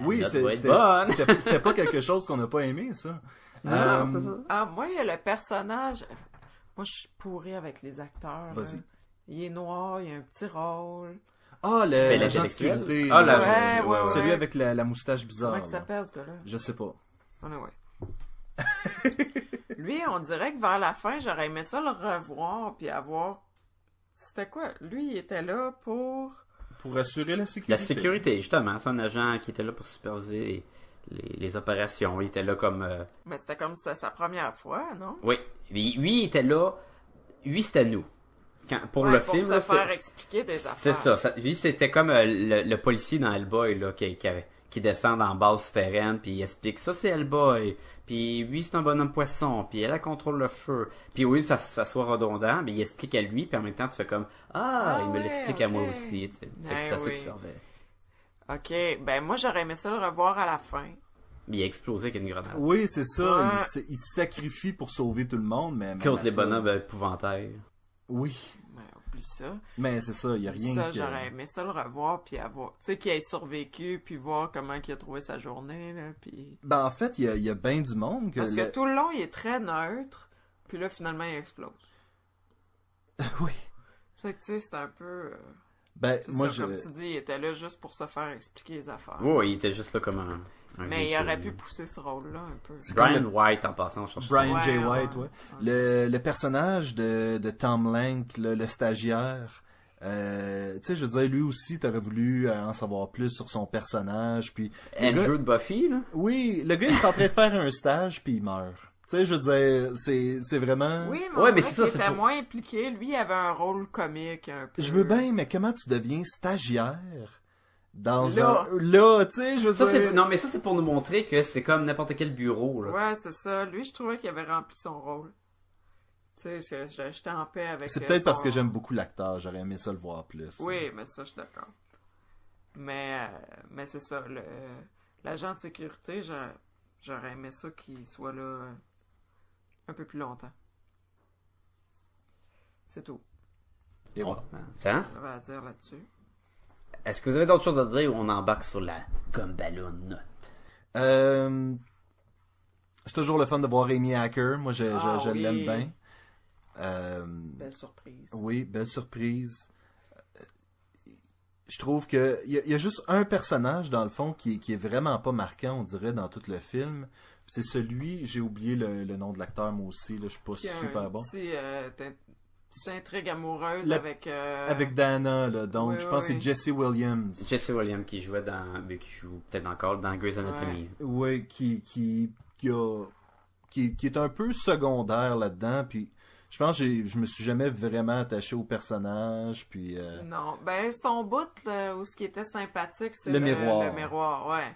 [SPEAKER 2] La
[SPEAKER 1] Oui,
[SPEAKER 2] note
[SPEAKER 1] c'est-
[SPEAKER 2] doit être
[SPEAKER 1] c'était
[SPEAKER 2] bonne.
[SPEAKER 1] c'était- c'était pas quelque chose qu'on n'a pas aimé, ça.
[SPEAKER 2] Non,
[SPEAKER 1] Euh,
[SPEAKER 2] c'est ça.
[SPEAKER 4] Ah, moi, il y a le personnage. Moi, je suis pourrie avec les acteurs. là.
[SPEAKER 1] Vas-y.
[SPEAKER 4] Il est noir, il a un petit rôle.
[SPEAKER 1] Ah, le-
[SPEAKER 2] Fait
[SPEAKER 1] la
[SPEAKER 2] l'intellectuel.
[SPEAKER 1] gentilité.
[SPEAKER 2] Ah, la-
[SPEAKER 4] Ouais, ouais, ouais.
[SPEAKER 1] Celui avec la, la moustache bizarre.
[SPEAKER 4] Comment il
[SPEAKER 1] là.
[SPEAKER 4] s'appelle, ce gars-là?
[SPEAKER 1] Je sais pas.
[SPEAKER 4] Anyway. lui, on dirait que vers la fin, j'aurais aimé ça le revoir puis avoir. C'était quoi? Lui, il était là pour.
[SPEAKER 1] Pour assurer la sécurité.
[SPEAKER 2] La sécurité, justement, c'est un agent qui était là pour superviser les, les- les opérations. Il était là comme... euh,
[SPEAKER 4] Mais ben, c'était comme ça, sa première fois, non?
[SPEAKER 2] Oui, lui, lui, il était là. Lui, c'était nous. Quand- pour
[SPEAKER 4] Ouais,
[SPEAKER 2] le
[SPEAKER 4] pour
[SPEAKER 2] film,
[SPEAKER 4] se
[SPEAKER 2] là,
[SPEAKER 4] faire
[SPEAKER 2] c'est-
[SPEAKER 4] expliquer des affaires.
[SPEAKER 2] C'est ça, ça- lui, c'était comme euh, le, le policier dans Hellboy là, qui, qui, qui descend en base souterraine puis il explique ça c'est Hellboy, puis lui c'est un bonhomme poisson, puis elle elle contrôle le feu. Puis oui, ça, ça soit redondant, mais il explique à lui, puis en même temps tu fais comme ah,
[SPEAKER 4] Ah
[SPEAKER 2] il me
[SPEAKER 4] ouais,
[SPEAKER 2] l'explique à moi
[SPEAKER 4] ok.
[SPEAKER 2] aussi. tu sais. Fait que
[SPEAKER 4] Eh
[SPEAKER 2] c'est à ça
[SPEAKER 4] oui.
[SPEAKER 2] qui servait.
[SPEAKER 4] Ok, ben moi, j'aurais aimé ça le revoir à la fin.
[SPEAKER 2] Mais il a explosé avec une grenade.
[SPEAKER 1] Oui, c'est ça.
[SPEAKER 4] Ouais.
[SPEAKER 1] Il se- Il, se sacrifie pour sauver tout le monde, mais... même à
[SPEAKER 2] Contre les
[SPEAKER 1] ça-
[SPEAKER 2] bonhommes épouvantables.
[SPEAKER 1] Oui,
[SPEAKER 4] Ben, oublie ça.
[SPEAKER 1] mais c'est ça, il n'y a rien
[SPEAKER 4] ça,
[SPEAKER 1] que...
[SPEAKER 4] j'aurais aimé ça le revoir puis avoir. Tu sais, qu'il ait survécu puis voir comment il a trouvé sa journée, là, puis.
[SPEAKER 1] Ben, en fait, il y a, il y a bien du monde que...
[SPEAKER 4] Parce que
[SPEAKER 1] le-
[SPEAKER 4] tout le long, il est très neutre, puis là, finalement, il explose.
[SPEAKER 1] oui.
[SPEAKER 4] C'est que, tu sais, c'est un peu... euh,
[SPEAKER 1] Ben,
[SPEAKER 4] c'est
[SPEAKER 1] moi,
[SPEAKER 4] ça,
[SPEAKER 1] je...
[SPEAKER 4] comme tu dis, il était là juste pour se faire expliquer les affaires.
[SPEAKER 2] Oui, il était juste là comme un, un
[SPEAKER 4] Mais il
[SPEAKER 2] véhicule.
[SPEAKER 4] aurait pu pousser ce rôle-là un peu.
[SPEAKER 2] Brian White en passant, je cherche ça.
[SPEAKER 1] Brian
[SPEAKER 4] Ouais,
[SPEAKER 1] J.
[SPEAKER 4] ouais,
[SPEAKER 1] White, ouais.
[SPEAKER 4] ouais.
[SPEAKER 1] Le, le personnage de, de Tom Lank, le, le stagiaire, Euh, tu sais, je veux dire, lui aussi, t'aurais voulu euh, en savoir plus sur son personnage, puis... le gars-
[SPEAKER 2] Andrew de Buffy, là.
[SPEAKER 1] oui, le gars, il est en train de faire un stage, puis il meurt. Tu sais, je veux dire, c'est, c'est vraiment...
[SPEAKER 4] Oui, mais,
[SPEAKER 2] Ouais,
[SPEAKER 4] ouais,
[SPEAKER 2] mais
[SPEAKER 4] mais
[SPEAKER 2] c'est ça, c'est
[SPEAKER 4] était
[SPEAKER 2] pour-
[SPEAKER 4] moins impliqué. Lui, il avait un rôle comique un peu.
[SPEAKER 1] Je veux bien, mais comment tu deviens stagiaire dans
[SPEAKER 4] Là.
[SPEAKER 1] un... Là, tu sais, je veux
[SPEAKER 2] Ça, c'est...
[SPEAKER 1] dire...
[SPEAKER 2] Non, mais ça, c'est pour nous montrer que c'est comme n'importe quel bureau, là.
[SPEAKER 4] Ouais, c'est ça. Lui, je trouvais qu'il avait rempli son rôle. Tu sais, je- je- j'étais en paix avec
[SPEAKER 1] C'est
[SPEAKER 4] euh,
[SPEAKER 1] peut-être parce
[SPEAKER 4] son-
[SPEAKER 1] que j'aime beaucoup l'acteur, j'aurais aimé ça le voir plus.
[SPEAKER 4] Oui, mais ça, je suis d'accord. Mais, euh, mais c'est ça. le- euh, L'agent de sécurité, j'a- j'aurais aimé ça qu'il soit là euh, un peu plus longtemps. C'est tout.
[SPEAKER 1] Et voilà.
[SPEAKER 2] Hein?
[SPEAKER 4] Ça va à dire là-dessus.
[SPEAKER 2] Est-ce que vous avez d'autres choses à dire ou on embarque sur la Gumballoon note?
[SPEAKER 1] Euh, c'est toujours le fun de voir Amy Hacker. Moi, je, je-
[SPEAKER 4] Ah
[SPEAKER 1] je
[SPEAKER 4] oui.
[SPEAKER 1] l'aime bien. Euh,
[SPEAKER 4] Belle surprise.
[SPEAKER 1] oui, belle surprise. Euh, Je trouve que il y, a- il y a juste un personnage dans le fond qui, qui est vraiment pas marquant, on dirait, dans tout le film. Puis C'est celui, j'ai oublié le, le nom de l'acteur moi aussi, là, je suis pas
[SPEAKER 4] Puis un
[SPEAKER 1] super bon.
[SPEAKER 4] petit, euh, t'in- petite intrigue amoureuse
[SPEAKER 1] La-
[SPEAKER 4] avec. euh,
[SPEAKER 1] Avec Dana, là, donc
[SPEAKER 4] Oui,
[SPEAKER 1] je
[SPEAKER 4] oui,
[SPEAKER 1] pense que
[SPEAKER 4] oui.
[SPEAKER 1] c'est Jesse Williams.
[SPEAKER 2] Jesse Williams qui jouait dans, mais qui joue peut-être encore dans Grey's Anatomy.
[SPEAKER 1] Oui, qui, qui, qui, a, qui, qui est un peu secondaire là-dedans. Puis je pense que j'ai- je me suis jamais vraiment attaché au personnage. Puis euh,
[SPEAKER 4] Non, ben son bout là, où ce qui était sympathique, c'est
[SPEAKER 1] Le
[SPEAKER 4] le,
[SPEAKER 1] miroir.
[SPEAKER 4] Le miroir, ouais.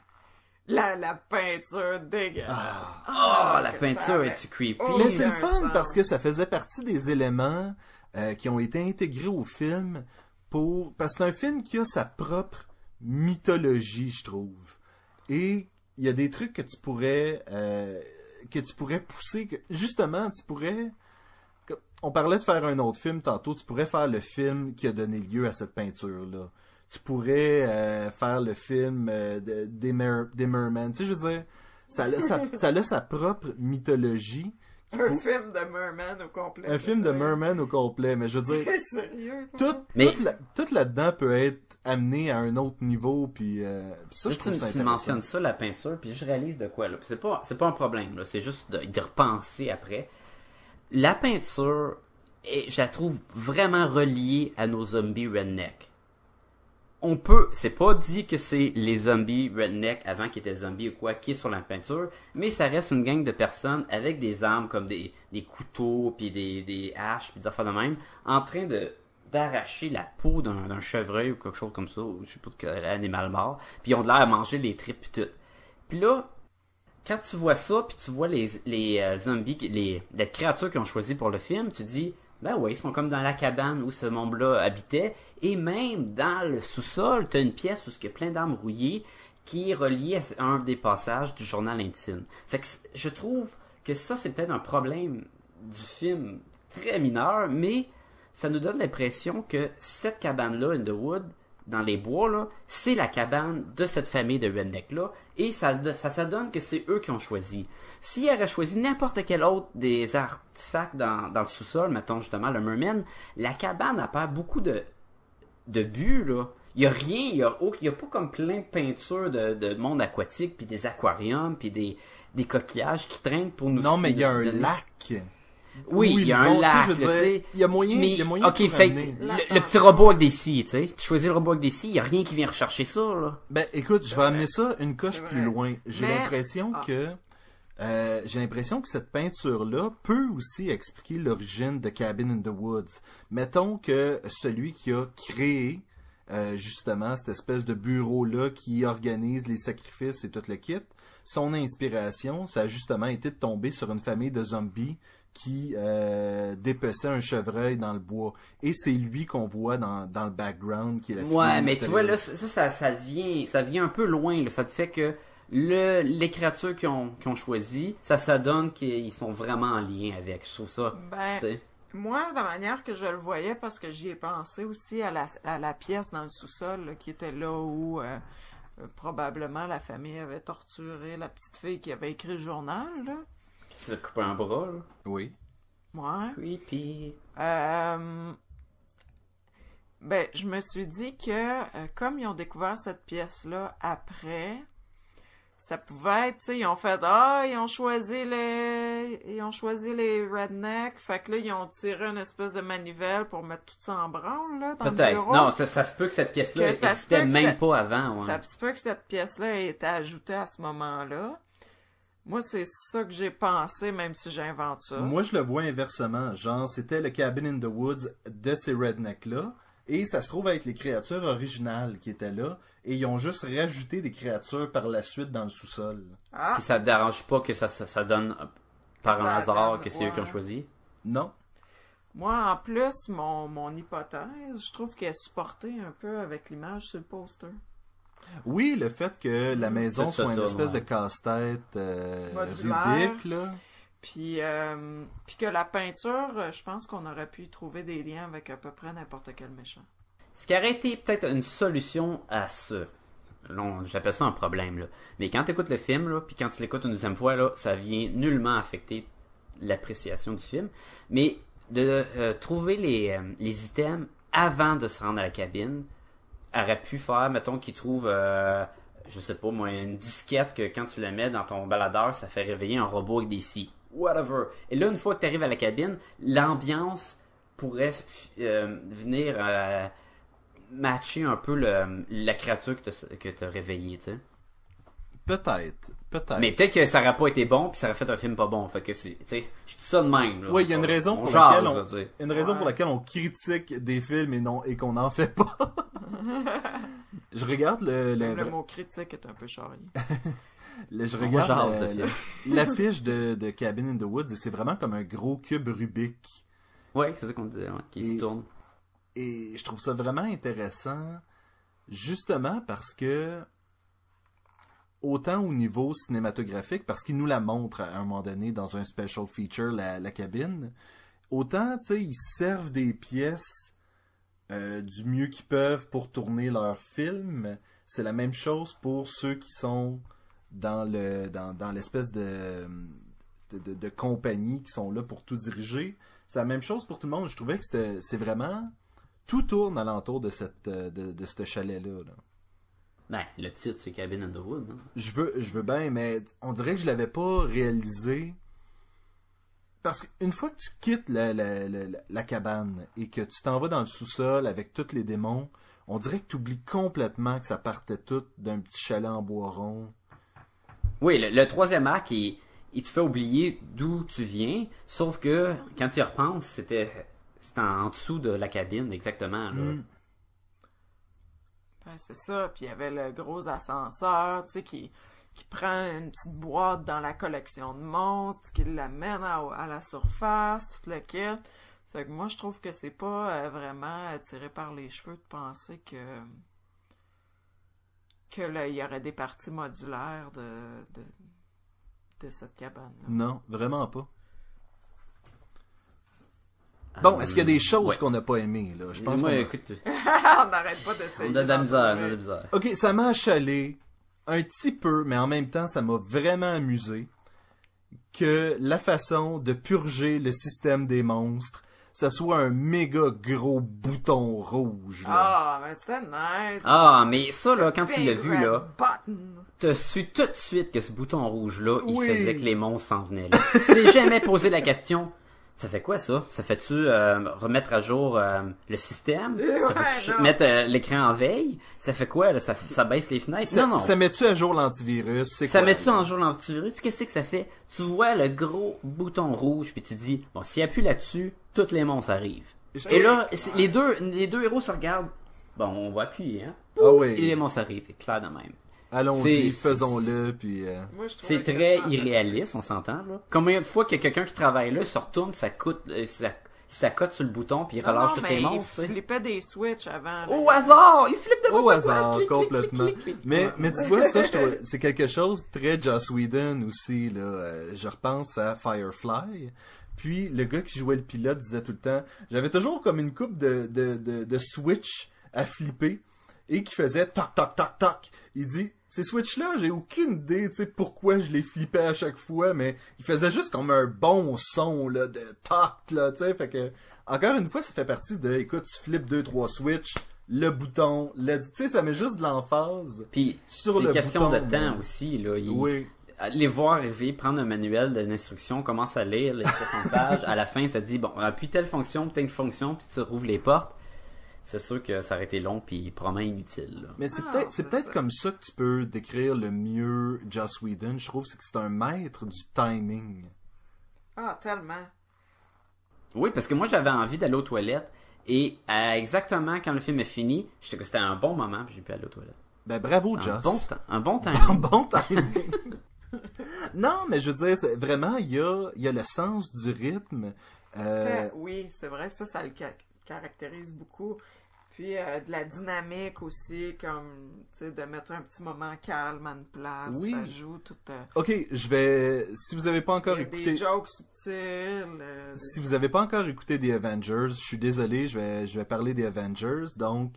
[SPEAKER 4] La, la peinture dégueulasse.
[SPEAKER 2] Oh,
[SPEAKER 4] Ah,
[SPEAKER 2] la
[SPEAKER 4] que ça
[SPEAKER 2] peinture
[SPEAKER 4] avait-
[SPEAKER 2] est-tu creepy?
[SPEAKER 4] Oh,
[SPEAKER 1] mais c'est le
[SPEAKER 4] un
[SPEAKER 1] fun
[SPEAKER 4] sens.
[SPEAKER 1] parce que ça faisait partie des éléments euh, qui ont été intégrés au film pour parce que c'est un film qui a sa propre mythologie, je trouve. Et il y a des trucs que tu pourrais euh, que tu pourrais pousser que justement tu pourrais que- on parlait de faire un autre film tantôt, tu pourrais faire le film qui a donné lieu à cette peinture là. Tu pourrais euh, faire le film euh, de- des, Mer- des Merman. Tu sais, je veux dire, ça a, ça, ça a sa propre mythologie.
[SPEAKER 4] Un film de Merman au complet.
[SPEAKER 1] Un film de
[SPEAKER 4] c'est vrai.
[SPEAKER 1] Merman au complet, mais je veux dire,
[SPEAKER 4] T'es sérieux, toi?
[SPEAKER 1] tout,
[SPEAKER 2] Mais-
[SPEAKER 1] tout, la- tout là-dedans peut être amené à un autre niveau, puis, euh, puis ça,
[SPEAKER 2] Là,
[SPEAKER 1] je
[SPEAKER 2] tu,
[SPEAKER 1] trouve ça
[SPEAKER 2] me- tu
[SPEAKER 1] intéressant.
[SPEAKER 2] mentionnes ça, la peinture, puis je réalise de quoi, là. Puis c'est pas, c'est pas un problème, là. C'est juste de- d'y repenser après. La peinture, est- je la trouve vraiment reliée à nos zombies redneck. On peut, c'est pas dit que c'est les zombies redneck avant qu'ils étaient zombies ou quoi, qui est sur la peinture, mais ça reste une gang de personnes avec des armes comme des, des couteaux, puis des, des haches, puis des affaires de même, en train de d'arracher la peau d'un d'un chevreuil ou quelque chose comme ça, ou je sais pas quel animal mort, puis ils ont de l'air à manger les tripes pis tout. Puis là, quand tu vois ça, puis tu vois les, les euh, zombies, qui- les, les créatures qu'ils ont choisi pour le film, tu dis, ben ouais, ils sont comme dans la cabane où ce monde-là habitait, et même dans le sous-sol, t'as une pièce où il y a plein d'armes rouillées qui est reliée à ce- à un des passages du journal intime. Fait que c'est- je trouve que ça, c'est peut-être un problème du film très mineur, mais ça nous donne l'impression que cette cabane-là, in the wood, dans les bois, là, c'est la cabane de cette famille de redneck-là, et ça, ça, ça donne que c'est eux qui ont choisi. S'ils auraient choisi n'importe quel autre des artefacts dans, dans le sous-sol, mettons justement le merman, la cabane a perd beaucoup de, de but, là. Il y a rien, il y a, au- il y a pas comme plein de peintures de, de monde aquatique, puis des aquariums, puis des, des coquillages qui traînent pour nous...
[SPEAKER 1] Non, mais il y a un
[SPEAKER 2] donner-
[SPEAKER 1] lac.
[SPEAKER 2] oui,
[SPEAKER 1] Où
[SPEAKER 2] il y a
[SPEAKER 1] ils
[SPEAKER 2] un
[SPEAKER 1] vont, tu sais,
[SPEAKER 2] lac,
[SPEAKER 1] je veux
[SPEAKER 2] là,
[SPEAKER 1] dire,
[SPEAKER 2] tu sais.
[SPEAKER 1] il y a moyen-
[SPEAKER 2] Mais,
[SPEAKER 1] il y a moyen de
[SPEAKER 2] ok,
[SPEAKER 1] tout
[SPEAKER 2] fait que
[SPEAKER 1] ramener.
[SPEAKER 2] le, le petit robot avec des scies, tu sais. Si tu choisis le robot avec des scies, il y a rien qui vient rechercher ça, là.
[SPEAKER 1] Ben, écoute, je vais amener ça une coche
[SPEAKER 4] C'est
[SPEAKER 1] plus
[SPEAKER 4] vrai.
[SPEAKER 1] loin. J'ai
[SPEAKER 4] Mais-
[SPEAKER 1] l'impression
[SPEAKER 4] Ah.
[SPEAKER 1] que, euh, j'ai l'impression que cette peinture-là peut aussi expliquer l'origine de Cabin in the Woods. Mettons que celui qui a créé, euh, justement, cette espèce de bureau-là qui organise les sacrifices et tout le kit, son inspiration, ça a justement été de tomber sur une famille de zombies qui euh, dépeçait un chevreuil dans le bois. Et c'est lui qu'on voit dans, dans le background qui est la
[SPEAKER 2] Ouais,
[SPEAKER 1] figure
[SPEAKER 2] mais tu vois,
[SPEAKER 1] mystérieuse.
[SPEAKER 2] là, ça, ça, ça vient, ça vient un peu loin, là. Ça te fait que le, les créatures qu'ils ont, qu'ils ont choisies, ça, ça donne qu'ils sont vraiment en lien avec. Je trouve ça,
[SPEAKER 4] Ben,
[SPEAKER 2] tu sais.
[SPEAKER 4] moi, la manière que je le voyais, parce que j'y ai pensé aussi à la, à la pièce dans le sous-sol là, qui était là où euh, euh, probablement la famille avait torturé la petite fille qui avait écrit le journal. Là.
[SPEAKER 2] Ça te couper un bras, là.
[SPEAKER 1] Oui.
[SPEAKER 4] Ouais.
[SPEAKER 2] Creepy.
[SPEAKER 4] Euh, ben, je me suis dit que euh, comme ils ont découvert cette pièce-là après, ça pouvait être, tu sais, ils ont fait ah, ils ont choisi les ils ont choisi les rednecks, fait que là ils ont tiré une espèce de manivelle pour mettre tout ça en branle là dans le
[SPEAKER 2] Peut-être.
[SPEAKER 4] bureau.
[SPEAKER 2] Non, ça, ça se peut que cette pièce-là
[SPEAKER 4] Que ça se
[SPEAKER 2] existait
[SPEAKER 4] peut que
[SPEAKER 2] même
[SPEAKER 4] ça-
[SPEAKER 2] pas avant. ouais.
[SPEAKER 4] Ça se peut que cette pièce-là ait été ajoutée à ce moment-là. Moi, c'est ça que j'ai pensé, même si j'invente ça.
[SPEAKER 1] Moi, je le vois inversement. Genre, c'était le Cabin in the Woods de ces rednecks-là. Et ça se trouve être les créatures originales qui étaient là. Et ils ont juste rajouté des créatures par la suite dans le sous-sol.
[SPEAKER 4] Ah,
[SPEAKER 2] Puis ça te dérange pas que ça, ça, ça donne euh, par
[SPEAKER 4] Ça
[SPEAKER 2] un hasard
[SPEAKER 4] donne,
[SPEAKER 2] que c'est eux qui ont
[SPEAKER 4] ouais.
[SPEAKER 2] choisi.
[SPEAKER 1] Non.
[SPEAKER 4] moi, en plus, mon, mon hypothèse, je trouve qu'elle est supportée un peu avec l'image sur le poster.
[SPEAKER 1] Oui, le fait que la maison
[SPEAKER 2] Ça, ça
[SPEAKER 1] soit une
[SPEAKER 2] tourne,
[SPEAKER 1] espèce
[SPEAKER 2] Mmh. ouais.
[SPEAKER 1] de casse-tête euh,
[SPEAKER 4] Modulaire.
[SPEAKER 1] Rubik, là.
[SPEAKER 4] Puis, euh, puis que la peinture, euh, je pense qu'on aurait pu y trouver des liens avec à peu près n'importe quel méchant.
[SPEAKER 2] Ce qui aurait été peut-être une solution à ça. Là, on- J'appelle ça un problème. Là. Mais quand tu écoutes le film, là, puis quand tu l'écoutes une deuxième fois, là, ça vient nullement affecter l'appréciation du film. Mais de euh, trouver les, euh, les items avant de se rendre à la cabine aurait pu faire, mettons, qu'ils trouvent, euh, je sais pas moi, une disquette que quand tu la mets dans ton baladeur, ça fait réveiller un robot avec des scies. Whatever. Et là, une fois que tu arrives à la cabine, l'ambiance pourrait euh, venir... euh, matcher un peu le, la créature que t'as- que t'as réveillée, tu sais.
[SPEAKER 1] Peut-être. Peut-être.
[SPEAKER 2] Mais peut-être que ça aurait pas été bon, puis ça aurait fait un film pas bon. Fait que c'est, tu sais, je dis ça de même. là.
[SPEAKER 1] Oui, il y a une raison
[SPEAKER 2] On
[SPEAKER 1] pour
[SPEAKER 2] jase,
[SPEAKER 1] laquelle on-
[SPEAKER 2] là, tu sais.
[SPEAKER 1] Une raison pour
[SPEAKER 4] Ouais.
[SPEAKER 1] laquelle on critique des films et, non- et qu'on n'en fait pas. je regarde le, le-
[SPEAKER 4] Le mot critique est un peu charrié.
[SPEAKER 1] le- je
[SPEAKER 2] On
[SPEAKER 1] regarde
[SPEAKER 2] jase
[SPEAKER 1] la-
[SPEAKER 2] de film.
[SPEAKER 1] l'affiche de, de Cabin in the Woods et c'est vraiment comme un gros cube Rubik.
[SPEAKER 2] Ouais, c'est ça qu'on disait, ouais, qui
[SPEAKER 1] Et-
[SPEAKER 2] se tourne.
[SPEAKER 1] Et je trouve ça vraiment intéressant, justement parce que, autant au niveau cinématographique, parce qu'il nous la montre à un moment donné dans un special feature, la, la cabine, autant, tu sais, ils servent des pièces euh, du mieux qu'ils peuvent pour tourner leur film. C'est la même chose pour ceux qui sont dans le dans, dans l'espèce de, de, de- de compagnie qui sont là pour tout diriger. C'est la même chose pour tout le monde. Je trouvais que c'était- c'est vraiment tout tourne alentour de cette euh, de, de ce chalet là.
[SPEAKER 2] Ben, le titre, c'est Cabin in the Wood. hein.
[SPEAKER 1] Je veux je veux bien mais on dirait que je l'avais pas réalisé parce qu'une fois que tu quittes la, la- la- la- la cabane et que tu t'en vas dans le sous-sol avec tous les démons, on dirait que tu oublies complètement que ça partait tout d'un petit chalet en bois rond.
[SPEAKER 2] Oui, le, le troisième acte, il, il te fait oublier d'où tu viens, sauf que quand tu y repenses, c'était, c'était en, en dessous de la cabine, exactement. Là.
[SPEAKER 1] Hmm.
[SPEAKER 4] Ben, c'est ça. Puis il y avait le gros ascenseur, tu sais, qui, qui prend une petite boîte dans la collection de montres, qui l'amène à, à la surface, tout le kit. C'est que moi, je trouve que c'est pas euh, vraiment tiré par les cheveux de penser que que là, il y aurait des parties modulaires de, de, de cette cabane.
[SPEAKER 2] Mm.
[SPEAKER 1] Non, vraiment pas.
[SPEAKER 2] Ah,
[SPEAKER 1] Bon, est-ce qu'il y a des choses
[SPEAKER 2] ouais.
[SPEAKER 1] qu'on n'a pas aimées là Je pense
[SPEAKER 2] Moi,
[SPEAKER 1] qu'on a-
[SPEAKER 2] écoute,
[SPEAKER 4] Ah, on n'arrête pas d'essayer.
[SPEAKER 2] on a de la
[SPEAKER 4] d'en
[SPEAKER 2] misère, on a
[SPEAKER 4] trouver.
[SPEAKER 2] de la misère.
[SPEAKER 1] OK, ça m'a achalé un petit peu, mais en même temps, ça m'a vraiment amusé que la façon de purger le système des monstres, ça soit un méga gros bouton rouge. là.
[SPEAKER 4] Ah, mais c'était nice.
[SPEAKER 2] Ah, mais ça, là, quand tu l'as vu,
[SPEAKER 4] Big
[SPEAKER 2] là,
[SPEAKER 4] red button.
[SPEAKER 2] T'as su tout de suite que ce bouton rouge-là, il
[SPEAKER 1] Oui.
[SPEAKER 2] faisait que les monstres s'en venaient. Là. tu t'es jamais posé la question, ça fait quoi ça? Ça fait-tu euh, remettre à jour euh, le système?
[SPEAKER 4] Eh
[SPEAKER 2] ça
[SPEAKER 4] ouais,
[SPEAKER 2] fait
[SPEAKER 4] non.
[SPEAKER 2] mettre euh, l'écran en veille? Ça fait quoi? Là? Ça, ça baisse les fenêtres?
[SPEAKER 1] Ça,
[SPEAKER 2] non, non.
[SPEAKER 1] ça met-tu à jour l'antivirus? C'est
[SPEAKER 2] Ça
[SPEAKER 1] quoi?
[SPEAKER 2] met-tu en jour l'antivirus? Qu'est-ce que ça fait? Tu vois le gros bouton rouge, puis tu dis, bon, s'il appuie là-dessus, toutes les monstres arrivent.
[SPEAKER 1] Je-
[SPEAKER 2] Et là, c'est- les deux, les deux héros se regardent. Bon, on va appuyer, hein?
[SPEAKER 1] Ah
[SPEAKER 2] Et les
[SPEAKER 1] oui.
[SPEAKER 2] monstres arrivent, c'est clair de même.
[SPEAKER 1] Allons-y,
[SPEAKER 2] C'est-
[SPEAKER 1] faisons-le, puis... euh,
[SPEAKER 4] Moi, je trouvais
[SPEAKER 2] C'est
[SPEAKER 4] que
[SPEAKER 2] très
[SPEAKER 4] c'était
[SPEAKER 2] irréaliste, on s'entend là. Combien de fois que quelqu'un qui travaille là se retourne, pis ça coûte, euh, ça, ça cote sur le bouton puis il
[SPEAKER 4] Non,
[SPEAKER 2] relâche
[SPEAKER 4] non,
[SPEAKER 2] toutes
[SPEAKER 4] mais
[SPEAKER 2] les monstres. tu
[SPEAKER 4] Il
[SPEAKER 2] sais.
[SPEAKER 4] flippait des switches avant.
[SPEAKER 1] Oh!
[SPEAKER 4] là.
[SPEAKER 2] Au hasard, il flippe de
[SPEAKER 1] Au hasard, complètement. Mais, mais tu vois, ça, je trouve, c'est quelque chose de très Joss Whedon aussi, là. Euh, Je repense à Firefly. Puis, le gars qui jouait le pilote disait tout le temps, j'avais toujours comme une coupe de, de, de, de switch à flipper et qui faisait toc, toc, toc, toc. Il dit, ces switches-là, j'ai aucune idée, tu sais, pourquoi je les flippais à chaque fois, mais il faisait juste comme un bon son, là, de toc, là, tu sais, fait que, encore une fois, ça fait partie de, écoute, tu flippes deux, trois switches, le bouton, le... tu sais, ça met juste de l'emphase.
[SPEAKER 2] Puis c'est
[SPEAKER 1] Sur
[SPEAKER 2] une
[SPEAKER 1] le
[SPEAKER 2] question
[SPEAKER 1] bouton,
[SPEAKER 2] de temps
[SPEAKER 1] ouais.
[SPEAKER 2] aussi. Là. Il-
[SPEAKER 1] Oui.
[SPEAKER 2] Les voir arriver, prendre un manuel d'instruction, commence à lire les 60 pages. À la fin, ça dit, bon, appuie telle fonction, telle fonction, puis tu rouvres les portes. C'est sûr que ça aurait été long, puis probablement inutile. là.
[SPEAKER 1] Mais c'est
[SPEAKER 4] Ah,
[SPEAKER 1] peut-être, c'est
[SPEAKER 4] c'est
[SPEAKER 1] peut-être
[SPEAKER 4] ça.
[SPEAKER 1] comme ça que tu peux décrire le mieux Joss Whedon, je trouve, c'est que c'est un maître du timing.
[SPEAKER 4] Ah, tellement.
[SPEAKER 2] Oui, parce que moi, j'avais envie d'aller aux toilettes. Et euh, exactement quand le film est fini, je sais que c'était un bon moment, puis j'ai pu aller aux toilettes.
[SPEAKER 1] Ben bravo,
[SPEAKER 2] Un
[SPEAKER 1] Joss.
[SPEAKER 2] bon temps. Un bon temps.
[SPEAKER 1] En bon timing. non, mais je veux dire, c'est- vraiment, il y a, il y a le sens du rythme. Euh,
[SPEAKER 4] Fait- Oui, c'est vrai, ça, ça le ca- caractérise beaucoup. Puis euh, de la dynamique aussi, comme tu sais, de mettre un petit moment calme en place.
[SPEAKER 1] Oui.
[SPEAKER 4] Ça joue tout. euh,
[SPEAKER 1] ok, je vais. Si vous avez pas encore
[SPEAKER 4] il y a
[SPEAKER 1] écouté,
[SPEAKER 4] Des jokes subtils. euh,
[SPEAKER 1] si vous avez pas encore écouté The Avengers, je suis désolé, je vais, je vais parler des Avengers, donc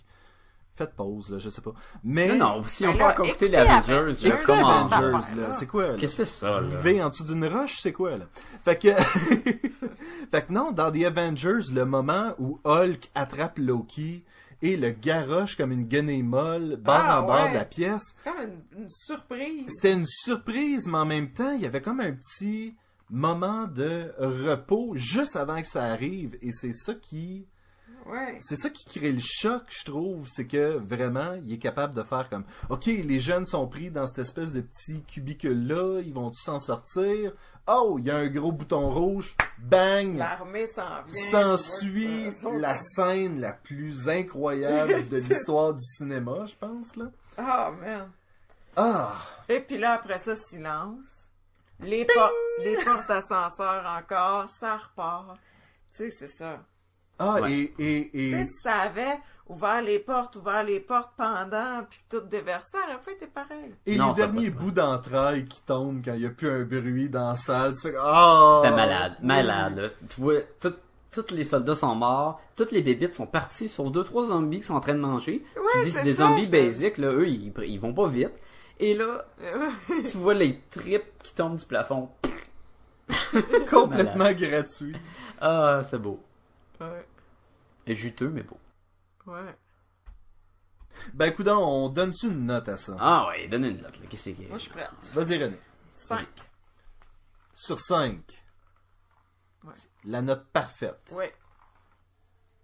[SPEAKER 1] faites pause là, je sais pas. Mais
[SPEAKER 2] Non, non, si on
[SPEAKER 4] Ben
[SPEAKER 2] peut
[SPEAKER 4] là,
[SPEAKER 2] encore écouter les
[SPEAKER 4] écoutez
[SPEAKER 2] Avengers,
[SPEAKER 4] Avengers,
[SPEAKER 2] là,
[SPEAKER 1] Écoutez
[SPEAKER 2] comment-
[SPEAKER 4] Avengers.
[SPEAKER 1] Avengers là, c'est quoi là?
[SPEAKER 2] Qu'est-ce que c'est ça, là?
[SPEAKER 1] Vivez en dessous d'une roche, c'est quoi, là? Fait que... fait que non, dans The Avengers, le moment où Hulk attrape Loki et le garoche comme une guenille molle, barre
[SPEAKER 4] Ah,
[SPEAKER 1] en barre
[SPEAKER 4] ouais.
[SPEAKER 1] de la pièce,
[SPEAKER 4] C'est comme une, une surprise.
[SPEAKER 1] c'était une surprise, mais en même temps, il y avait comme un petit moment de repos juste avant que ça arrive, et c'est ça qui...
[SPEAKER 4] Ouais.
[SPEAKER 1] C'est ça qui crée le choc, je trouve, c'est que vraiment, il est capable de faire comme OK, les jeunes sont pris dans cette espèce de petit cubicule là, ils vont tous s'en sortir. Oh, il y a un gros bouton rouge, bang.
[SPEAKER 4] L'armée s'en vient.
[SPEAKER 1] S'ensuit
[SPEAKER 4] tu vois que ça-
[SPEAKER 1] la scène la plus incroyable de l'histoire du cinéma, je pense là.
[SPEAKER 4] Ah, man.
[SPEAKER 1] Ah,
[SPEAKER 4] Et puis là, après ça, silence. Les, por- les portes ascenseurs encore, ça repart. Tu sais, c'est ça.
[SPEAKER 1] ah
[SPEAKER 2] Ouais.
[SPEAKER 1] et et
[SPEAKER 4] Tu
[SPEAKER 1] et
[SPEAKER 4] sais, si ça avait ouvert les portes, ouvert les portes pendant, puis tout déversé, ça aurait pas été pareil.
[SPEAKER 1] et
[SPEAKER 2] Non,
[SPEAKER 1] les
[SPEAKER 2] ça peut
[SPEAKER 1] derniers
[SPEAKER 2] pas.
[SPEAKER 1] bouts d'entrailles qui tombent quand il y a plus un bruit dans la salle, tu fais ah
[SPEAKER 2] C'était malade, malade. là. Tu vois, tout- tous les soldats sont morts, toutes les bébites sont parties, sauf deux trois zombies qui sont en train de manger. tu dis
[SPEAKER 4] c'est
[SPEAKER 2] c'est des
[SPEAKER 4] ça,
[SPEAKER 2] zombies
[SPEAKER 4] j'étais-
[SPEAKER 2] basiques, là, eux ils, ils vont pas vite. Et là,
[SPEAKER 4] Euh,
[SPEAKER 2] tu vois les tripes qui tombent du plafond.
[SPEAKER 1] complètement gratuit.
[SPEAKER 2] Ah, c'est beau.
[SPEAKER 4] ouais.
[SPEAKER 2] Juteux mais beau.
[SPEAKER 4] ouais.
[SPEAKER 1] Ben coudon, on donne-tu une note à ça?
[SPEAKER 2] Ah ouais, donne une note. là. Qu'est-ce que
[SPEAKER 4] Moi, je suis prête.
[SPEAKER 1] Vas-y René.
[SPEAKER 4] Cinq.
[SPEAKER 1] Sur 5.
[SPEAKER 4] Ouais.
[SPEAKER 1] La note parfaite.
[SPEAKER 4] Ouais.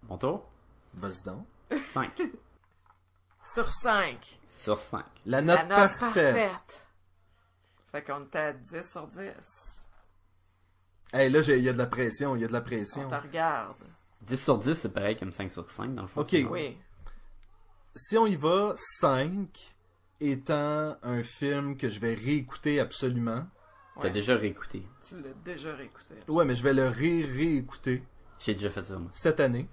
[SPEAKER 2] Mon tour.
[SPEAKER 1] Vas-y donc.
[SPEAKER 2] 5
[SPEAKER 4] Sur cinq.
[SPEAKER 2] sur 5.
[SPEAKER 1] La note,
[SPEAKER 4] La note
[SPEAKER 1] parfaite.
[SPEAKER 4] parfaite. Fait qu'on était à 10 sur 10.
[SPEAKER 1] Hey, là, j'ai- il y a de la pression, il y a de la
[SPEAKER 4] On
[SPEAKER 1] pression.
[SPEAKER 4] te regarde.
[SPEAKER 2] 10 sur 10, c'est pareil comme 5 sur 5 dans le fond.
[SPEAKER 1] Ok.
[SPEAKER 2] c'est-
[SPEAKER 4] Oui.
[SPEAKER 1] Si on y va, 5 étant un film que je vais réécouter absolument.
[SPEAKER 2] T'as
[SPEAKER 4] Ouais.
[SPEAKER 2] déjà réécouté.
[SPEAKER 4] Tu l'as déjà réécouté.
[SPEAKER 1] Ouais, mais je vais le ré-réécouter
[SPEAKER 2] J'ai déjà fait ça moi.
[SPEAKER 1] cette année.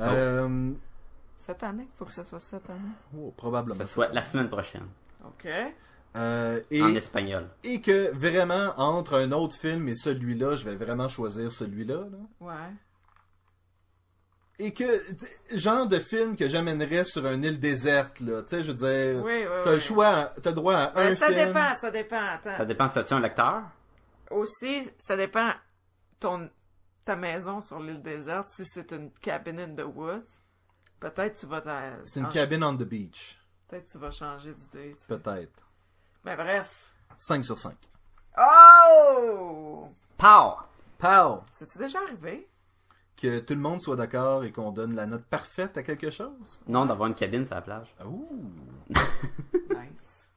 [SPEAKER 1] Euh,
[SPEAKER 4] Cette année? Faut que ce soit cette année.
[SPEAKER 1] oh,
[SPEAKER 2] Que
[SPEAKER 1] probablement.
[SPEAKER 2] ce soit la semaine prochaine
[SPEAKER 4] OK.
[SPEAKER 1] Euh, et,
[SPEAKER 2] en espagnol.
[SPEAKER 1] et que vraiment, entre un autre film et celui-là, je vais vraiment choisir celui-là. là.
[SPEAKER 4] Ouais.
[SPEAKER 1] et que t- genre de film que j'amènerais sur une île déserte là, tu sais je veux dire
[SPEAKER 4] Oui, oui,
[SPEAKER 1] Euh, t'as le
[SPEAKER 4] oui.
[SPEAKER 1] choix à- t'as le droit à
[SPEAKER 4] Ben,
[SPEAKER 1] un
[SPEAKER 4] ça
[SPEAKER 1] film
[SPEAKER 4] dépend, ça dépend. Attends.
[SPEAKER 2] Ça dépend si t'as-tu un lecteur
[SPEAKER 4] Aussi, ça dépend ton ta maison sur l'île déserte, si c'est une cabin in the woods. Peut-être tu vas t'en-
[SPEAKER 1] c'est une
[SPEAKER 2] Ah,
[SPEAKER 4] en-
[SPEAKER 1] cabine on the beach
[SPEAKER 4] Peut-être tu vas changer d'idée. tu sais.
[SPEAKER 1] peut-être
[SPEAKER 4] Mais bref.
[SPEAKER 1] 5 sur 5
[SPEAKER 4] Oh!
[SPEAKER 2] Pow!
[SPEAKER 1] pow
[SPEAKER 4] C'est-tu déjà arrivé?
[SPEAKER 1] que tout le monde soit d'accord et qu'on donne la note parfaite à quelque chose
[SPEAKER 2] Non, d'avoir une cabine sur la plage.
[SPEAKER 1] Ouh.
[SPEAKER 4] Nice.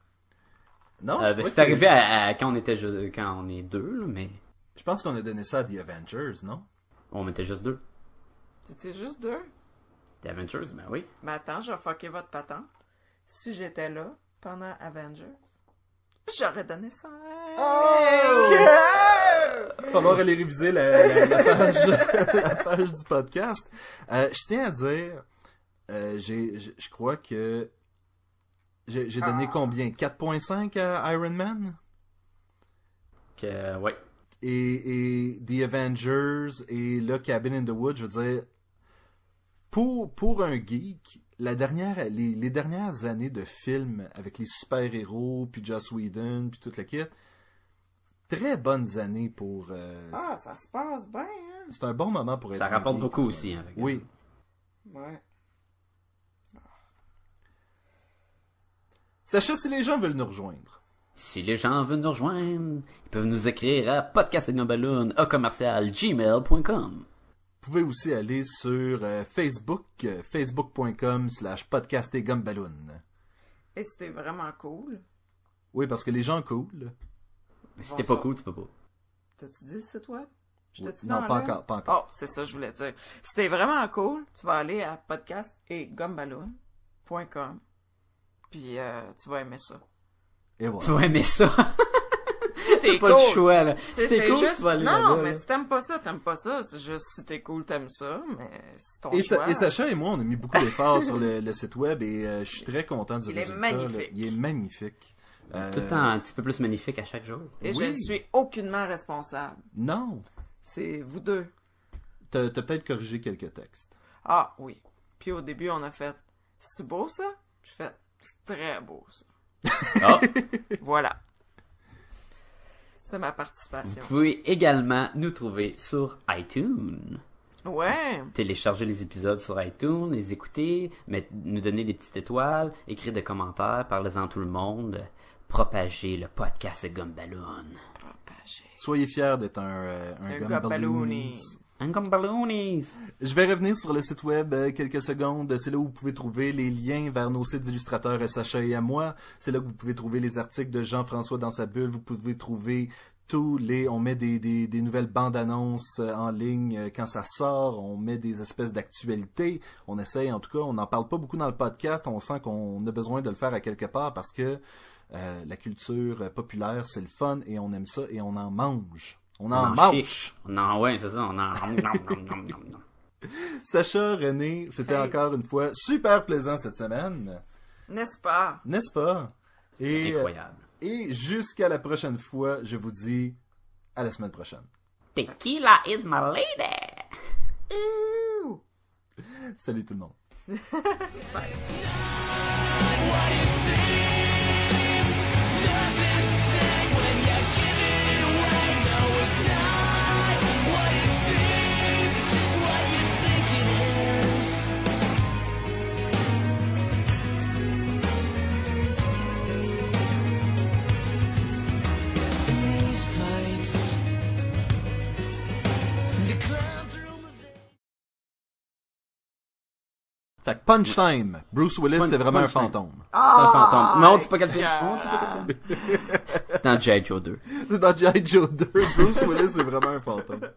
[SPEAKER 1] non
[SPEAKER 2] Euh,
[SPEAKER 1] je
[SPEAKER 2] ben,
[SPEAKER 1] crois
[SPEAKER 2] c'est
[SPEAKER 1] que
[SPEAKER 2] arrivé à, à- quand on était ju- quand on est deux, là, mais
[SPEAKER 1] je pense qu'on a donné ça à The Avengers non
[SPEAKER 2] on était juste deux.
[SPEAKER 4] C'était juste deux.
[SPEAKER 2] The Avengers, ben oui.
[SPEAKER 4] Mais attends, je vais fucker votre patente. Si j'étais là pendant Avengers, j'aurais donné ça.
[SPEAKER 1] falloir aller réviser la, la- la page, la page du podcast. Euh, je tiens à dire, euh, j'ai, je je crois que j'ai j'ai donné combien 4.5 à Iron Man
[SPEAKER 2] Que, euh, ouais.
[SPEAKER 1] et, et The Avengers et là Cabin in the Woods. Je veux dire, pour pour un geek, la dernière, les, les dernières années de films avec les super héros puis Joss Whedon puis toute la kit, très bonnes années pour. euh,
[SPEAKER 4] Ah, ça se passe bien, hein?
[SPEAKER 1] C'est un bon moment pour être.
[SPEAKER 2] Ça
[SPEAKER 1] un
[SPEAKER 2] rapporte
[SPEAKER 1] geek,
[SPEAKER 2] beaucoup
[SPEAKER 1] ça.
[SPEAKER 2] aussi. Avec,
[SPEAKER 1] Oui.
[SPEAKER 4] Ouais.
[SPEAKER 1] Sacha, si les gens veulent nous rejoindre.
[SPEAKER 2] Si les gens veulent nous rejoindre, ils peuvent nous écrire à podcastnoballoon.com.
[SPEAKER 1] Vous pouvez aussi aller sur euh, Facebook, euh, facebook.com slash podcast et gumballoon.
[SPEAKER 4] Et c'était vraiment cool.
[SPEAKER 1] Oui, parce que les gens cool.
[SPEAKER 2] Si t'es pas cool, tu peux pas.
[SPEAKER 4] T'as-tu dit c'est toi? Je
[SPEAKER 1] Oui.
[SPEAKER 4] t'ai-tu
[SPEAKER 1] Non,
[SPEAKER 4] dans
[SPEAKER 1] pas
[SPEAKER 4] là?
[SPEAKER 1] encore, pas encore.
[SPEAKER 4] Oh, c'est ça que je voulais dire. Si t'es vraiment cool, tu vas aller à podcast et gumballoon.com. Puis euh, tu vas aimer ça.
[SPEAKER 1] Et voilà.
[SPEAKER 2] Tu vas aimer ça.
[SPEAKER 4] Si
[SPEAKER 2] T'as
[SPEAKER 4] t'es
[SPEAKER 2] pas
[SPEAKER 4] cool,
[SPEAKER 2] le choix, là. Si
[SPEAKER 4] c'est
[SPEAKER 2] t'es
[SPEAKER 4] c'est
[SPEAKER 2] cool,
[SPEAKER 4] juste...
[SPEAKER 2] tu vas aller
[SPEAKER 4] Non,
[SPEAKER 2] là-bas,
[SPEAKER 4] non, mais
[SPEAKER 2] là.
[SPEAKER 4] si t'aimes pas ça, t'aimes pas ça. C'est juste si t'es cool, t'aimes ça. Mais c'est ton
[SPEAKER 1] Et, Sa-
[SPEAKER 4] choix.
[SPEAKER 1] et Sacha et moi, on a mis beaucoup d'efforts sur le, le site web et euh, je suis très content du
[SPEAKER 4] Il est
[SPEAKER 1] résultat. là.
[SPEAKER 4] magnifique.
[SPEAKER 1] Il est magnifique. Euh,
[SPEAKER 2] Tout le temps un petit peu plus magnifique à chaque jour.
[SPEAKER 4] Et je
[SPEAKER 1] Oui.
[SPEAKER 4] ne suis aucunement responsable.
[SPEAKER 1] Non.
[SPEAKER 4] C'est vous deux.
[SPEAKER 1] T'as t'as peut-être corrigé quelques textes.
[SPEAKER 4] Ah oui. Puis au début, on a fait C'est beau ça? Je fais C'est très beau ça.
[SPEAKER 2] Ah.
[SPEAKER 4] Voilà. C'est ma
[SPEAKER 2] Vous
[SPEAKER 4] participation.
[SPEAKER 2] pouvez également nous trouver sur iTunes.
[SPEAKER 4] Ouais.
[SPEAKER 2] Télécharger les épisodes sur iTunes, les écouter, mettre- nous donner des petites étoiles, écrire des commentaires, parlez-en à tout le monde, propager le podcast et Gumballoon.
[SPEAKER 4] Propagé.
[SPEAKER 1] Soyez fiers d'être un, euh, un,
[SPEAKER 4] Un
[SPEAKER 1] Gumballoonies.
[SPEAKER 4] gumballoonies.
[SPEAKER 2] Un Gumballoonies!
[SPEAKER 1] Je vais revenir sur le site web euh, quelques secondes. C'est là où vous pouvez trouver les liens vers nos sites d'illustrateurs à Sacha et à moi. C'est là que vous pouvez trouver les articles de Jean-François dans sa bulle. Vous pouvez trouver tous les... On met des, des, des nouvelles bandes annonces euh, en ligne euh, quand ça sort. On met des espèces d'actualités. On essaye, en tout cas, on n'en parle pas beaucoup dans le podcast. On sent qu'on a besoin de le faire à quelque part parce que euh, la culture euh, populaire, c'est le fun et on aime ça et on en mange. On en,
[SPEAKER 2] en
[SPEAKER 1] mange.
[SPEAKER 2] chic. On en, ouais, c'est ça, on en...
[SPEAKER 1] Sacha, René, c'était
[SPEAKER 4] Hey.
[SPEAKER 1] encore une fois super plaisant cette semaine,
[SPEAKER 4] N'est-ce pas?
[SPEAKER 1] n'est-ce pas? Et, euh,
[SPEAKER 2] Incroyable.
[SPEAKER 1] et jusqu'à la prochaine fois, je vous dis à la semaine prochaine.
[SPEAKER 2] Tequila is my lady!
[SPEAKER 1] Salut tout le monde.
[SPEAKER 7] these fights. The club room of
[SPEAKER 1] Fait que Punch Time, Bruce Willis,
[SPEAKER 2] Punch-
[SPEAKER 1] c'est vraiment un
[SPEAKER 2] Punch Time.
[SPEAKER 1] fantôme.
[SPEAKER 2] C'est un fantôme. Mais on dit pas quel film.
[SPEAKER 4] yeah.
[SPEAKER 2] On dit pas quel film. C'est dans G.I. Joe 2.
[SPEAKER 1] C'est dans G.I. Joe 2, Bruce Willis, c'est vraiment un fantôme.